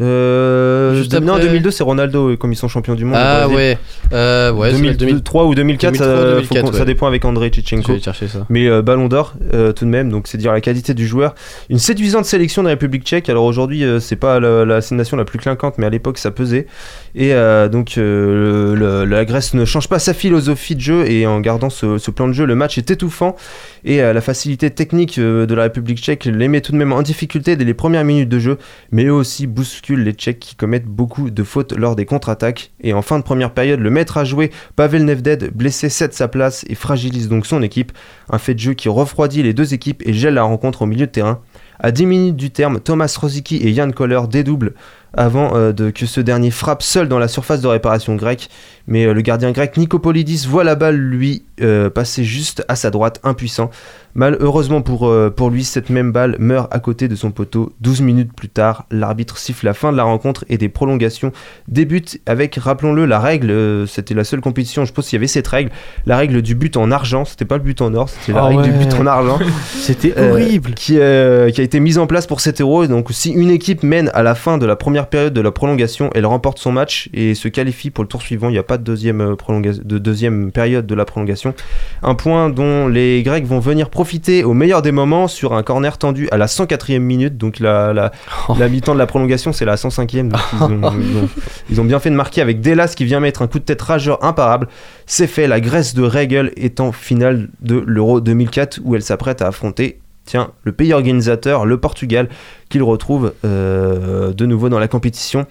[SPEAKER 12] Euh,
[SPEAKER 8] Juste
[SPEAKER 12] de- Non,
[SPEAKER 8] après-
[SPEAKER 12] 2002 c'est Ronaldo, euh, comme ils sont champions du monde.
[SPEAKER 8] Ah
[SPEAKER 12] au Brésil.
[SPEAKER 8] ouais. Euh, ouais, ça doit être 2000...
[SPEAKER 12] 2003 ou 2004, ça,
[SPEAKER 8] 2003,
[SPEAKER 12] faut qu'on-
[SPEAKER 8] 2004,
[SPEAKER 12] ça
[SPEAKER 8] ouais.
[SPEAKER 12] dépend avec André
[SPEAKER 8] Je vais
[SPEAKER 12] Tchichenko.
[SPEAKER 8] aller chercher ça.
[SPEAKER 12] Mais euh, Ballon d'Or euh, tout de même, donc c'est dire la qualité du joueur. Une séduisante sélection de la République tchèque. Alors aujourd'hui, euh, c'est pas la, la sélection la plus clinquante, mais à l'époque ça pesait. Et euh, donc euh, le- le- la Grèce ne change pas sa philosophie de jeu et en gardant ce, ce plan de jeu, le match est étouffant et euh, la facilité technique euh, de la République tchèque les met tout de même en difficulté dès les premières minutes de jeu, mais eux aussi bousculent les Tchèques qui commettent beaucoup de fautes lors des contre-attaques. Et en fin de première période, le maître à jouer, Pavel Nevded, blessé cède sa place et fragilise donc son équipe. Un fait de jeu qui refroidit les deux équipes et gèle la rencontre au milieu de terrain. À 10 minutes du terme, Thomas Rosicky et Yann Koller dédoublent avant euh, de, que ce dernier frappe seul dans la surface de réparation grecque. Mais euh, le gardien grec Nicopolidis voit la balle, lui, euh, passer juste à sa droite, impuissant. Malheureusement pour, euh, pour lui, cette même balle meurt à côté de son poteau. 12 minutes plus tard, l'arbitre siffle la fin de la rencontre et des prolongations débutent avec, rappelons-le, la règle, euh, c'était la seule compétition, je pense qu'il y avait cette règle, la règle du but en argent, c'était pas le but en or, c'était la
[SPEAKER 9] Ah
[SPEAKER 12] règle du
[SPEAKER 9] ouais.
[SPEAKER 12] but en argent.
[SPEAKER 9] *laughs* C'était
[SPEAKER 12] Euh,
[SPEAKER 9] horrible.
[SPEAKER 12] qui, euh, qui a été mise en place pour 7 euros. Donc, si une équipe mène à la fin de la première période de la prolongation, elle remporte son match et se qualifie pour le tour suivant. Il n'y a pas de deuxième, euh, prolonga- de deuxième période de la prolongation. Un point dont les Grecs vont venir profiter profité au meilleur des moments sur un corner tendu à la 104e minute. Donc la, la, la mi-temps de la prolongation, c'est la 105e. donc ils, ont, ils ont- ils ont bien fait de marquer avec Delas qui vient mettre un coup de tête rageur imparable. C'est fait, la Grèce de Regel est en finale de l'Euro 2004 où elle s'apprête à affronter. Tiens, le pays organisateur, le Portugal, qu'il retrouve euh, de nouveau dans la compétition.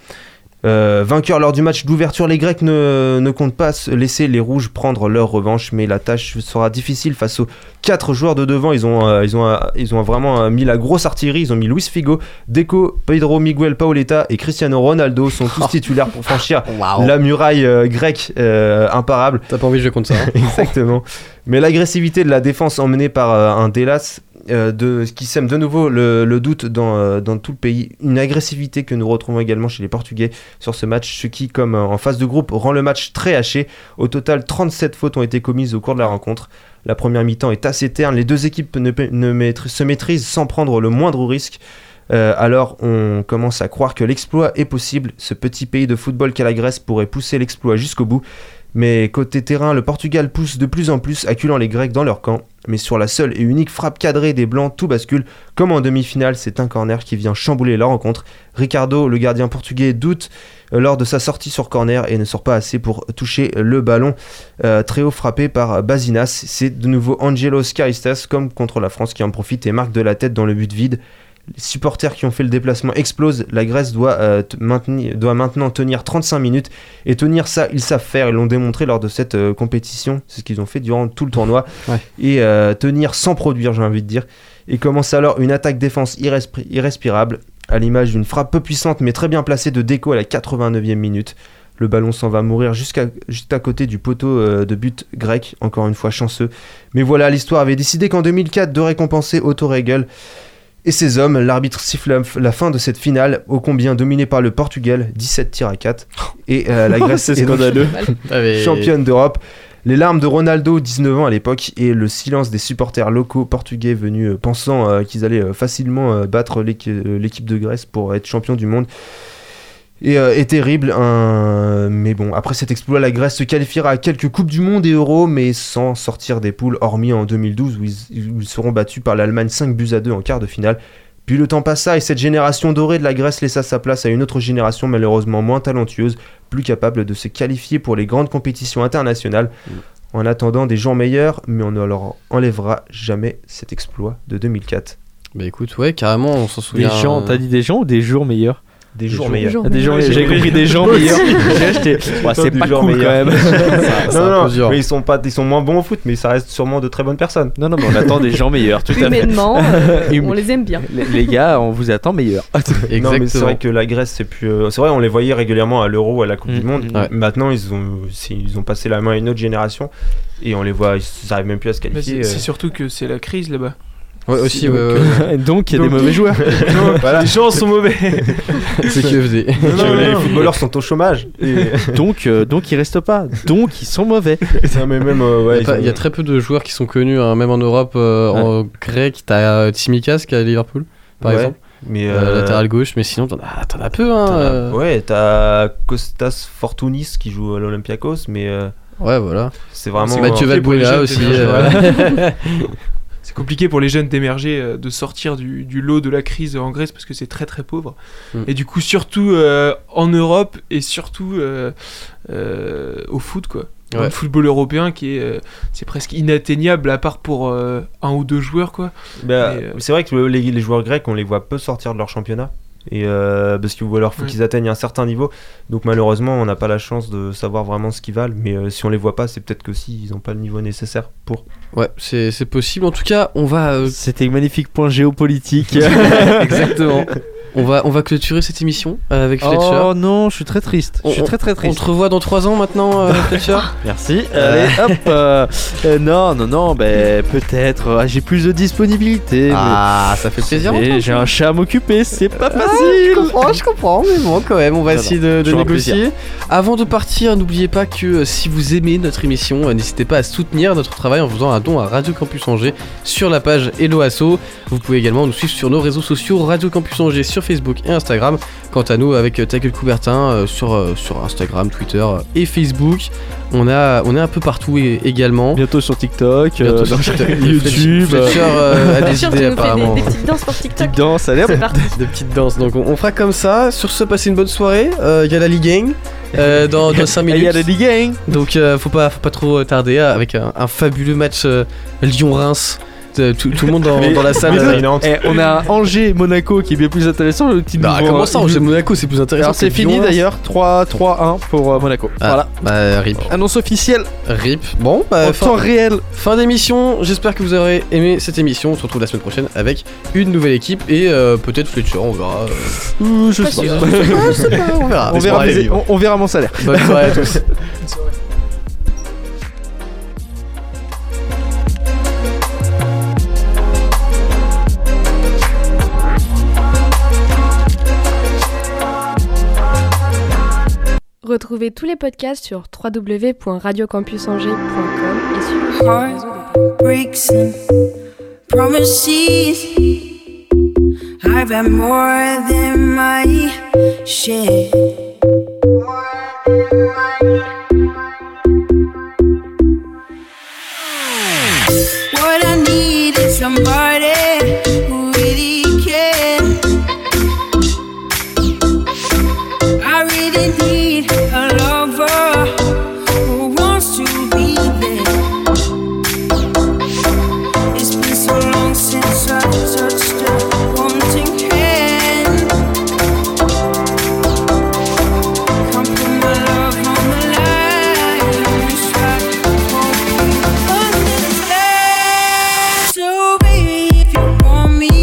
[SPEAKER 12] Euh, vainqueur lors du match d'ouverture, les Grecs ne, ne comptent pas se laisser les Rouges prendre leur revanche, mais la tâche sera difficile face aux quatre joueurs de devant. Ils ont, euh, ils ont, euh, ils ont vraiment euh, mis la grosse artillerie. Ils ont mis Luis Figo, Deco, Pedro Miguel Paoletta et Cristiano Ronaldo sont tous titulaires pour franchir la muraille euh, grecque euh, imparable.
[SPEAKER 8] T'as pas envie de jouer contre ça. hein. *laughs*
[SPEAKER 12] *laughs* Exactement. Mais l'agressivité de la défense emmenée par euh, un Delas euh, de, qui sème de nouveau le, le doute dans, euh, dans tout le pays. Une agressivité que nous retrouvons également chez les Portugais sur ce match, ce qui, comme euh, en phase de groupe, rend le match très haché. Au total, 37 fautes ont été commises au cours de la rencontre. La première mi-temps est assez terne. Les deux équipes ne, pa- ne maîtri- se maîtrisent sans prendre le moindre risque. Euh, alors on commence à croire que l'exploit est possible. Ce petit pays de football qu'est la Grèce pourrait pousser l'exploit jusqu'au bout. Mais côté terrain, le Portugal pousse de plus en plus, acculant les Grecs dans leur camp. Mais sur la seule et unique frappe cadrée des Blancs, tout bascule. Comme en demi-finale, c'est un corner qui vient chambouler la rencontre. Ricardo, le gardien portugais, doute euh, lors de sa sortie sur corner et ne sort pas assez pour toucher le ballon. Euh, très haut frappé par Basinas, c'est de nouveau Angelo Scaristas, comme contre la France, qui en profite et marque de la tête dans le but vide. Les supporters qui ont fait le déplacement explosent. La Grèce doit, euh, t- maintenir- doit maintenant tenir 35 minutes. Et tenir ça, ils savent faire. Ils l'ont démontré lors de cette euh, compétition. C'est ce qu'ils ont fait durant tout le tournoi.
[SPEAKER 8] Ouais.
[SPEAKER 12] Et euh, tenir sans produire, j'ai envie de dire. Et commence alors une attaque-défense irrespi- irrespirable, à l'image d'une frappe peu puissante mais très bien placée de Déco à la 89e minute. Le ballon s'en va mourir jusqu'à juste à côté du poteau euh, de but grec, encore une fois chanceux. Mais voilà, l'histoire avait décidé qu'en 2004 de récompenser Otto Regel et ses hommes, l'arbitre siffle la, la fin de cette finale, ô combien dominée par le Portugal, 17 tirs à 4. Et
[SPEAKER 9] *laughs*
[SPEAKER 12] euh, la Grèce
[SPEAKER 9] C'est
[SPEAKER 12] est donc
[SPEAKER 9] scandaleux.
[SPEAKER 8] Ah, mais-
[SPEAKER 12] championne d'Europe. Les larmes de Ronaldo, 19 ans à l'époque, et le silence des supporters locaux portugais venus euh, pensant euh, qu'ils allaient euh, facilement euh, battre l'équi- euh, l'équipe de Grèce pour être champion du monde. Et euh, est terrible, hein, mais bon, après cet exploit, la Grèce se qualifiera à quelques Coupes du Monde et Euro, mais sans sortir des poules, hormis en 2012 où ils, où ils seront battus par l'Allemagne 5 buts à 2 en quart de finale. Puis le temps passa et cette génération dorée de la Grèce laissa sa place à une autre génération malheureusement moins talentueuse, plus capable de se qualifier pour les grandes compétitions internationales,
[SPEAKER 9] Mm.
[SPEAKER 12] en attendant des jours meilleurs, mais on ne leur enlèvera jamais cet exploit de 2004.
[SPEAKER 8] Bah écoute, ouais, carrément, on s'en
[SPEAKER 9] Des
[SPEAKER 8] souvient.
[SPEAKER 9] gens, t'as dit des gens ou des jours meilleurs
[SPEAKER 12] Des jours
[SPEAKER 9] Ah,
[SPEAKER 8] Oh,
[SPEAKER 12] meilleurs.
[SPEAKER 9] Des jours
[SPEAKER 12] Ouais,
[SPEAKER 9] meilleurs. J'ai compris des gens
[SPEAKER 12] Moi
[SPEAKER 9] meilleurs.
[SPEAKER 12] *laughs* aussi.
[SPEAKER 9] J'ai acheté. Ouais, C'est
[SPEAKER 12] Des
[SPEAKER 9] pas
[SPEAKER 12] jours
[SPEAKER 9] cool quand
[SPEAKER 12] meilleurs. *laughs*
[SPEAKER 9] même.
[SPEAKER 8] c'est un
[SPEAKER 12] non, non,
[SPEAKER 8] peu dur.
[SPEAKER 12] mais ils sont, pas, ils sont moins bons au foot, mais ça reste sûrement de très bonnes personnes.
[SPEAKER 9] *laughs* Non, non, mais on attend des gens meilleurs, tout à fait.
[SPEAKER 11] Humainement, euh,
[SPEAKER 9] Hum-
[SPEAKER 11] on les aime bien.
[SPEAKER 9] Les, les gars, on vous attend meilleurs.
[SPEAKER 8] Ah,
[SPEAKER 12] Non, mais c'est
[SPEAKER 8] Exactement.
[SPEAKER 12] vrai que la Grèce, c'est plus. euh, c'est vrai, on les voyait régulièrement à l'Euro, à la Coupe
[SPEAKER 9] Mm,
[SPEAKER 12] du Monde.
[SPEAKER 8] Ouais.
[SPEAKER 12] Maintenant, ils ont, c'est- ils ont passé la main à une autre génération et on les voit, ils n'arrivent même plus à se
[SPEAKER 10] Mais
[SPEAKER 12] qualifier.
[SPEAKER 10] c'est c'est
[SPEAKER 12] euh.
[SPEAKER 10] surtout que c'est la crise là-bas.
[SPEAKER 8] Ouais, aussi,
[SPEAKER 10] Donc,
[SPEAKER 8] ouais, ouais,
[SPEAKER 9] *laughs*
[SPEAKER 8] ouais.
[SPEAKER 9] Donc, il y a des
[SPEAKER 8] *laughs*
[SPEAKER 10] Donc-
[SPEAKER 9] mauvais
[SPEAKER 12] *laughs*
[SPEAKER 9] joueurs.
[SPEAKER 10] Non, Les gens sont mauvais.
[SPEAKER 12] euh, *laughs*
[SPEAKER 8] C'est QFD.
[SPEAKER 10] Non, non,
[SPEAKER 12] les
[SPEAKER 10] non, non.
[SPEAKER 12] footballeurs sont au chômage. Et...
[SPEAKER 9] Donc, euh, donc ils restent pas. Donc, ils sont mauvais.
[SPEAKER 12] *laughs* non, mais même. euh, ouais,
[SPEAKER 8] Il y a pas-
[SPEAKER 12] ils
[SPEAKER 8] il y a
[SPEAKER 12] ont-
[SPEAKER 8] très peu de joueurs qui sont connus, hein, même en Europe, euh, en grec. T'as euh, Tsimikas qui est à Liverpool, par
[SPEAKER 12] Ouais,
[SPEAKER 8] exemple,
[SPEAKER 12] Mais.
[SPEAKER 8] euh,
[SPEAKER 12] euh,
[SPEAKER 8] latéral gauche, mais sinon t'en as, t'en as peu.
[SPEAKER 12] t'en
[SPEAKER 8] Hein,
[SPEAKER 12] as-
[SPEAKER 8] euh.
[SPEAKER 12] Ouais, t'as Costas Fortunis qui joue à l'Olympiakos, mais euh,
[SPEAKER 8] Ouais, voilà.
[SPEAKER 12] c'est vraiment.
[SPEAKER 8] Ah, C'est Mathieu
[SPEAKER 10] fait pour les
[SPEAKER 8] Valbuena
[SPEAKER 10] jeunes,
[SPEAKER 8] aussi.
[SPEAKER 10] c'est bien,
[SPEAKER 8] euh, *laughs*
[SPEAKER 10] C'est compliqué pour les jeunes d'émerger, euh, de sortir du, du lot de la crise en Grèce parce que c'est très très pauvre.
[SPEAKER 8] Mm.
[SPEAKER 10] Et du coup, surtout euh, en Europe et surtout euh, euh, au foot, quoi. Dans
[SPEAKER 8] Ouais.
[SPEAKER 10] Le football européen qui est, euh, c'est presque inatteignable à part pour euh, un ou deux joueurs, quoi.
[SPEAKER 12] Bah,
[SPEAKER 10] Mais, euh,
[SPEAKER 12] C'est vrai que le- les, les joueurs grecs, on les voit peu sortir de leur championnat. Et euh, parce qu'il leur faut
[SPEAKER 10] Ouais.
[SPEAKER 12] qu'ils atteignent un certain niveau. Donc malheureusement, on n'a pas la chance de savoir vraiment ce qu'ils valent. Mais euh, si on les voit pas, c'est peut-être que si ils n'ont pas le niveau nécessaire pour.
[SPEAKER 8] Ouais, c'est c'est possible. En tout cas, on va. euh,
[SPEAKER 9] C'était un magnifique point géopolitique.
[SPEAKER 8] *laughs* exactement. On va, on va clôturer cette émission euh, avec Fletcher.
[SPEAKER 9] *laughs* oh non, je suis très triste. Je suis
[SPEAKER 8] On-
[SPEAKER 9] très très
[SPEAKER 8] On
[SPEAKER 9] triste.
[SPEAKER 8] te revoit dans 3 ans maintenant, *laughs* euh, Fletcher
[SPEAKER 9] Merci.
[SPEAKER 8] Euh.
[SPEAKER 9] Allez, hop. euh, euh, non, non, non, ben peut-être. euh, j'ai plus de disponibilité. mais-
[SPEAKER 8] Ah, ça fait plaisir.
[SPEAKER 9] Et
[SPEAKER 8] d'entendre
[SPEAKER 9] j'ai
[SPEAKER 8] ça.
[SPEAKER 9] un chat à m'occuper, c'est pas
[SPEAKER 8] Ah, Je
[SPEAKER 9] facile.
[SPEAKER 8] comprends, je comprends, mais bon, quand même, on va
[SPEAKER 9] Voilà.
[SPEAKER 8] essayer de, de
[SPEAKER 9] Toujours un
[SPEAKER 8] négocier. Avant de partir, n'oubliez pas que euh, si vous aimez notre émission, euh, n'hésitez pas à soutenir notre travail en faisant un don à Radio Campus Angers sur la page Hello Asso. Vous pouvez également nous suivre sur nos réseaux sociaux Radio Campus Angers sur sur Facebook et Instagram. Quant à nous, avec Ta gueule Coubertin euh, sur, euh, sur Instagram, Twitter euh, et Facebook, on, a, on est un peu partout et- également.
[SPEAKER 9] Bientôt sur TikTok,
[SPEAKER 8] Oh. Bientôt
[SPEAKER 9] euh, *laughs*
[SPEAKER 8] sur TikTok,
[SPEAKER 9] YouTube.
[SPEAKER 8] Fletcher,
[SPEAKER 9] *laughs*
[SPEAKER 8] euh, a des
[SPEAKER 11] Sûr,
[SPEAKER 8] idées,
[SPEAKER 11] tu nous fais des,
[SPEAKER 8] apparemment.
[SPEAKER 11] des petites danses pour TikTok.
[SPEAKER 9] Petite danse, ça a l'air.
[SPEAKER 11] C'est parti.
[SPEAKER 8] de petites danses. Donc on, on fera comme ça. Sur ce, passez une bonne soirée. Il y a la Ligue Gang
[SPEAKER 9] *laughs*
[SPEAKER 8] euh, dans, dans 5
[SPEAKER 9] Et
[SPEAKER 8] minutes.
[SPEAKER 9] il y a la Ligue Gang.
[SPEAKER 8] Donc euh, faut, pas, faut pas trop euh, tarder euh, avec un, un fabuleux match euh, Lyon-Reims. De- Tout, tout le monde dans,
[SPEAKER 9] Mais-
[SPEAKER 8] dans la salle.
[SPEAKER 9] mais
[SPEAKER 8] euh,
[SPEAKER 9] non, eh, on a Angers Monaco qui est bien plus intéressant. Le petit
[SPEAKER 8] Bah,
[SPEAKER 9] nouveau- euh,
[SPEAKER 8] comment ça, Angers Monaco, c'est plus intéressant.
[SPEAKER 9] Alors c'est
[SPEAKER 8] que
[SPEAKER 9] fini
[SPEAKER 8] Lyon-Reims.
[SPEAKER 9] d'ailleurs, 3-3-1 pour euh, Monaco.
[SPEAKER 8] Ah,
[SPEAKER 9] Voilà.
[SPEAKER 8] Bah, rip.
[SPEAKER 9] Annonce officielle.
[SPEAKER 8] Rip. Bon, bah,
[SPEAKER 9] En temps réel.
[SPEAKER 8] Fin d'émission. J'espère que vous aurez aimé cette émission. On se retrouve la semaine prochaine avec une nouvelle équipe et euh, peut-être Fletcher. On verra. euh.
[SPEAKER 9] Ouh, je
[SPEAKER 8] Pas
[SPEAKER 9] sais
[SPEAKER 8] sûr.
[SPEAKER 9] pas.
[SPEAKER 8] *laughs* Je sais pas, on verra.
[SPEAKER 9] On verra,
[SPEAKER 8] Allez,
[SPEAKER 9] mes- on- on verra mon salaire.
[SPEAKER 8] Bonne soirée à tous.
[SPEAKER 5] Retrouvez tous les podcasts sur www.radiocampusangers.com et sur
[SPEAKER 10] heartbreaks and promises. I've had more than my share. What I need is somebody who really cares. I really need a lover who wants to be there. It's been so long since I touched a wanting hand. Can't put my love on the line. Wish I could understand. So baby, if you want me,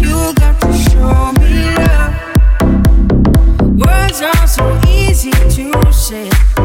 [SPEAKER 10] you got to show me love. Words are so easy to say.